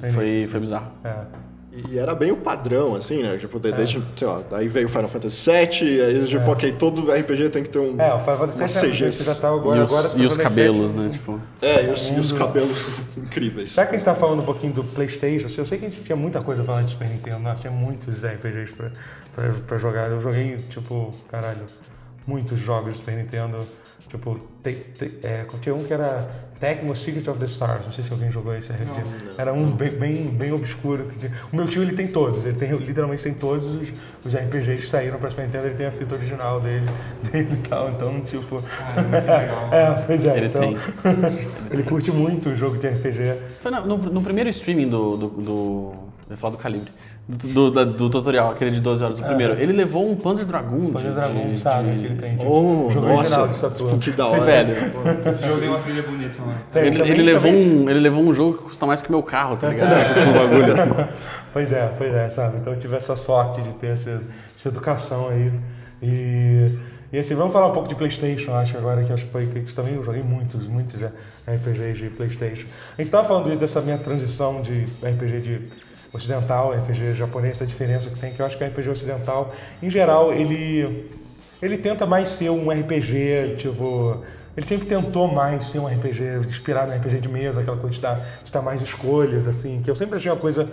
Speaker 1: Tem
Speaker 4: Foi, foi bizarro.
Speaker 1: É.
Speaker 3: E era bem o padrão, assim, né? Tipo, de- desde, sei lá, aí veio Final Fantasy VII, aí, tipo, ok, todo RPG tem que ter um.
Speaker 1: É, o Final Fantasy
Speaker 3: uma
Speaker 1: VII é
Speaker 3: CG.
Speaker 1: você já tá agora.
Speaker 4: E os,
Speaker 1: agora
Speaker 4: e os
Speaker 1: Final Fantasy
Speaker 4: cabelos,
Speaker 1: VII.
Speaker 4: né? Tipo,
Speaker 3: É, e os, e os cabelos incríveis.
Speaker 1: Será que a gente tá falando um pouquinho do Playstation? Assim, Eu sei que a gente tinha muita coisa falando de Super Nintendo. Nós tinha muitos RPGs pra, pra, pra jogar. Eu joguei, tipo, caralho, muitos jogos de Super Nintendo. Tipo, te, te, é, tinha um que era Tecmo Secret of the Stars. Não sei se alguém jogou esse RPG. era um bem, bem, bem obscuro. que tinha- O meu tio, ele tem todos. Ele tem, literalmente tem todos os, os RPGs que saíram pra Super Nintendo. Ele tem a fita original dele, dele e tal. Então, tipo... é, pois é.
Speaker 4: Ele
Speaker 1: então,
Speaker 4: tem.
Speaker 1: ele curte muito o jogo de RPG.
Speaker 4: foi na- no, no primeiro streaming do, do, do Eu ia falar do calibre. Do, do, da- do tutorial, aquele de 12 horas, o primeiro. Ele levou um Panzer Dragoon. de-
Speaker 1: É. Panzer é, Dragon,
Speaker 4: de-
Speaker 1: sabe?
Speaker 4: de-
Speaker 1: Que ele tem. de-
Speaker 3: Oh,
Speaker 1: jogo original
Speaker 3: nossa.
Speaker 1: de Saturno.
Speaker 3: Que da hora. É,
Speaker 4: Velho,
Speaker 1: né?
Speaker 2: Esse jogo tem uma trilha bonita, né?
Speaker 1: Tem,
Speaker 4: ele,
Speaker 1: também-
Speaker 4: ele levou
Speaker 1: também-
Speaker 4: um, ele levou um jogo que custa mais que o meu carro, tá ligado?
Speaker 1: É.
Speaker 4: Um bagulho assim.
Speaker 1: Pois é, pois é, sabe? Então eu tive essa sorte de ter essa, essa educação aí. E, e assim, vamos falar um pouco de Playstation, acho agora, que acho que foi- que isso também eu joguei muitos, muitos é, RPGs de Playstation. A gente estava falando isso dessa minha transição de RPG de ocidental, RPG japonês, essa diferença que tem, que eu acho que o RPG ocidental, em geral, ele ele tenta mais ser um RPG, tipo. Ele sempre tentou mais ser um RPG inspirado em RPG de mesa, aquela coisa de dar, de dar mais escolhas, assim, que eu sempre achei uma coisa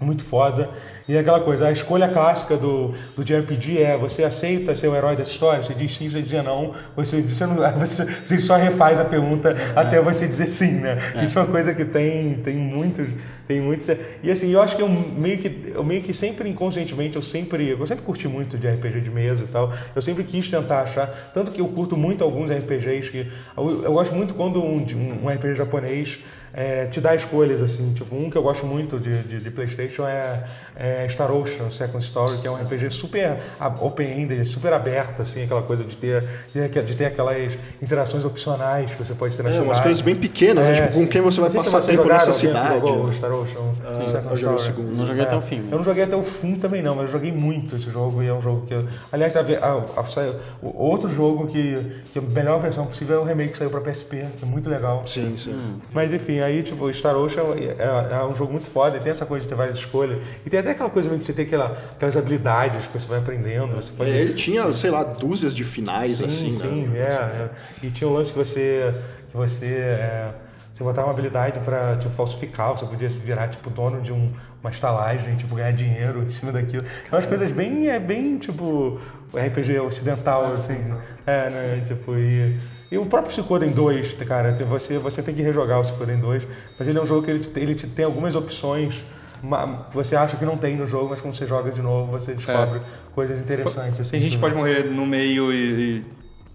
Speaker 1: muito foda. E é aquela coisa, a escolha clássica do, do JRPG é você aceita ser o herói dessa história, você diz sim, você diz não, você, diz- você, não, você, você só refaz a pergunta até você dizer sim, né? Isso é uma coisa que tem, tem muitos, tem muitos. E assim, eu acho que eu meio que, eu meio que sempre inconscientemente, eu sempre, eu sempre curti muito de RPG de mesa e tal. Eu sempre quis tentar achar, tanto que eu curto muito alguns RPGs que eu, eu gosto muito quando um, de- um- um RPG japonês é, te dá escolhas assim, tipo um que eu gosto muito de, de, de PlayStation é, é Star Ocean Second Story, que é um RPG super a- open-ended, super aberto assim, aquela coisa de ter de, de ter aqulas interações opcionais que você pode ter na
Speaker 3: É,
Speaker 1: cidade.
Speaker 3: umas coisas bem pequenas, né? tipo, com quem você vai
Speaker 1: É. Não sei se
Speaker 3: passar
Speaker 1: vocês
Speaker 3: tempo nessa
Speaker 1: jogaram, alguém assim,
Speaker 3: cidade. né? Ah,
Speaker 1: jogou Star Ocean, Second
Speaker 3: eu joguei o
Speaker 1: Story?
Speaker 3: segundo.
Speaker 4: Não joguei até o fim.
Speaker 1: Eu não joguei até o fim também não, mas eu joguei muito esse jogo e é um jogo que... eu- Aliás, a, ve- a- a- saiu- o outro jogo que, que a melhor versão possível é o remake que saiu pra PSP, que é muito legal.
Speaker 3: Sim, sim.
Speaker 1: Mas enfim, aí tipo, Star Ocean é, é um jogo muito foda e tem essa coisa de ter várias escolhas. E tem até aquela coisa meio que você tem aquela, aquelas habilidades que você vai aprendendo, você
Speaker 3: É,
Speaker 1: pode...
Speaker 3: Ele tinha, sei lá, dúzias de finais,
Speaker 1: Sim,
Speaker 3: assim,
Speaker 1: sim,
Speaker 3: né?
Speaker 1: é, é. E tinha o lance que você. Que você, é, você botava uma habilidade pra tipo, falsificar, você podia se virar tipo dono de um, uma estalagem, tipo, ganhar dinheiro em cima daquilo. É umas coisas bem, é, bem tipo RPG
Speaker 3: Ah,
Speaker 1: ocidental, assim. É, né? Tipo, e, e o próprio Suikoden 2, cara, tem- você, você tem que rejogar o Suikoden 2, mas ele é um jogo que ele te- ele te tem algumas opções ma- que você acha que não tem no jogo, mas quando você joga de novo, você descobre coisas interessantes. assim,
Speaker 2: Tem gente que
Speaker 1: do-
Speaker 2: pode morrer no meio e,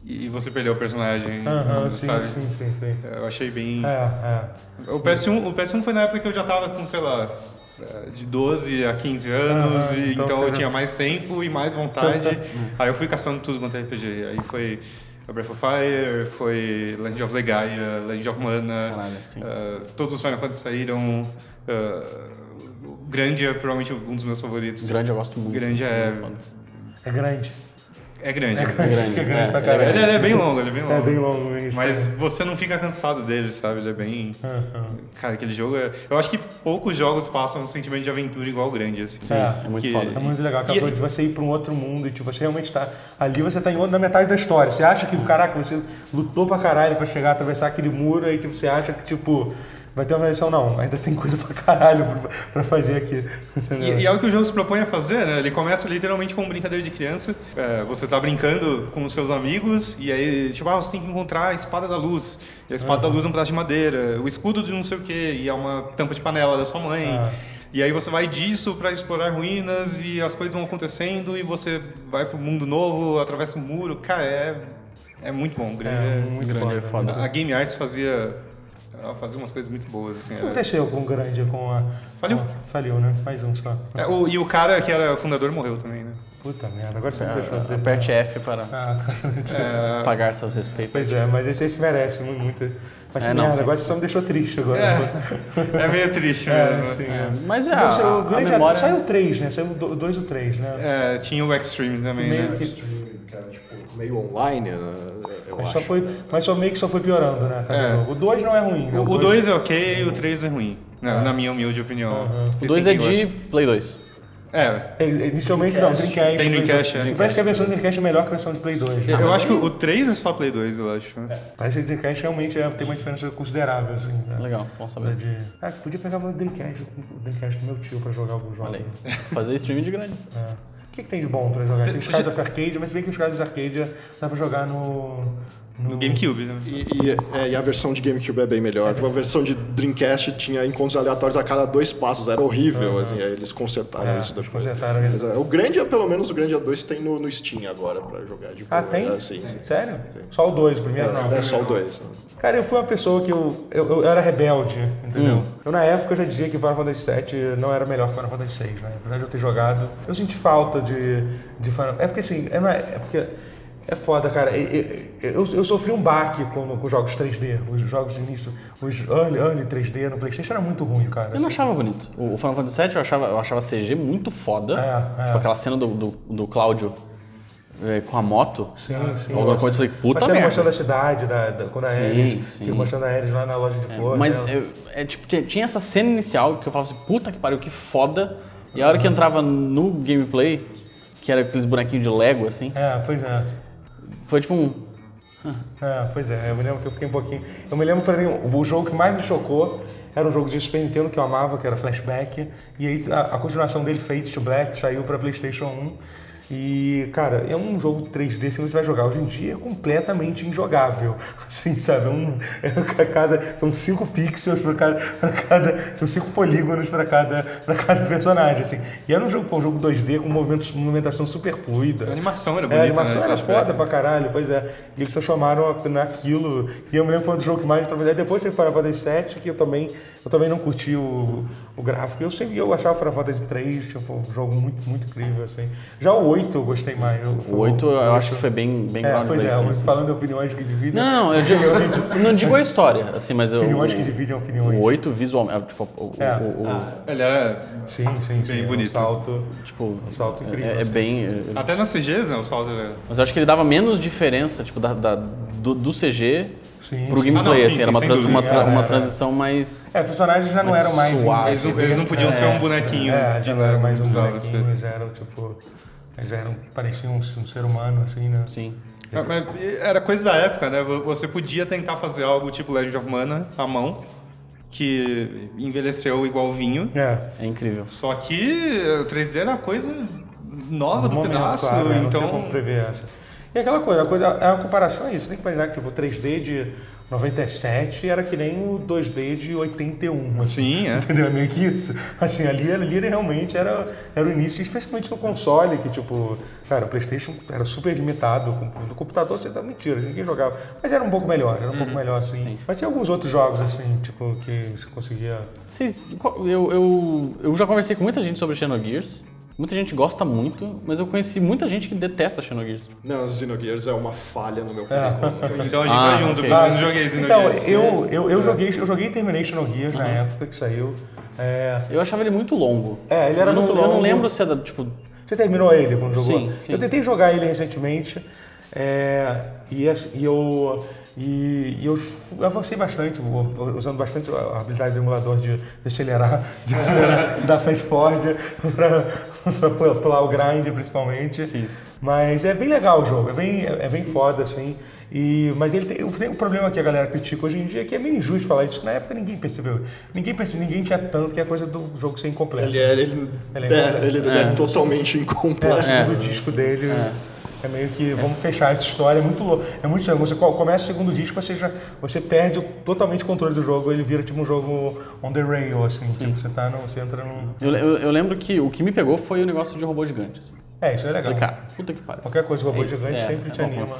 Speaker 2: e, e você perder o personagem,
Speaker 1: Aham, sim,
Speaker 2: sabe?
Speaker 1: sim, sim, sim.
Speaker 2: Eu achei bem...
Speaker 1: É, é.
Speaker 2: O PS1, o PS1 foi na época que eu já tava com, sei lá, eh, de 12 a 15 anos,
Speaker 1: Ah,
Speaker 2: e
Speaker 1: então
Speaker 2: então,
Speaker 1: você
Speaker 2: eu
Speaker 1: já- Uhum.
Speaker 2: tinha mais tempo e mais vontade. aí eu fui caçando tudo quanto é RPG. Aí foi Breath of Fire, foi Land of Legaia, Land of Mana,
Speaker 4: Caralho, sim.
Speaker 2: eh, todos os Final Fantasy saíram. eh, o Grandia é provavelmente um dos meus favoritos.
Speaker 4: Grande eu gosto muito.
Speaker 2: Grandia é,
Speaker 1: É grande.
Speaker 2: é grande. É
Speaker 4: Grande.
Speaker 1: É grande
Speaker 4: é,
Speaker 1: pra caralho.
Speaker 2: Ele, ele é bem longo, ele é bem longo.
Speaker 1: É bem longo mesmo.
Speaker 2: Mas você não fica cansado dele, sabe? Ele é bem...
Speaker 1: Aham.
Speaker 2: Cara, aquele jogo é... Eu acho que poucos jogos passam um sentimento de aventura igual o grande, assim.
Speaker 4: Sim,
Speaker 1: É,
Speaker 4: é muito
Speaker 2: que-
Speaker 1: É
Speaker 4: foda.
Speaker 1: muito legal aquela
Speaker 2: E-
Speaker 1: coisa de você ir pra um outro mundo e tipo, você realmente tá. Ali você tá em outra- na metade da história. Você acha que, caraca, você lutou pra caralho pra chegar, atravessar aquele muro, aí tipo, você acha que, tipo, vai ter uma versão, não. Ainda tem coisa pra caralho pra, pra fazer aqui. Entendeu?
Speaker 2: E, e é o que o jogo se propõe a fazer, né? Ele começa literalmente com um brincadeira de criança. É, você tá brincando com os seus amigos e aí, tipo, ah, você tem que encontrar a espada da luz. E a espada da luz é um pedaço de madeira, o escudo de não sei o quê, e é uma tampa de panela da sua mãe.
Speaker 1: Ah.
Speaker 2: E aí você vai disso pra explorar ruínas e as coisas vão acontecendo e você vai pro mundo novo, atravessa um muro. Cara, é, é muito bom. O grande
Speaker 1: É,
Speaker 2: é,
Speaker 1: muito
Speaker 2: grande
Speaker 1: foda,
Speaker 2: é foda. A Game Arts fazia, ela fazia umas coisas muito boas, assim.
Speaker 1: O que
Speaker 2: era-
Speaker 1: aconteceu com o grande, com a.
Speaker 2: Faliu.
Speaker 1: com a- faliu, né? Mais um só.
Speaker 2: É, o- e o cara que era fundador morreu também, né?
Speaker 1: Puta merda, agora você me deixou
Speaker 4: É,
Speaker 1: dizer.
Speaker 4: Aperte F para
Speaker 1: Ah,
Speaker 2: É,
Speaker 4: pagar seus respeitos.
Speaker 1: pois é, mas esse, esse merece muito. Mas
Speaker 4: É,
Speaker 1: que
Speaker 4: não,
Speaker 1: merda,
Speaker 4: sim.
Speaker 1: agora você só me deixou triste agora.
Speaker 2: É meio triste
Speaker 1: É,
Speaker 2: mesmo. assim.
Speaker 1: sim,
Speaker 4: É,
Speaker 1: é.
Speaker 4: Mas é,
Speaker 1: Não,
Speaker 4: a,
Speaker 1: saiu-
Speaker 4: a
Speaker 1: o grande
Speaker 4: memória...
Speaker 1: Saiu três, né? Saiu do- dois ou três, né?
Speaker 2: É, tinha o Extreme também,
Speaker 1: Meio
Speaker 2: né?
Speaker 1: que-
Speaker 3: Streaming, que era, tipo, meio online, né? eu
Speaker 1: mas,
Speaker 3: acho.
Speaker 1: só foi, mas só meio que só foi piorando, né? cada
Speaker 2: É.
Speaker 1: jogo. O dois não é ruim. né?
Speaker 2: O- O 2 é ok, o 3 é ruim. Na, na minha humilde opinião.
Speaker 4: O 2 é
Speaker 2: Tem quem
Speaker 4: de Play 2.
Speaker 2: gosta. É.
Speaker 1: É, Inicialmente não, Dreamcast.
Speaker 2: Tem Dreamcast,
Speaker 1: Play
Speaker 2: é.
Speaker 1: dois. Parece que a versão do Dreamcast é melhor que a versão de Play 2. né?
Speaker 2: Eu acho que o 3 é só Play 2, eu acho.
Speaker 1: Parece que o Dreamcast realmente é- tem uma diferença considerável, assim. né?
Speaker 4: Legal, tá bom saber.
Speaker 1: De... Ah, podia pegar o Dreamcast, o Dreamcast do meu tio pra jogar alguns jogos.
Speaker 4: Olha aí. Fazer streaming de grande.
Speaker 1: É. O que, que tem de bom pra jogar?
Speaker 2: Cê-
Speaker 1: tem os
Speaker 2: cê
Speaker 1: caras
Speaker 2: já-
Speaker 1: of Arcadia, mas se bem que os caras of Arcadia dá pra jogar no,
Speaker 2: No GameCube, né?
Speaker 3: E, e- é, e a versão de GameCube é bem melhor. A versão de Dreamcast tinha encontros aleatórios a cada dois passos, era horrível. assim, aí eles consertaram
Speaker 1: É,
Speaker 3: isso depois.
Speaker 1: consertaram isso.
Speaker 3: Mas, é, o grande, pelo menos o grande A2 tem no, no Steam agora pra jogar de
Speaker 1: Ah,
Speaker 3: boa,
Speaker 1: tem?
Speaker 3: né? Sim, sim.
Speaker 1: Sério? Só o dois, o primeiro não.
Speaker 3: É, é só o 2.
Speaker 1: Cara, eu fui uma pessoa que eu, eu, eu era rebelde, entendeu?
Speaker 2: Hum.
Speaker 1: Eu, na época, eu já dizia que Final Fantasy VII não era melhor que Final Fantasy VI, né? Apesar de eu ter jogado, eu senti falta de, de Final... É porque, assim, é, na- é porque... É foda, cara. E- e- Eu, eu, sofri um baque com, com os jogos 3D. Os jogos de início, os early, early 3D no Playstation era muito ruim, cara. Assim,
Speaker 4: Eu não achava bonito. O o Final Fantasy VII eu achava, eu achava CG muito foda.
Speaker 1: É, é.
Speaker 4: Tipo aquela cena do, do, do Cláudio é, com a moto.
Speaker 1: Sim, sim.
Speaker 4: Alguma coisa, eu falei, puta
Speaker 1: Ah, Mas você
Speaker 4: merda.
Speaker 1: mostrando a cidade, da, da, quando a
Speaker 4: Sim,
Speaker 1: Ares...
Speaker 4: sim.
Speaker 1: Ficou mostrando a Ares lá na loja de flores.
Speaker 4: Mas
Speaker 1: né?
Speaker 4: eu- é, tipo, tinha, tinha essa cena inicial que eu falava assim, puta que pariu, que foda. E a hora que entrava no gameplay, que era aqueles bonequinhos de Lego, assim,
Speaker 1: É, pois é.
Speaker 4: foi tipo um.
Speaker 1: Ah, pois é, eu me lembro que eu fiquei um pouquinho. Eu me lembro pra mim, o o jogo que mais me chocou era um jogo de Super Nintendo que eu amava, que era Flashback. E aí a, a continuação dele, Fate to Black, saiu pra PlayStation 1. E, cara, é um jogo 3D, se você vai jogar hoje em dia, é completamente injogável. Assim, sabe? É um, é cada, são cinco pixels pra cada, pra cada. São cinco polígonos pra cada, pra cada personagem. Assim. E era um jogo, pô, um jogo 2D com movimentos, movimentação super fluida.
Speaker 2: A animação
Speaker 1: É,
Speaker 2: era
Speaker 1: a
Speaker 2: bonita,
Speaker 1: animação
Speaker 2: né?
Speaker 1: era
Speaker 2: Tipo,
Speaker 1: foda pra caralho, pois é. E eles só chamaram a- naquilo. E eu me lembro que foi um dos jogos que mais me trabalhei. Depois teve Final Fantasy 7, que eu também, eu também não curti o, o gráfico. Eu sempre eu achava Final Fantasy 3, tipo, um jogo muito, muito incrível, assim. Já o 8 eu gostei mais. Eu-
Speaker 4: O 8 eu acho que foi bem, bem
Speaker 1: É, pois
Speaker 4: groundbreaking,
Speaker 1: é,
Speaker 4: assim.
Speaker 1: falando de opiniões que dividem.
Speaker 4: Não, não, eu digo, eu não digo a história, assim, mas eu.
Speaker 1: Opiniões que dividem opiniões.
Speaker 4: O 8 visualmente. Tipo, o-
Speaker 1: É.
Speaker 4: o- o-
Speaker 2: Ele era...
Speaker 1: Sim, sim, sim.
Speaker 2: Bem
Speaker 1: é um
Speaker 2: bonito.
Speaker 1: salto,
Speaker 4: tipo,
Speaker 1: um salto incrível.
Speaker 4: é, é
Speaker 1: assim.
Speaker 4: bem. é-
Speaker 2: Até nas CGs, né? O salto era...
Speaker 4: Mas eu acho que ele dava menos diferença, tipo, da, da- do, do CG
Speaker 1: Sim,
Speaker 4: pro
Speaker 1: sim. É,
Speaker 4: gameplay,
Speaker 2: Ah, não, sim,
Speaker 4: assim,
Speaker 2: sim,
Speaker 4: era uma,
Speaker 2: sem
Speaker 4: trans-
Speaker 2: dúvida.
Speaker 4: uma, tra-
Speaker 1: Era,
Speaker 4: uma
Speaker 1: era.
Speaker 4: transição mais.
Speaker 1: É, os personagens já não
Speaker 4: Mas
Speaker 1: eram mais. né?
Speaker 4: suave.
Speaker 2: Eles, não- eles não podiam ser um bonequinho
Speaker 1: É,
Speaker 2: de assim.
Speaker 1: já não era mais um
Speaker 2: usava,
Speaker 1: bonequinho, eles eram tipo. Eles eram, pareciam um, um ser humano, assim, né?
Speaker 4: Sim.
Speaker 2: É, mas Era coisa da época, né? Vo- Você podia tentar fazer algo tipo Legend of Mana à mão, que envelheceu igual vinho.
Speaker 1: É.
Speaker 4: É incrível.
Speaker 2: Só que eh, 3D era coisa nova do
Speaker 1: momento,
Speaker 2: pedaço,
Speaker 1: claro, né? Não tinha como
Speaker 2: então.
Speaker 1: prever essa. E aquela coisa, a, coisa, a comparação é isso. Você tem que imaginar que tipo, o 3D de 97 era que nem o 2D de 81. Assim.
Speaker 2: Sim, é.
Speaker 1: Entendeu? É meio que isso. Assim, ali, era- ali realmente era, era o início, especialmente no console, que tipo, cara, o Playstation era super limitado, com- no computador você dá mentira, ninguém jogava. Mas era um pouco melhor, era um
Speaker 2: Uhum.
Speaker 1: pouco melhor assim. Mas tinha alguns outros jogos assim, tipo, que você conseguia.
Speaker 4: Vocês, qual- eu, eu, eu já conversei com muita gente sobre Xenogears. Muita gente gosta muito, mas eu conheci muita gente que detesta Xenogears.
Speaker 3: Não, Xenogears é uma falha no meu currículo.
Speaker 2: Então a gente
Speaker 4: Ah,
Speaker 2: vai junto,
Speaker 4: ok.
Speaker 2: porque eu não joguei isso
Speaker 1: Então, eu, eu, eu joguei, eu joguei Termination no Gears
Speaker 2: Uhum.
Speaker 1: na época que saiu. É,
Speaker 4: Eu achava ele muito longo.
Speaker 1: É, ele
Speaker 4: Eu
Speaker 1: era
Speaker 4: não-
Speaker 1: muito
Speaker 4: Eu não
Speaker 1: longo.
Speaker 4: lembro se era, tipo...
Speaker 1: Você terminou ele quando jogou?
Speaker 4: Sim, sim.
Speaker 1: Eu tentei jogar ele recentemente é, e, as- e eu e, e eu f- avancei bastante, u- u- usando bastante a a habilidade do emulador de, de acelerar, de acelerar da Fast Forward para pular o grind principalmente.
Speaker 4: Sim.
Speaker 1: Mas é bem legal o jogo, é bem, é bem foda, assim. E, mas ele tem, tem um problema que a galera critica hoje em dia, que é meio injusto falar isso, que na época ninguém percebeu. Ninguém percebeu, ninguém tinha tanto, que é a coisa do jogo ser incompleto.
Speaker 3: Ele é, ele,
Speaker 1: Ele
Speaker 3: é,
Speaker 1: é incompleto.
Speaker 3: ele- ele é totalmente incompleto.
Speaker 1: É, o disco dele é. meio que vamos fechar essa história, é muito louco. É muito estranho. Você co- começa o segundo disco, você já você perde o- totalmente o controle do jogo, ele vira tipo um jogo on the rail assim, tipo, você tá no, você entra num
Speaker 4: Eu, le- eu, eu lembro que o que me pegou foi o negócio de robô gigante. Assim.
Speaker 1: É, isso é legal.
Speaker 4: Falei, cara, puta que pariu.
Speaker 1: Qualquer coisa robô
Speaker 4: É isso,
Speaker 1: gigante
Speaker 4: é,
Speaker 1: sempre te
Speaker 4: é bom
Speaker 1: anima.
Speaker 4: ponto.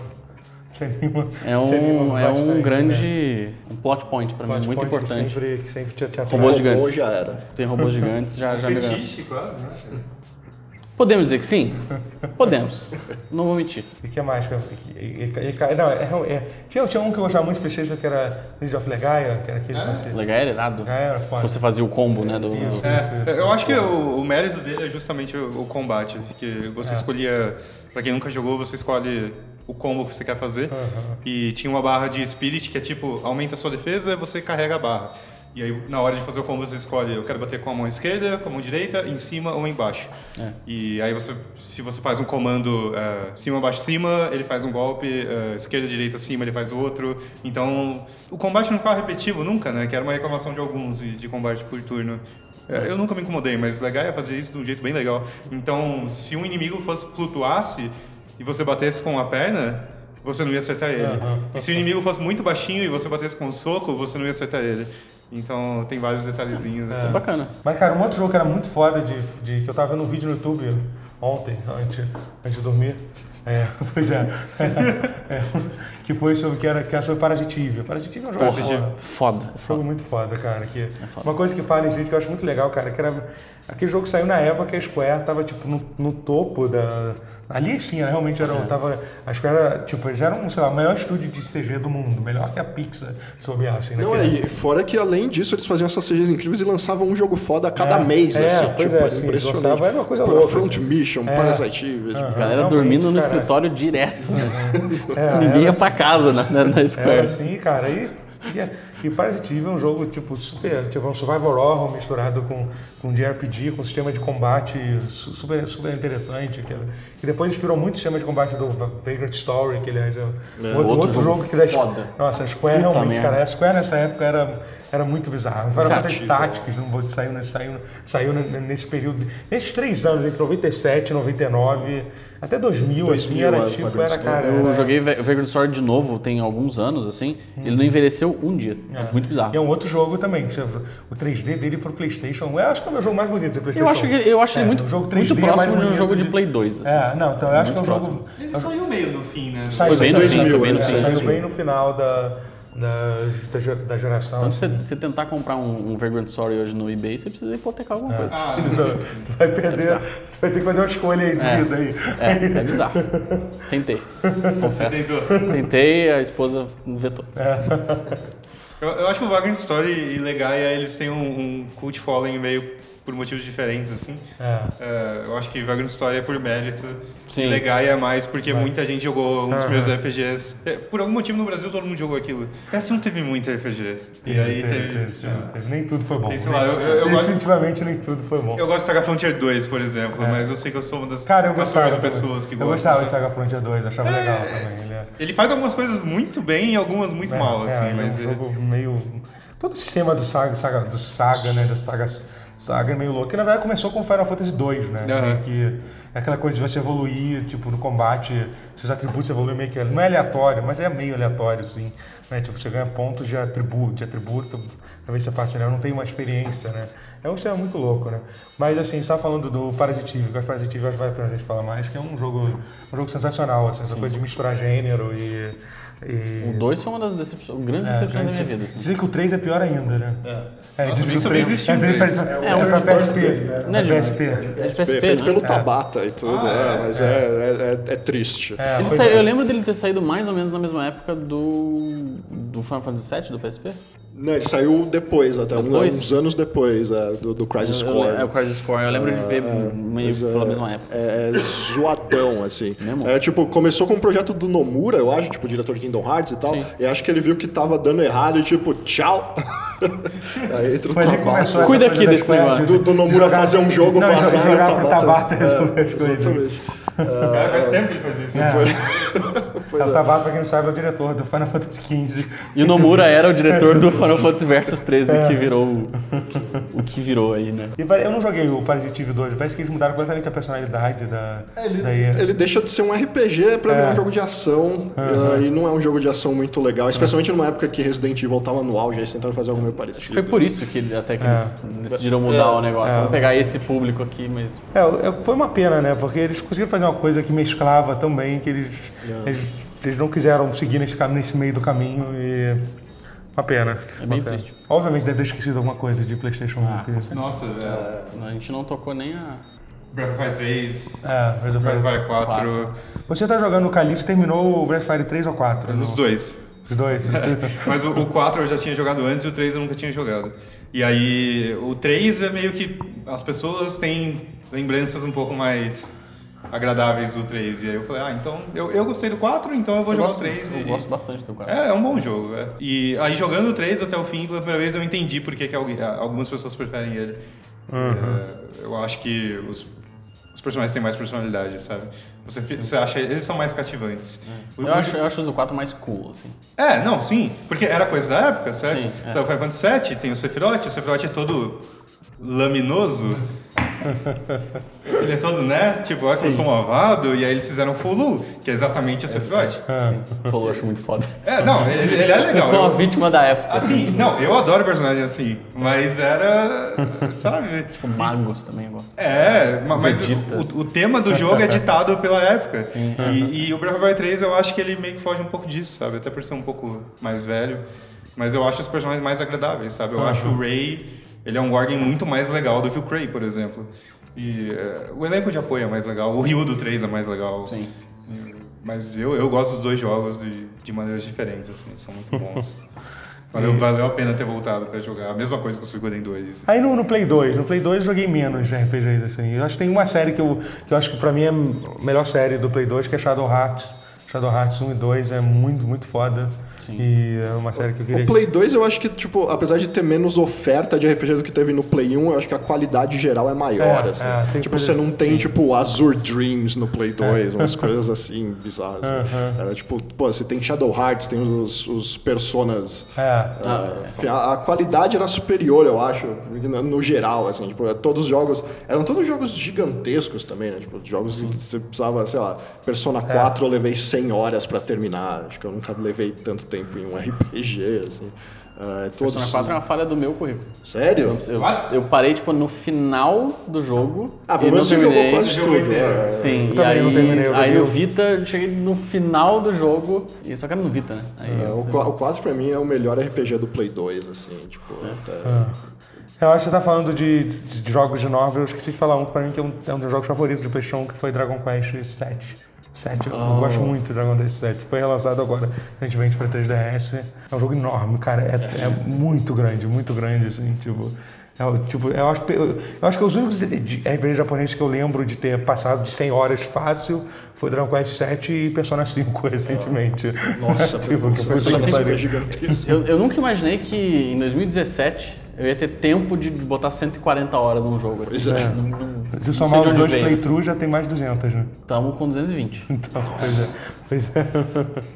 Speaker 1: Te anima.
Speaker 4: É
Speaker 1: te
Speaker 4: um,
Speaker 1: anima
Speaker 4: é um
Speaker 1: bastante, né?
Speaker 4: grande... Um plot point pra mim,
Speaker 1: Plot point
Speaker 4: muito
Speaker 1: que
Speaker 4: importante.
Speaker 1: Sempre, que sempre te, te atrai.
Speaker 4: Robô gigante.
Speaker 3: Robô já era.
Speaker 4: Tem robôs gigantes, já,
Speaker 1: Um
Speaker 4: já me ganhou.
Speaker 2: Fetiche, quase, né?
Speaker 4: Podemos dizer que sim? Podemos. Não vou mentir.
Speaker 1: E que mais? que eu- E, e- e- cara, não, é- é- tinha, tinha um que eu gostava muito de PlayStation que era Ninja of Legaia, que era aquele
Speaker 2: É?
Speaker 1: que você.
Speaker 4: Legal, era irado.
Speaker 1: Legaia era É, foda.
Speaker 4: Você fazia o combo, né? Do, do-
Speaker 2: É, eu acho que o, o mérito dele é justamente o, o combate, que você
Speaker 1: É.
Speaker 2: escolhia, pra quem nunca jogou, você escolhe o combo que você quer fazer, e tinha uma barra de spirit que é tipo, aumenta a sua defesa, você carrega a barra. E aí, na hora de fazer o combo, você escolhe, eu quero bater com a mão esquerda, com a mão direita, em cima ou embaixo. E aí, você, se você faz um comando eh, cima, baixo, cima, ele faz um golpe, eh, esquerda, direita, cima, ele faz outro. Então, o combate não ficava repetitivo nunca, né? Que era uma reclamação de alguns e de combate por turno. É, Eu nunca me incomodei, mas legal é fazer isso de um jeito bem legal. Então, se um inimigo fosse flutuasse e você batesse com a perna, você não ia acertar ele. E se o inimigo fosse muito baixinho e você batesse com um soco, você não ia acertar ele. Então tem vários detalhezinhos. assim.
Speaker 4: é Bacana.
Speaker 1: Mas, cara, um outro jogo que era muito foda, de, de- que eu tava vendo um vídeo no YouTube ontem, antes, antes de dormir. É, pois é. É, que foi sobre que era, que era sobre Parasite Eve. Parasite Eve é um jogo
Speaker 2: Parasite
Speaker 1: foda.
Speaker 2: Eve.
Speaker 4: Foda.
Speaker 1: Um jogo muito foda, cara. Que,
Speaker 4: É
Speaker 1: Uma coisa que fala em gente que eu acho muito legal, cara, que era aquele jogo que saiu na época que a Square tava, tipo, no, no topo da... Ali sim, ela realmente era,
Speaker 4: É.
Speaker 1: tava, a Square era, tipo, eles eram, sei lá, o maior estúdio de CG do mundo, melhor que a Pixar, se bobear, assim, né?
Speaker 3: Não,
Speaker 1: cara?
Speaker 3: é, e fora que além disso eles faziam essas CGs incríveis e lançavam um jogo foda a cada
Speaker 1: É,
Speaker 3: mês,
Speaker 1: é,
Speaker 3: assim,
Speaker 1: pois
Speaker 3: tipo,
Speaker 1: é,
Speaker 3: era
Speaker 1: assim,
Speaker 3: impressionante.
Speaker 1: lançava, era uma coisa
Speaker 3: Pô,
Speaker 1: louca,
Speaker 3: Front
Speaker 1: assim.
Speaker 3: Mission,
Speaker 1: É.
Speaker 3: Parasite Eve, tipo,
Speaker 4: A galera
Speaker 1: Realmente,
Speaker 4: dormindo no
Speaker 1: cara.
Speaker 4: escritório direto, né?
Speaker 1: É,
Speaker 4: Ninguém
Speaker 1: era-
Speaker 4: ia pra casa na, na, na
Speaker 1: Era
Speaker 4: Square.
Speaker 1: assim, cara. E, e, e Parasite Eve é um jogo tipo super, tipo um survival horror misturado com, com JRPG, com sistema de combate su- super, super interessante. Que, era- que depois inspirou muito o sistema de combate do Va- Vagrant Story, que aliás é um outro,
Speaker 4: outro
Speaker 1: outro jogo,
Speaker 4: jogo
Speaker 1: que da
Speaker 4: foda.
Speaker 1: Nossa, a Square
Speaker 4: Puta
Speaker 1: realmente,
Speaker 4: merda.
Speaker 1: cara, a Square nessa época era, era muito bizarro. Era uma das táticas, não vou saiu, nesse- saiu, saiu ne- nesse período, nesses três anos, entre 97, 99, até 2000, assim,
Speaker 3: 2000,
Speaker 1: era
Speaker 3: era
Speaker 1: tipo,
Speaker 3: Vagrant
Speaker 1: era,
Speaker 3: Story.
Speaker 1: cara,
Speaker 4: Eu
Speaker 1: era-
Speaker 4: joguei Ve- Vagrant Story de novo tem alguns anos, assim. Ele não envelheceu um dia. É muito
Speaker 1: E é
Speaker 4: bizarro.
Speaker 1: um outro jogo também. que você- O 3D dele pro Playstation. Eu acho que é o meu jogo mais bonito do Playstation.
Speaker 4: Eu acho, que, eu acho
Speaker 1: É,
Speaker 4: ele muito,
Speaker 1: o jogo
Speaker 4: muito
Speaker 1: 3D é mais
Speaker 4: próximo de um
Speaker 1: bonito
Speaker 4: jogo de
Speaker 1: de-
Speaker 4: Play 2. assim.
Speaker 1: É, não, então eu acho que é um
Speaker 4: Muito
Speaker 1: jogo.
Speaker 2: Ele saiu meio no fim, né?
Speaker 1: Saiu
Speaker 3: Foi bem no 2000,
Speaker 1: final,
Speaker 3: né?
Speaker 1: saiu
Speaker 3: Foi bem no
Speaker 1: bem no final da, da, da ge- da geração.
Speaker 4: Então, se você- você tentar comprar um, um Vagrant Story hoje no eBay, você precisa hipotecar alguma coisa.
Speaker 2: Ah,
Speaker 1: Então, tu vai perder, tu vai ter que fazer uma escolha aí de
Speaker 4: É.
Speaker 1: vida aí.
Speaker 4: É, é bizarro. Tentei. Confesso.
Speaker 2: tentou.
Speaker 4: Tentei, a esposa vetou.
Speaker 2: Eu, eu acho que o Vagrant Story e Legaia, eles têm um, um cult following meio por motivos diferentes, assim.
Speaker 1: É.
Speaker 2: É, eu acho que Vagrant Story é por mérito,
Speaker 4: Sim.
Speaker 2: e Legaia é mais porque muita gente jogou um dos primeiros RPGs. É, por algum motivo no Brasil todo mundo jogou aquilo. Essa não teve muito RPG. E aí teve...
Speaker 1: teve- teve- Nem tudo foi bom.
Speaker 2: Tem, sei lá, eu- eu- eu gosto-
Speaker 1: Definitivamente nem tudo foi bom.
Speaker 2: Eu gosto de Saga Frontier 2, por exemplo, mas eu sei que eu sou uma das
Speaker 1: É. Cara, eu gostava.
Speaker 2: primeiras
Speaker 1: também.
Speaker 2: pessoas que
Speaker 1: eu
Speaker 2: gostam.
Speaker 1: gostava de
Speaker 2: sabe?
Speaker 1: Saga Frontier 2, achava legal também. Ele é-
Speaker 2: Ele faz algumas coisas muito bem e algumas muito
Speaker 1: É,
Speaker 2: mal,
Speaker 1: é,
Speaker 2: assim,
Speaker 1: é
Speaker 2: mas...
Speaker 1: um
Speaker 2: ele-
Speaker 1: jogo meio todo o sistema do saga, saga do saga, né, da saga saga é meio louco. Que na verdade começou com Final Fantasy 2, né?
Speaker 2: Aham.
Speaker 1: Meio Que é aquela coisa de você evoluir, tipo, no combate, seus atributos evoluem meio que não é aleatório, mas é meio aleatório assim, né? Tipo, você ganha pontos de atributo, de atributo, talvez você passe, né? Não tem uma experiência, né? É um sistema muito louco, né? Mas assim, você tá falando do Parasite Eve, que eu acho que Parasite Eve, acho que vale a pena a gente falar mais, que é um jogo, um jogo sensacional, assim, essa coisa de misturar gênero e, e...
Speaker 4: O 2 foi uma das decepções, grandes
Speaker 1: É,
Speaker 4: decepções da minha
Speaker 1: dizem-
Speaker 4: vida. assim.
Speaker 1: Dizem que o 3 é pior ainda, né? É, dizem
Speaker 2: Nossa, eu
Speaker 1: que
Speaker 2: nem
Speaker 1: o
Speaker 2: sabia
Speaker 1: 3
Speaker 2: existir um
Speaker 1: é, bem
Speaker 2: 3.
Speaker 1: parecido-
Speaker 4: É,
Speaker 1: é
Speaker 4: um
Speaker 1: pra PSP.
Speaker 3: né?
Speaker 4: Não é
Speaker 1: É
Speaker 4: de-
Speaker 1: PSP.
Speaker 4: É de PSP,
Speaker 3: Fe- feito
Speaker 4: né?
Speaker 3: pelo Tabata e tudo,
Speaker 2: Ah,
Speaker 3: é,
Speaker 2: é,
Speaker 3: mas é, é- é- é triste.
Speaker 1: É,
Speaker 4: Ele
Speaker 1: pois
Speaker 4: saiu-
Speaker 1: é.
Speaker 4: eu lembro dele ter saído mais ou menos na mesma época do, do Final Fantasy VII, do PSP.
Speaker 3: Não, ele saiu depois, até um-
Speaker 4: Depois?
Speaker 3: uns anos depois é, do, do Crisis
Speaker 4: Eu- eu-
Speaker 3: Core.
Speaker 4: É o Crisis Core, eu lembro de ver meio
Speaker 3: Mas,
Speaker 4: pela
Speaker 3: é,
Speaker 4: mesma época.
Speaker 3: É, é zoadão, assim.
Speaker 4: Mesmo?
Speaker 3: É, tipo, começou com um projeto do Nomura, eu acho, tipo, diretor de Kingdom Hearts e tal.
Speaker 4: Sim.
Speaker 3: E acho que ele viu que tava dando errado e tipo, tchau. Aí entra o
Speaker 1: Foi ali que começou essa
Speaker 3: Tabata.
Speaker 4: Cuida
Speaker 1: coisa
Speaker 4: aqui
Speaker 1: da
Speaker 4: desse
Speaker 1: Square,
Speaker 4: negócio.
Speaker 1: de
Speaker 3: Do, do Nomura
Speaker 1: jogar-
Speaker 3: fazer um jogo,
Speaker 1: não,
Speaker 3: vazar e o
Speaker 1: jogar pro Tabata resolver
Speaker 3: É,
Speaker 1: as coisas.
Speaker 3: exatamente.
Speaker 2: Cara, faz tempo que ele faz isso.
Speaker 1: É.
Speaker 3: Pois
Speaker 1: O
Speaker 3: é.
Speaker 1: Tabata, pra quem não sabe, é o diretor do Final Fantasy XV.
Speaker 4: E o Nomura era o diretor do Final Fantasy Versus 13, que virou o, o que virou aí, né?
Speaker 1: E pare- eu não joguei o Parasite Eve 2, parece que eles mudaram completamente a personalidade da...
Speaker 3: É, Ele,
Speaker 1: da EA.
Speaker 3: ele deixa de ser um RPG pra
Speaker 1: É.
Speaker 3: virar um jogo de ação. eh, e não é um jogo de ação muito legal. Especialmente numa época que Resident Evil tava no auge, eles tentaram fazer algo meio parecido.
Speaker 4: Foi por isso que ele- até que eles decidiram mudar o negócio. Vamos pegar esse público aqui, mas
Speaker 1: É, é, foi uma pena, né? Porque eles conseguiram fazer uma coisa que mesclava também, que eles,
Speaker 4: É.
Speaker 1: eles, eles não quiseram seguir nesse, cam- nesse meio do caminho e. Uma pena.
Speaker 4: É
Speaker 1: uma
Speaker 4: bem
Speaker 1: pena.
Speaker 4: triste.
Speaker 1: Obviamente deve ter esquecido alguma coisa de PlayStation 1.
Speaker 4: Ah,
Speaker 1: que-
Speaker 2: Nossa, é.
Speaker 4: a gente não tocou nem a.
Speaker 2: Breath of Fire 3,
Speaker 1: É, mas eu
Speaker 2: Breath
Speaker 1: falei.
Speaker 2: of Fire 4,
Speaker 1: Você tá jogando o Calixto, terminou o Breath of Fire 3 ou 4?
Speaker 2: é,
Speaker 3: É,
Speaker 2: os dois.
Speaker 1: Os dois.
Speaker 2: Mas o, o 4 eu já tinha jogado antes e o 3 eu nunca tinha jogado. E aí, o 3 é meio que. As pessoas têm lembranças um pouco mais agradáveis do 3. E aí eu falei, ah, então eu, eu gostei do 4, então eu vou
Speaker 4: Eu
Speaker 2: jogar
Speaker 4: gosto,
Speaker 2: o 3.
Speaker 4: eu
Speaker 2: e...
Speaker 4: gosto bastante do cara.
Speaker 2: É, é um bom jogo. é. E aí, jogando o 3 até o fim, pela primeira vez eu entendi por que, que algu- algumas pessoas preferem ele. É, eu acho que os, os personagens têm mais personalidade, sabe? Você, fi- você acha. Eles são mais cativantes. O-
Speaker 4: É. Eu,
Speaker 2: o-
Speaker 4: acho, eu acho os do 4 mais cool, assim.
Speaker 2: é, não, sim. Porque era coisa da época, certo?
Speaker 4: Sim, é.
Speaker 2: Saiu o Final Fantasy VII, tem o Sephiroth, o Sephiroth é todo laminoso. Ele é todo, né? Tipo, é que eu sou um avado, e aí eles fizeram Fulu, que é exatamente o Sephiroth.
Speaker 4: Falou, eu acho muito foda.
Speaker 2: É, não, ele, ele é
Speaker 4: Eu
Speaker 2: legal.
Speaker 4: sou um
Speaker 2: eu-
Speaker 4: uma vítima da época.
Speaker 2: Assim, não, eu adoro personagem assim, mas era. Sabe?
Speaker 4: Tipo, magos também eu gosto.
Speaker 2: É, ma- mas o,
Speaker 4: Vegeta.
Speaker 2: o- o tema do jogo é ditado pela época. Sim. E, e o Breath of the Wild 3 eu acho que ele meio que foge um pouco disso, sabe? Até por ser um pouco mais velho. Mas eu acho os personagens mais agradáveis, sabe? Eu acho o Ray, ele é um Gorgon muito mais legal do que o Cray, por exemplo. E eh, o elenco de apoio é mais legal, o Ryu do 3 é mais legal.
Speaker 4: Sim.
Speaker 2: E- Mas eu, eu gosto dos dois jogos de, de maneiras diferentes, assim, são muito bons. Valeu, valeu a pena ter voltado pra jogar. A mesma coisa que o Suicoden 2.
Speaker 1: Aí no, no Play 2, no Play 2 eu joguei menos RPGs assim. Eu acho que tem uma série que eu, que eu acho que pra mim é a melhor série do Play 2, que é Shadow Hearts. Shadow Hearts 1 e 2 é muito, muito foda. E é uma série que eu queria.
Speaker 3: O Play 2 eu acho que, tipo, apesar de ter menos oferta de RPG do que teve no Play 1, eu acho que a qualidade geral é maior,
Speaker 1: É,
Speaker 3: assim.
Speaker 1: é, tem
Speaker 3: tipo,
Speaker 1: coisa- É.
Speaker 3: você não tem, tipo, Azure Dreams no Play 2, umas coisas assim, bizarras. né? Era tipo, pô, você tem Shadow Hearts, tem os, os personas.
Speaker 1: É.
Speaker 3: Ah, enfim, a, a qualidade era superior, eu acho, no, no geral, assim, tipo, todos os jogos, eram todos jogos gigantescos também, né, tipo, jogos que você precisava, sei lá,
Speaker 4: É.
Speaker 3: Persona 4 eu levei 100 horas pra terminar, acho que eu nunca levei tanto tempo em um RPG, assim, Ah, todos...
Speaker 4: Persona 4 é uma falha do meu currículo.
Speaker 3: Sério?
Speaker 4: Eu,
Speaker 2: What?
Speaker 4: eu parei, tipo, no final do jogo.
Speaker 3: Ah,
Speaker 4: e
Speaker 3: pelo
Speaker 4: não
Speaker 3: menos você jogou
Speaker 4: terminei. É,
Speaker 3: quase
Speaker 2: jogo
Speaker 3: tudo,
Speaker 2: inteiro.
Speaker 3: né?
Speaker 4: Sim, e
Speaker 1: também
Speaker 4: aí,
Speaker 1: não terminei, eu
Speaker 4: aí
Speaker 1: joguei
Speaker 4: no
Speaker 1: o-
Speaker 4: Vita, eu cheguei no final do jogo, e só que era no Vita, né? Aí,
Speaker 3: É, o, qua- o 4 pra mim é o melhor RPG do Play 2, assim, tipo,
Speaker 4: É.
Speaker 3: até-
Speaker 4: Ah,
Speaker 1: Eu acho que você tá falando de, de- de jogos de novel, eu esqueci de falar um pra mim que é um, é um dos jogos favoritos do PlayStation, que foi Dragon Quest VII. 7, eu
Speaker 4: Ah.
Speaker 1: gosto muito do Dragon Quest VII. Foi relançado agora recentemente pra 3DS. É um jogo enorme, cara. É, é muito grande, muito grande, assim, tipo. é o- tipo, eu acho, que- eu, eu acho que os únicos de- de RPG japoneses que eu lembro de ter passado de 100 horas fácil foi Dragon Quest VII e Persona 5 recentemente.
Speaker 3: Nossa,
Speaker 1: Tipo, que foi
Speaker 3: Persona
Speaker 1: super
Speaker 3: 5 é
Speaker 1: pariu.
Speaker 3: gigantesco.
Speaker 4: Eu, eu nunca imaginei que em 2017 eu ia ter tempo de botar 140 horas num jogo.
Speaker 3: Pois
Speaker 4: Assim.
Speaker 3: é.
Speaker 1: Se
Speaker 4: sei
Speaker 1: somar
Speaker 4: de
Speaker 1: os
Speaker 4: onde
Speaker 1: dois
Speaker 4: veio,
Speaker 1: playthroughs, já tem mais de 200, né?
Speaker 4: Tamo com 220.
Speaker 1: Então, pois é. Pois é.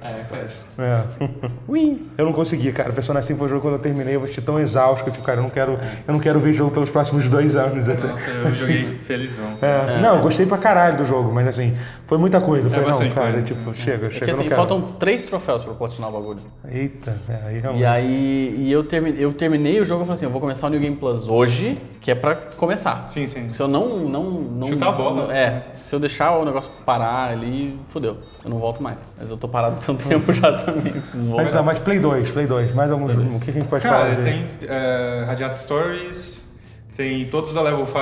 Speaker 2: É, parece.
Speaker 1: É.
Speaker 4: Ui!
Speaker 1: Eu não consegui, cara. Persona 5 foi o jogo quando eu terminei, eu estive tão exausto que eu, tipo, cara, eu não quero, eu não quero ver jogo pelos próximos dois anos. assim.
Speaker 2: Nossa, eu joguei felizão.
Speaker 1: É, Não, eu gostei pra caralho do jogo, mas assim, foi muita coisa. Foi, não,
Speaker 2: bastante
Speaker 1: cara,
Speaker 2: coisa.
Speaker 1: tipo, chega,
Speaker 4: É
Speaker 1: chega,
Speaker 4: que
Speaker 1: eu não
Speaker 4: assim,
Speaker 1: quero.
Speaker 4: faltam três troféus pra eu platinar o bagulho.
Speaker 1: Eita, é, aí realmente.
Speaker 4: E aí e eu, termi- eu terminei o jogo e falei assim, eu vou começar o New Game Plus hoje, que é pra começar.
Speaker 2: Sim, sim.
Speaker 4: Se eu não, não, não.
Speaker 2: Chutar a bola.
Speaker 4: não- é, se eu deixar o negócio parar ali, fodeu. Eu não volto mais. Mas eu tô parado tanto tempo já também, preciso
Speaker 1: Mas dá
Speaker 4: voltar.
Speaker 1: mais Play 2, Play 2, mais alguns jogo. O que que a gente pode falar?
Speaker 2: Cara,
Speaker 1: de-
Speaker 2: tem é, Radiant Stories, tem todos da Level 5,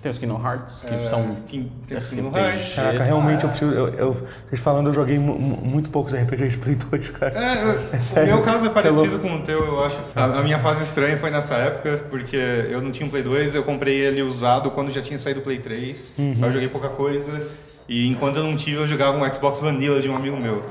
Speaker 4: Tem os Kingdom Hearts, que
Speaker 2: é,
Speaker 4: são. um
Speaker 2: King, tem os
Speaker 4: acho que É.
Speaker 2: Kingdom
Speaker 4: tem
Speaker 2: Hearts.
Speaker 4: X.
Speaker 1: Caraca, realmente eu preciso. Eu, eu, vocês falando, eu joguei mu- mu- muito poucos RPGs Play 2, cara.
Speaker 2: É, eu- o
Speaker 1: sério.
Speaker 2: meu caso é
Speaker 1: É
Speaker 2: parecido com o teu, eu acho. A, a minha fase estranha foi nessa época, porque eu não tinha um Play 2, eu comprei ele usado quando já tinha saído o Play 3,
Speaker 4: Uhum.
Speaker 2: aí eu joguei pouca coisa, e enquanto eu não tive, eu jogava um Xbox Vanilla de um amigo meu.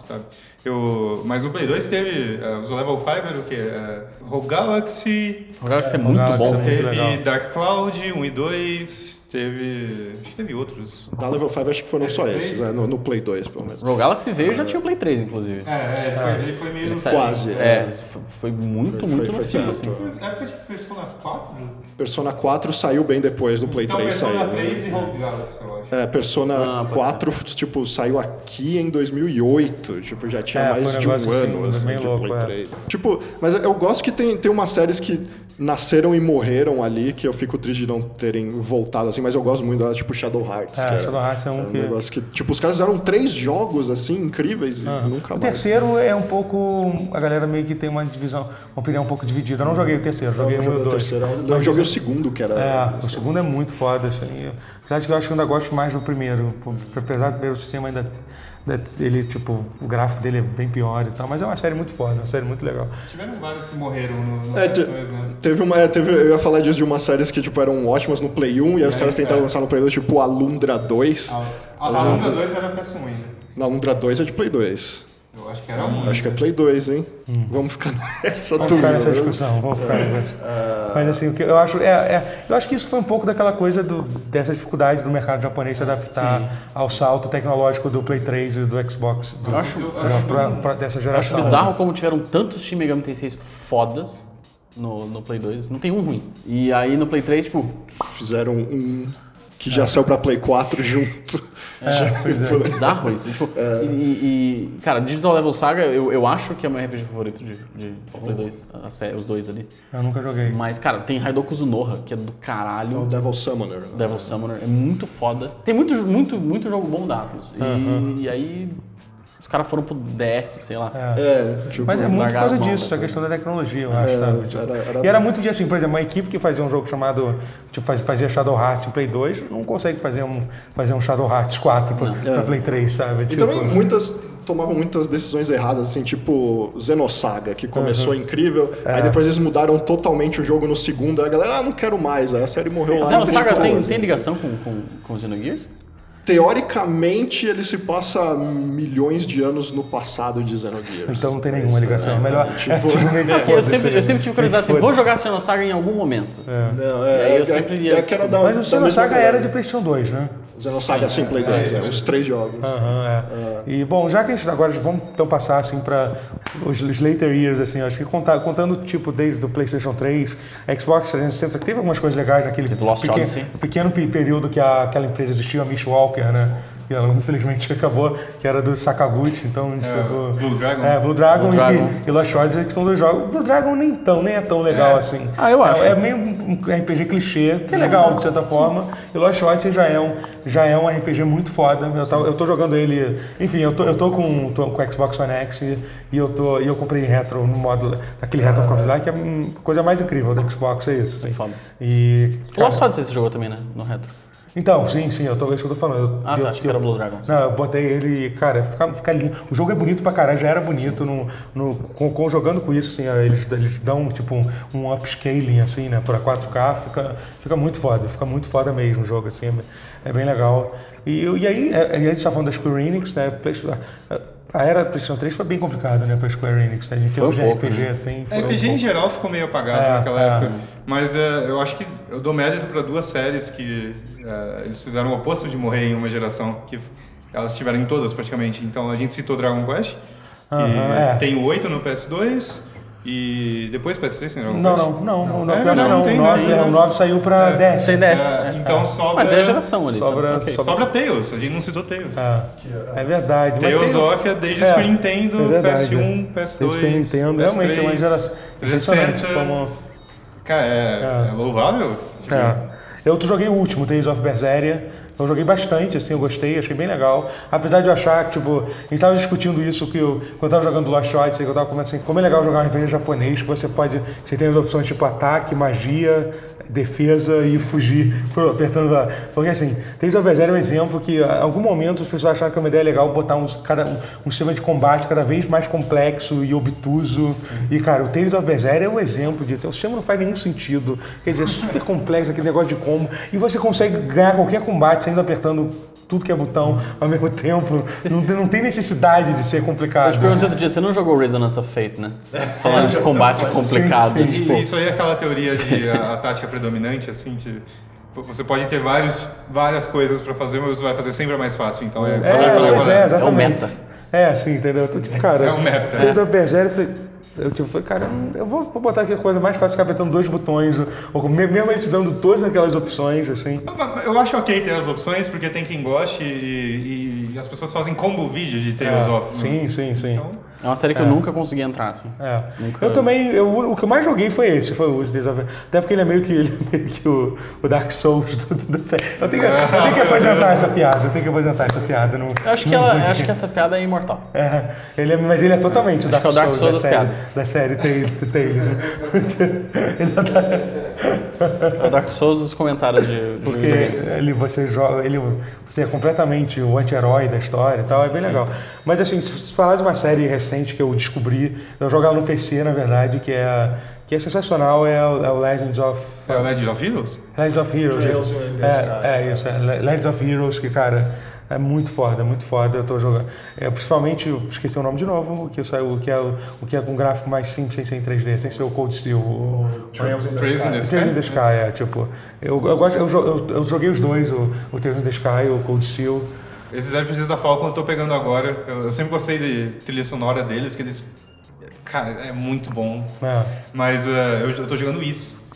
Speaker 2: Sabe? Eu, mas o Play 2 teve é, os Level 5, era o Eh, que? Rogalaxy,
Speaker 4: O jogo vai ser muito
Speaker 1: Galaxy
Speaker 4: bom.
Speaker 1: também.
Speaker 2: Teve
Speaker 1: legal.
Speaker 2: Dark Cloud 1 e 2, teve. Acho que teve outros.
Speaker 3: Da Level 5 acho que foram só
Speaker 2: Esse
Speaker 3: esses, né, no, no Play 2, pelo menos.
Speaker 4: Rogue Galaxy veio e já tinha o Play 3, inclusive.
Speaker 2: É, é, foi- ele foi meio.
Speaker 4: Ele
Speaker 2: Na
Speaker 4: saiu-
Speaker 3: Quase,
Speaker 4: É,
Speaker 3: é.
Speaker 4: foi- foi muito,
Speaker 3: Foi-
Speaker 4: muito
Speaker 3: foi-
Speaker 4: no
Speaker 3: foi
Speaker 4: fim,
Speaker 3: perto.
Speaker 4: assim.
Speaker 2: época de é tipo, Persona 4?
Speaker 3: Persona 4 saiu bem depois do Play
Speaker 2: Então,
Speaker 3: 3
Speaker 2: Persona
Speaker 3: saiu. né?
Speaker 2: 3 e Rogue Galaxy, eu acho.
Speaker 3: É, Persona
Speaker 4: Ah, pode
Speaker 3: 4, tipo, saiu aqui em 2008, tipo, já tinha
Speaker 1: É, foi
Speaker 3: mais
Speaker 1: um
Speaker 3: de um
Speaker 1: negócio assim,
Speaker 3: ano, assim,
Speaker 1: bem
Speaker 3: de
Speaker 1: louco,
Speaker 3: Play
Speaker 1: é.
Speaker 3: 3. Tipo, mas eu gosto que tem, tem umas séries que nasceram e morreram ali, que eu fico triste de não terem voltado, assim, mas eu gosto muito delas, tipo Shadow Hearts,
Speaker 1: É,
Speaker 3: cara.
Speaker 1: Shadow Hearts é um
Speaker 3: É um
Speaker 1: que-
Speaker 3: negócio que, tipo, os caras fizeram três jogos, assim, incríveis e nunca
Speaker 1: O
Speaker 3: mais.
Speaker 1: terceiro é um pouco. A galera meio que tem uma divisão, uma opinião um pouco dividida. Eu não joguei o terceiro, joguei
Speaker 3: eu,
Speaker 1: um e
Speaker 3: joguei
Speaker 1: o
Speaker 3: o
Speaker 1: dois.
Speaker 3: terceiro, é eu joguei o segundo, que era... assim,
Speaker 1: É, o segundo é muito foda, assim. Apesar de que eu acho que eu ainda gosto mais do primeiro. pô, Apesar do primeiro sistema ainda. ainda Ele, tipo, o gráfico dele é bem pior e tal, mas é uma série muito foda, uma série muito legal.
Speaker 2: Tiveram vários que morreram no, no
Speaker 3: É,
Speaker 2: Play
Speaker 3: te-
Speaker 2: 2, né?
Speaker 3: teve uma, é, teve, eu ia falar disso de umas séries que tipo, eram ótimas no Play 1 e aí os caras tentaram
Speaker 2: é.
Speaker 3: lançar no Play 2, tipo Alundra 2.
Speaker 1: Ah.
Speaker 2: A, a,
Speaker 3: Mas
Speaker 2: a Luna
Speaker 3: eu-
Speaker 2: 2 era PS1 ainda.
Speaker 3: Na Alundra 2 é de Play 2.
Speaker 2: Eu acho que era um.
Speaker 3: Acho que é Play 2, hein? Vamos ficar nessa
Speaker 1: Hum. Vamos ficar
Speaker 3: turma.
Speaker 1: nessa
Speaker 3: né?
Speaker 1: discussão, vamos ficar nessa. Mas assim, o que eu acho. É, é, eu acho que isso foi um pouco daquela coisa do, dessa dificuldade do mercado japonês se adaptar ao salto tecnológico do Play 3 e do Xbox do,
Speaker 4: Eu acho-
Speaker 2: eu acho-
Speaker 1: pra- pra- dessa
Speaker 4: Eu acho
Speaker 1: geração.
Speaker 4: bizarro como tiveram tantos Shin Megami Tensei fodas no, no Play 2. Não tem um ruim. E aí no Play 3, tipo,
Speaker 3: fizeram um que já saiu pra Play 4 junto.
Speaker 1: É,
Speaker 3: Já-
Speaker 4: Bizarro isso. Tipo,
Speaker 3: É.
Speaker 4: e, e- cara, Digital Level Saga, eu, eu acho que é o meu RPG favorito de, de Play 2,
Speaker 3: Oh.
Speaker 4: a sé- os dois ali.
Speaker 1: Eu nunca joguei.
Speaker 4: Mas, cara, tem Raidoku Zunoha, que é do caralho.
Speaker 3: O Devil Summoner. né?
Speaker 4: Devil Summoner é muito foda. Tem muito, muito, muito jogo bom da Atlas. E, e aí os caras foram pro DS, sei lá.
Speaker 3: É, tipo,
Speaker 1: Mas é muito por
Speaker 4: Largaram
Speaker 1: causa
Speaker 4: a mão,
Speaker 1: disso,
Speaker 4: né?
Speaker 1: a questão da tecnologia, eu acho,
Speaker 3: É,
Speaker 1: sabe? Tipo,
Speaker 3: era- era-
Speaker 1: E era muito de assim, por exemplo, uma equipe que fazia um jogo chamado. Tipo, faz- fazia Shadow Hearts em Play 2, não consegue fazer um, fazer um Shadow Hearts 4 pra, pra
Speaker 3: É.
Speaker 1: Play 3, sabe?
Speaker 3: E
Speaker 1: Tipo,
Speaker 3: também muitas tomavam muitas decisões erradas, assim, tipo Zenossaga, que começou incrível,
Speaker 1: É.
Speaker 3: aí depois eles mudaram totalmente o jogo no segundo, aí a galera, ah, não quero mais, aí a série morreu lá.
Speaker 4: Mas o
Speaker 3: não
Speaker 4: Saga
Speaker 3: tem
Speaker 4: tem,
Speaker 3: coisa.
Speaker 4: tem ligação com, com, com o Xenogears?
Speaker 3: Teoricamente, ele se passa milhões de anos no passado de Xenogears.
Speaker 1: Então não tem nenhuma ligação. É melhor.
Speaker 3: tipo-
Speaker 1: é, tipo, meio que
Speaker 4: Eu
Speaker 1: foda-se,
Speaker 4: sempre,
Speaker 1: né?
Speaker 4: eu sempre tive curiosidade assim,
Speaker 1: Foda-se.
Speaker 4: vou jogar Xenosaga em algum momento.
Speaker 3: Não,
Speaker 4: É,
Speaker 3: é,
Speaker 4: eu
Speaker 3: é,
Speaker 4: sempre
Speaker 3: é,
Speaker 4: ia,
Speaker 3: é que era
Speaker 1: Mas
Speaker 3: da,
Speaker 1: o
Speaker 3: da mesma
Speaker 1: Xenosaga era
Speaker 3: galera.
Speaker 1: de PlayStation 2, né?
Speaker 3: Xenosaga sim, Play 2, né? Os três jogos.
Speaker 1: Aham, é. E bom, já que a gente agora vamos então passar assim para os os later years, assim, acho que contar, contando tipo desde do PlayStation 3, Xbox 360, que teve algumas coisas legais naquele
Speaker 4: Lost
Speaker 1: pequeno,
Speaker 4: Odyssey.
Speaker 1: pequeno pe- período que a- aquela empresa existiu, a Mitch Walker, né? E ela infelizmente acabou, que era do Sakaguchi, então a gente
Speaker 2: É,
Speaker 1: pegou-
Speaker 2: Blue Dragon.
Speaker 1: É, Blue Dragon,
Speaker 4: Blue
Speaker 1: e,
Speaker 4: Dragon.
Speaker 1: e Lost Odyssey, que são dois jogos. Blue Dragon nem tão, nem é tão legal assim.
Speaker 4: Ah, eu
Speaker 1: É-
Speaker 4: acho.
Speaker 1: É, meio um um RPG clichê, que é legal de certa forma. E Lost Odyssey já é um, já é um RPG muito foda. Eu, tava- eu tô jogando ele. Enfim, eu tô, eu tô com tô com o Xbox One X e, e eu, tô, e eu comprei retro no modo. Aquele retro Cross lá, que é a coisa mais incrível do Xbox, é isso. Assim.
Speaker 4: Foda.
Speaker 1: E.
Speaker 4: O
Speaker 1: cara,
Speaker 4: Lost Odyssey você jogou também, né? No retro.
Speaker 1: então, sim, sim, eu tô, é isso que eu tô falando. Eu-
Speaker 4: Ah,
Speaker 1: eu,
Speaker 4: tá, achei que era Blue Dragon.
Speaker 1: não, eu botei ele, cara, fica, fica lindo. O jogo é bonito pra caralho, já era bonito no, no, com, com- jogando com isso, assim, ó, eles, eles dão tipo um, um upscaling, assim, né, pra 4K, fica, fica muito foda, fica muito foda mesmo o jogo, assim, é bem- é, bem legal. E, eu- e aí, é, e a gente tá falando da Square Enix, né, Play- a- a era do PlayStation 3 foi bem complicada, né, pra Square Enix, né, a gente
Speaker 4: Foi um
Speaker 1: teve
Speaker 4: pouco,
Speaker 1: RPG,
Speaker 4: né?
Speaker 1: assim, foi um
Speaker 2: RPG em
Speaker 1: pouco-
Speaker 2: geral ficou meio apagado
Speaker 1: É,
Speaker 2: naquela
Speaker 1: é.
Speaker 2: época. Mas é, eu acho que eu dou mérito para duas séries que é, eles fizeram o oposto de morrer em uma geração, que elas tiveram em todas praticamente. Então a gente citou Dragon Quest, que
Speaker 1: Aham, é.
Speaker 2: tem oito no PS2 e depois PS3 tem Dragon
Speaker 1: Não,
Speaker 2: Quest.
Speaker 1: não, não, não, não,
Speaker 2: É,
Speaker 1: pior que
Speaker 2: não,
Speaker 1: não,
Speaker 2: tem,
Speaker 1: o 9,
Speaker 2: tem,
Speaker 1: é, o
Speaker 2: né?
Speaker 1: 9 saiu pra 10.
Speaker 4: Tem DS.
Speaker 2: É, então sobra.
Speaker 4: Mas é a geração ali.
Speaker 1: Sobra-
Speaker 4: então, ok.
Speaker 1: sobra-
Speaker 2: Sobra Tails, a gente não citou Tails.
Speaker 1: É, é verdade. mas
Speaker 2: Tales
Speaker 1: tem-
Speaker 2: of é desde Super Nintendo,
Speaker 1: verdade,
Speaker 2: PS1,
Speaker 1: é.
Speaker 2: PS2,
Speaker 1: Desde Super Nintendo,
Speaker 2: PS3,
Speaker 1: realmente é uma geração.
Speaker 2: 360.
Speaker 1: impressionante Como,
Speaker 2: Cara, é, é louvável.
Speaker 1: é. Eu tu joguei o último, Tales of Berseria. Eu joguei bastante, assim, eu gostei, achei bem legal. Apesar de eu achar que, tipo, a gente tava discutindo isso que eu, quando eu tava jogando Lost Odyssey, que eu tava começando assim, como é legal jogar um RPG japonês, que você pode, você tem as opções tipo ataque, magia, defesa e fugir, por- apertando a... Porque assim, Tales of Berseria é um exemplo que, a- em algum momento, as pessoas acharam que é uma ideia legal botar uns, cada, um, um sistema de combate cada vez mais complexo e obtuso. E, cara, o Tales of Berseria é um exemplo disso. O sistema não faz nenhum sentido. Quer dizer, é super complexo aquele negócio de combo. E você consegue ganhar qualquer combate saindo apertando tudo que é botão ao mesmo tempo. Não tem, não tem necessidade de ser
Speaker 4: Eu te
Speaker 1: complicado.
Speaker 4: perguntei outro dia, você não jogou Resonance of Fate, né?
Speaker 1: É.
Speaker 4: Falando de combate complicado.
Speaker 2: E-
Speaker 4: tipo,
Speaker 2: Isso aí é aquela teoria de a, a tática predominante, assim, de você pode ter vários, várias coisas pra fazer, mas você vai fazer sempre a mais fácil. Então é,
Speaker 1: É,
Speaker 2: qual é, qual é,
Speaker 1: pois
Speaker 2: qual
Speaker 1: é,
Speaker 2: é.
Speaker 1: exatamente.
Speaker 4: É um meta.
Speaker 1: É, assim, entendeu? Eu tô tipo, cara.
Speaker 2: É um meta.
Speaker 1: Tales of Berseria, eu falei. Eu tipo, falei, cara, eu vou, vou botar aqui a coisa mais fácil, ficar apertando dois botões, ou, ou me- mesmo ele te dando todas aquelas opções, assim.
Speaker 2: Eu acho ok ter as opções, porque tem quem goste e, e as pessoas fazem combo vídeo de Tales of. né?
Speaker 1: É, Ah, Sim, sim, sim.
Speaker 2: Então,
Speaker 4: É uma série que eu nunca consegui entrar, assim.
Speaker 1: É.
Speaker 4: Nunca-
Speaker 1: Eu também, eu, o que eu mais joguei foi esse, foi o Days of Até porque ele é meio que, ele é meio que o, o Dark Souls do, do, do- eu, tenho que, eu tenho que apresentar essa piada, eu tenho que apresentar essa piada. Não,
Speaker 4: Eu acho que, ela, eu acho que essa piada é imortal.
Speaker 1: é, ele é- mas ele é totalmente o Dark,
Speaker 4: que é o Dark
Speaker 1: Souls
Speaker 4: Souls
Speaker 1: da
Speaker 4: das
Speaker 1: série, da série Taylor. Ele é da-
Speaker 4: É o Dark Souls dos comentários de, de
Speaker 1: Porque
Speaker 4: videogames.
Speaker 1: ele, você joga, ele você é completamente o anti-herói da história e tal, é bem legal. Mas assim, se falar de uma série recente que eu descobri, eu jogava no PC, na verdade, que é, que é sensacional, é o, é o Legends of.
Speaker 2: é o Legend of Heroes?
Speaker 1: Legends of Heroes.
Speaker 3: Trails
Speaker 1: é-
Speaker 3: and Destiny.
Speaker 1: é, é isso, é Le- Legends of Heroes, que, cara, é muito foda, muito foda. Eu tô jogando. É, principalmente, eu esqueci o nome de novo, o que saiu, o que é o, o que é com gráfico mais simples, sem ser em 3D, sem ser o Cold Steel. o-
Speaker 3: Trails in the
Speaker 2: Trails in the
Speaker 3: Sky.
Speaker 2: Sky.
Speaker 1: Tales in the Sky, é, tipo. Eu, eu, gosto, eu, jo- eu, eu joguei os dois, o, o Tales in the Sky, o Cold Steel.
Speaker 2: Esses RPGs da Falcon eu tô pegando agora. Eu, eu sempre gostei de trilha sonora deles, que eles. Cara, é muito bom.
Speaker 1: né?
Speaker 2: Mas eh, eu, eu tô jogando Is.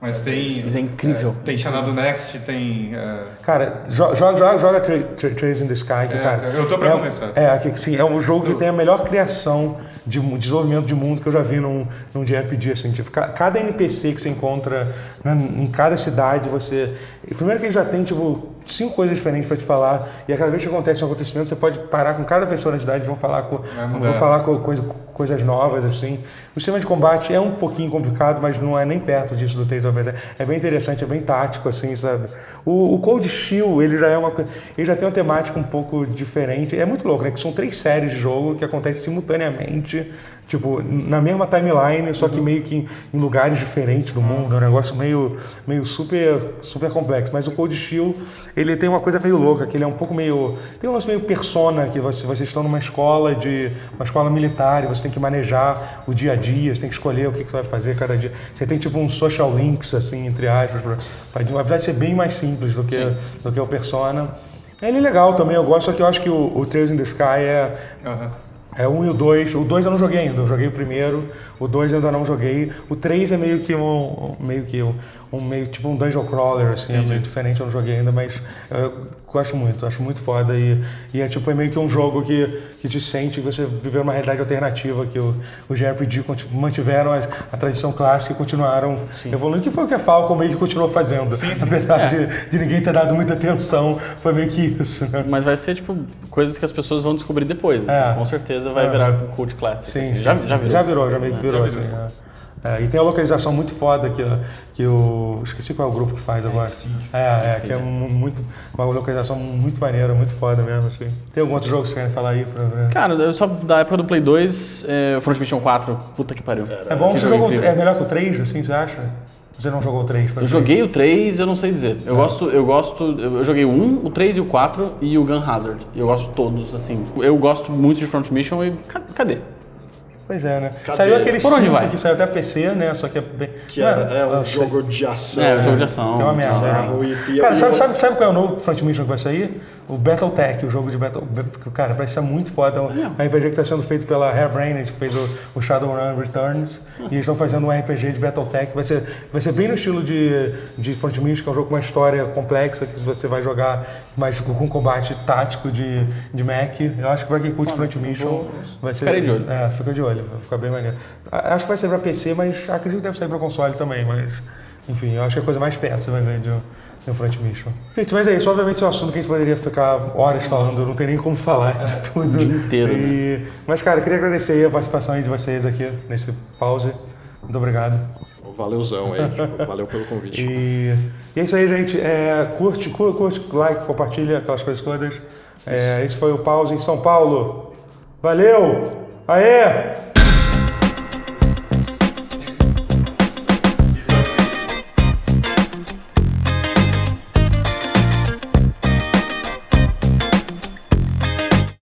Speaker 2: Mas tem.
Speaker 4: Isso é incrível.
Speaker 2: Tem Xanadu Next, tem. é,
Speaker 1: Cara, jo- joga, joga, joga Tra- Tra- Trails in the Sky, que,
Speaker 2: É,
Speaker 1: cara.
Speaker 2: eu tô pra
Speaker 1: é,
Speaker 2: começar.
Speaker 1: É, que, sim, é um jogo que tem a melhor criação de mu- desenvolvimento de mundo que eu já vi num, num JRPG. Assim, tipo, ca- cada NPC que você encontra né, em cada cidade, você. e Primeiro que ele já tem, tipo, cinco coisas diferentes pra te falar. E a cada vez que acontece um acontecimento, você pode parar com cada pessoa na cidade e vão falar com.
Speaker 2: Vai mudar.
Speaker 1: Vão falar com coisa- coisas novas, assim. O sistema de combate é um pouquinho complicado, mas não é nem perto disso do Tales of Berseria. É bem interessante, é bem tático, assim, sabe? O, o Cold Steel, ele já é uma coisa... Ele já tem uma temática um pouco diferente. É muito louco, né? Que são três séries de jogo que acontecem simultaneamente, tipo, na mesma timeline, só que meio que em, em lugares diferentes do mundo. É um negócio meio, meio super, super complexo. Mas o Cold Steel, ele tem uma coisa meio louca, que ele é um pouco meio... Tem um lance meio persona, que você, vocês estão numa escola de... Uma escola militar, e você tem que manejar o dia a dia, você tem que escolher o que, que você vai fazer cada dia. Você tem tipo um social links, assim, entre aspas, pra, pra, apesar de ser bem mais simples do que, do que o Persona. Ele é legal também, eu gosto, só que eu acho que o, o Trails in the Sky é,
Speaker 2: aham.
Speaker 1: é um e o dois. O dois eu não joguei ainda. Eu joguei o primeiro. O dois eu ainda não joguei. O três é meio que um. um- Meio que um, um meio tipo um dungeon crawler, assim, é meio diferente, eu não joguei ainda, mas eh, eu gosto muito, acho muito foda. E, e é tipo é meio que um jogo que, que te sente você viver uma realidade alternativa que o, o JRPG conti- mantiveram a, a tradição clássica e continuaram evoluindo, que foi o que a Falcon meio que continuou fazendo.
Speaker 2: Sim, sim.
Speaker 1: Apesar
Speaker 4: É.
Speaker 1: de, de ninguém ter dado muita atenção, foi meio que isso, né?
Speaker 4: Mas vai ser, tipo, coisas que as pessoas vão descobrir depois. assim.
Speaker 1: É.
Speaker 4: Com certeza vai
Speaker 1: É.
Speaker 4: virar cult classic.
Speaker 1: Sim,
Speaker 4: assim.
Speaker 1: sim.
Speaker 4: Já, já virou.
Speaker 1: Já virou, já meio que virou.
Speaker 2: Já virou.
Speaker 1: assim, é. É, e tem a localização muito foda que, que o. Esqueci qual é o grupo que faz agora. É, é, que é
Speaker 4: né?
Speaker 1: mu- muito. Uma localização muito maneira, muito foda mesmo, assim. Tem algum outro jogo que vocês querem falar aí pra ver?
Speaker 4: Cara, eu só da época do Play 2, é, Front Mission 4, puta que pariu.
Speaker 1: É bom
Speaker 4: que
Speaker 1: que você
Speaker 4: jogo
Speaker 1: jogou.
Speaker 4: incrível.
Speaker 1: É melhor que o 3, assim, você acha? Você não jogou o 3?
Speaker 4: Eu joguei o 3, eu não sei dizer.
Speaker 1: É.
Speaker 4: Eu gosto, eu gosto, eu eu joguei o 1, o 3 e o 4 e o Gun Hazard. E eu gosto de todos, assim. Eu gosto muito de Front Mission e ca- cadê?
Speaker 1: Pois é, né?
Speaker 3: Cadê?
Speaker 1: Saiu aquele
Speaker 4: Por onde
Speaker 1: cinco
Speaker 4: vai?
Speaker 1: que saiu até PC, né? Só que é bem.
Speaker 3: Que era, é um
Speaker 1: eu sei.
Speaker 3: jogo de ação.
Speaker 4: É, o jogo de
Speaker 1: É
Speaker 4: ação.
Speaker 1: uma merda.
Speaker 3: bizarro, e- e-
Speaker 1: cara,
Speaker 3: e-
Speaker 1: sabe, sabe, sabe qual é o novo Front Mission que vai sair? O Battletech, o jogo de Battle. que, Cara, vai ser muito foda. É um RPG que está sendo feito pela Harebrained, que fez o, o Shadowrun Returns. E eles estão fazendo um RPG de Battletech. Vai ser, vai ser bem no estilo de, de Front Mission, que é um jogo com uma história complexa, que você vai jogar mais com, com combate tático de, de mech. Eu acho que vai que curte Front Mission. Vai ser,
Speaker 4: Ficarei de olho.
Speaker 1: É, fica de olho, vai ficar bem maneiro. A- Acho que vai ser pra PC, mas acredito que deve sair pra console também, mas. Enfim, eu acho que é a coisa mais perto que você vai ver de um, de um Front Mission. Gente, mas é isso, obviamente esse é um assunto que a gente poderia ficar horas falando, não tem nem como falar de tudo. O
Speaker 4: É, dia inteiro, né?
Speaker 1: e... Mas, cara, eu queria agradecer aí a participação aí de vocês aqui nesse pause. Muito obrigado.
Speaker 3: Valeuzão aí, tipo, valeu pelo convite.
Speaker 1: E, e é isso aí, gente. É, curte, curte, curte, like, compartilha, aquelas coisas todas. É, esse foi o Pause em São Paulo. Valeu! Aê!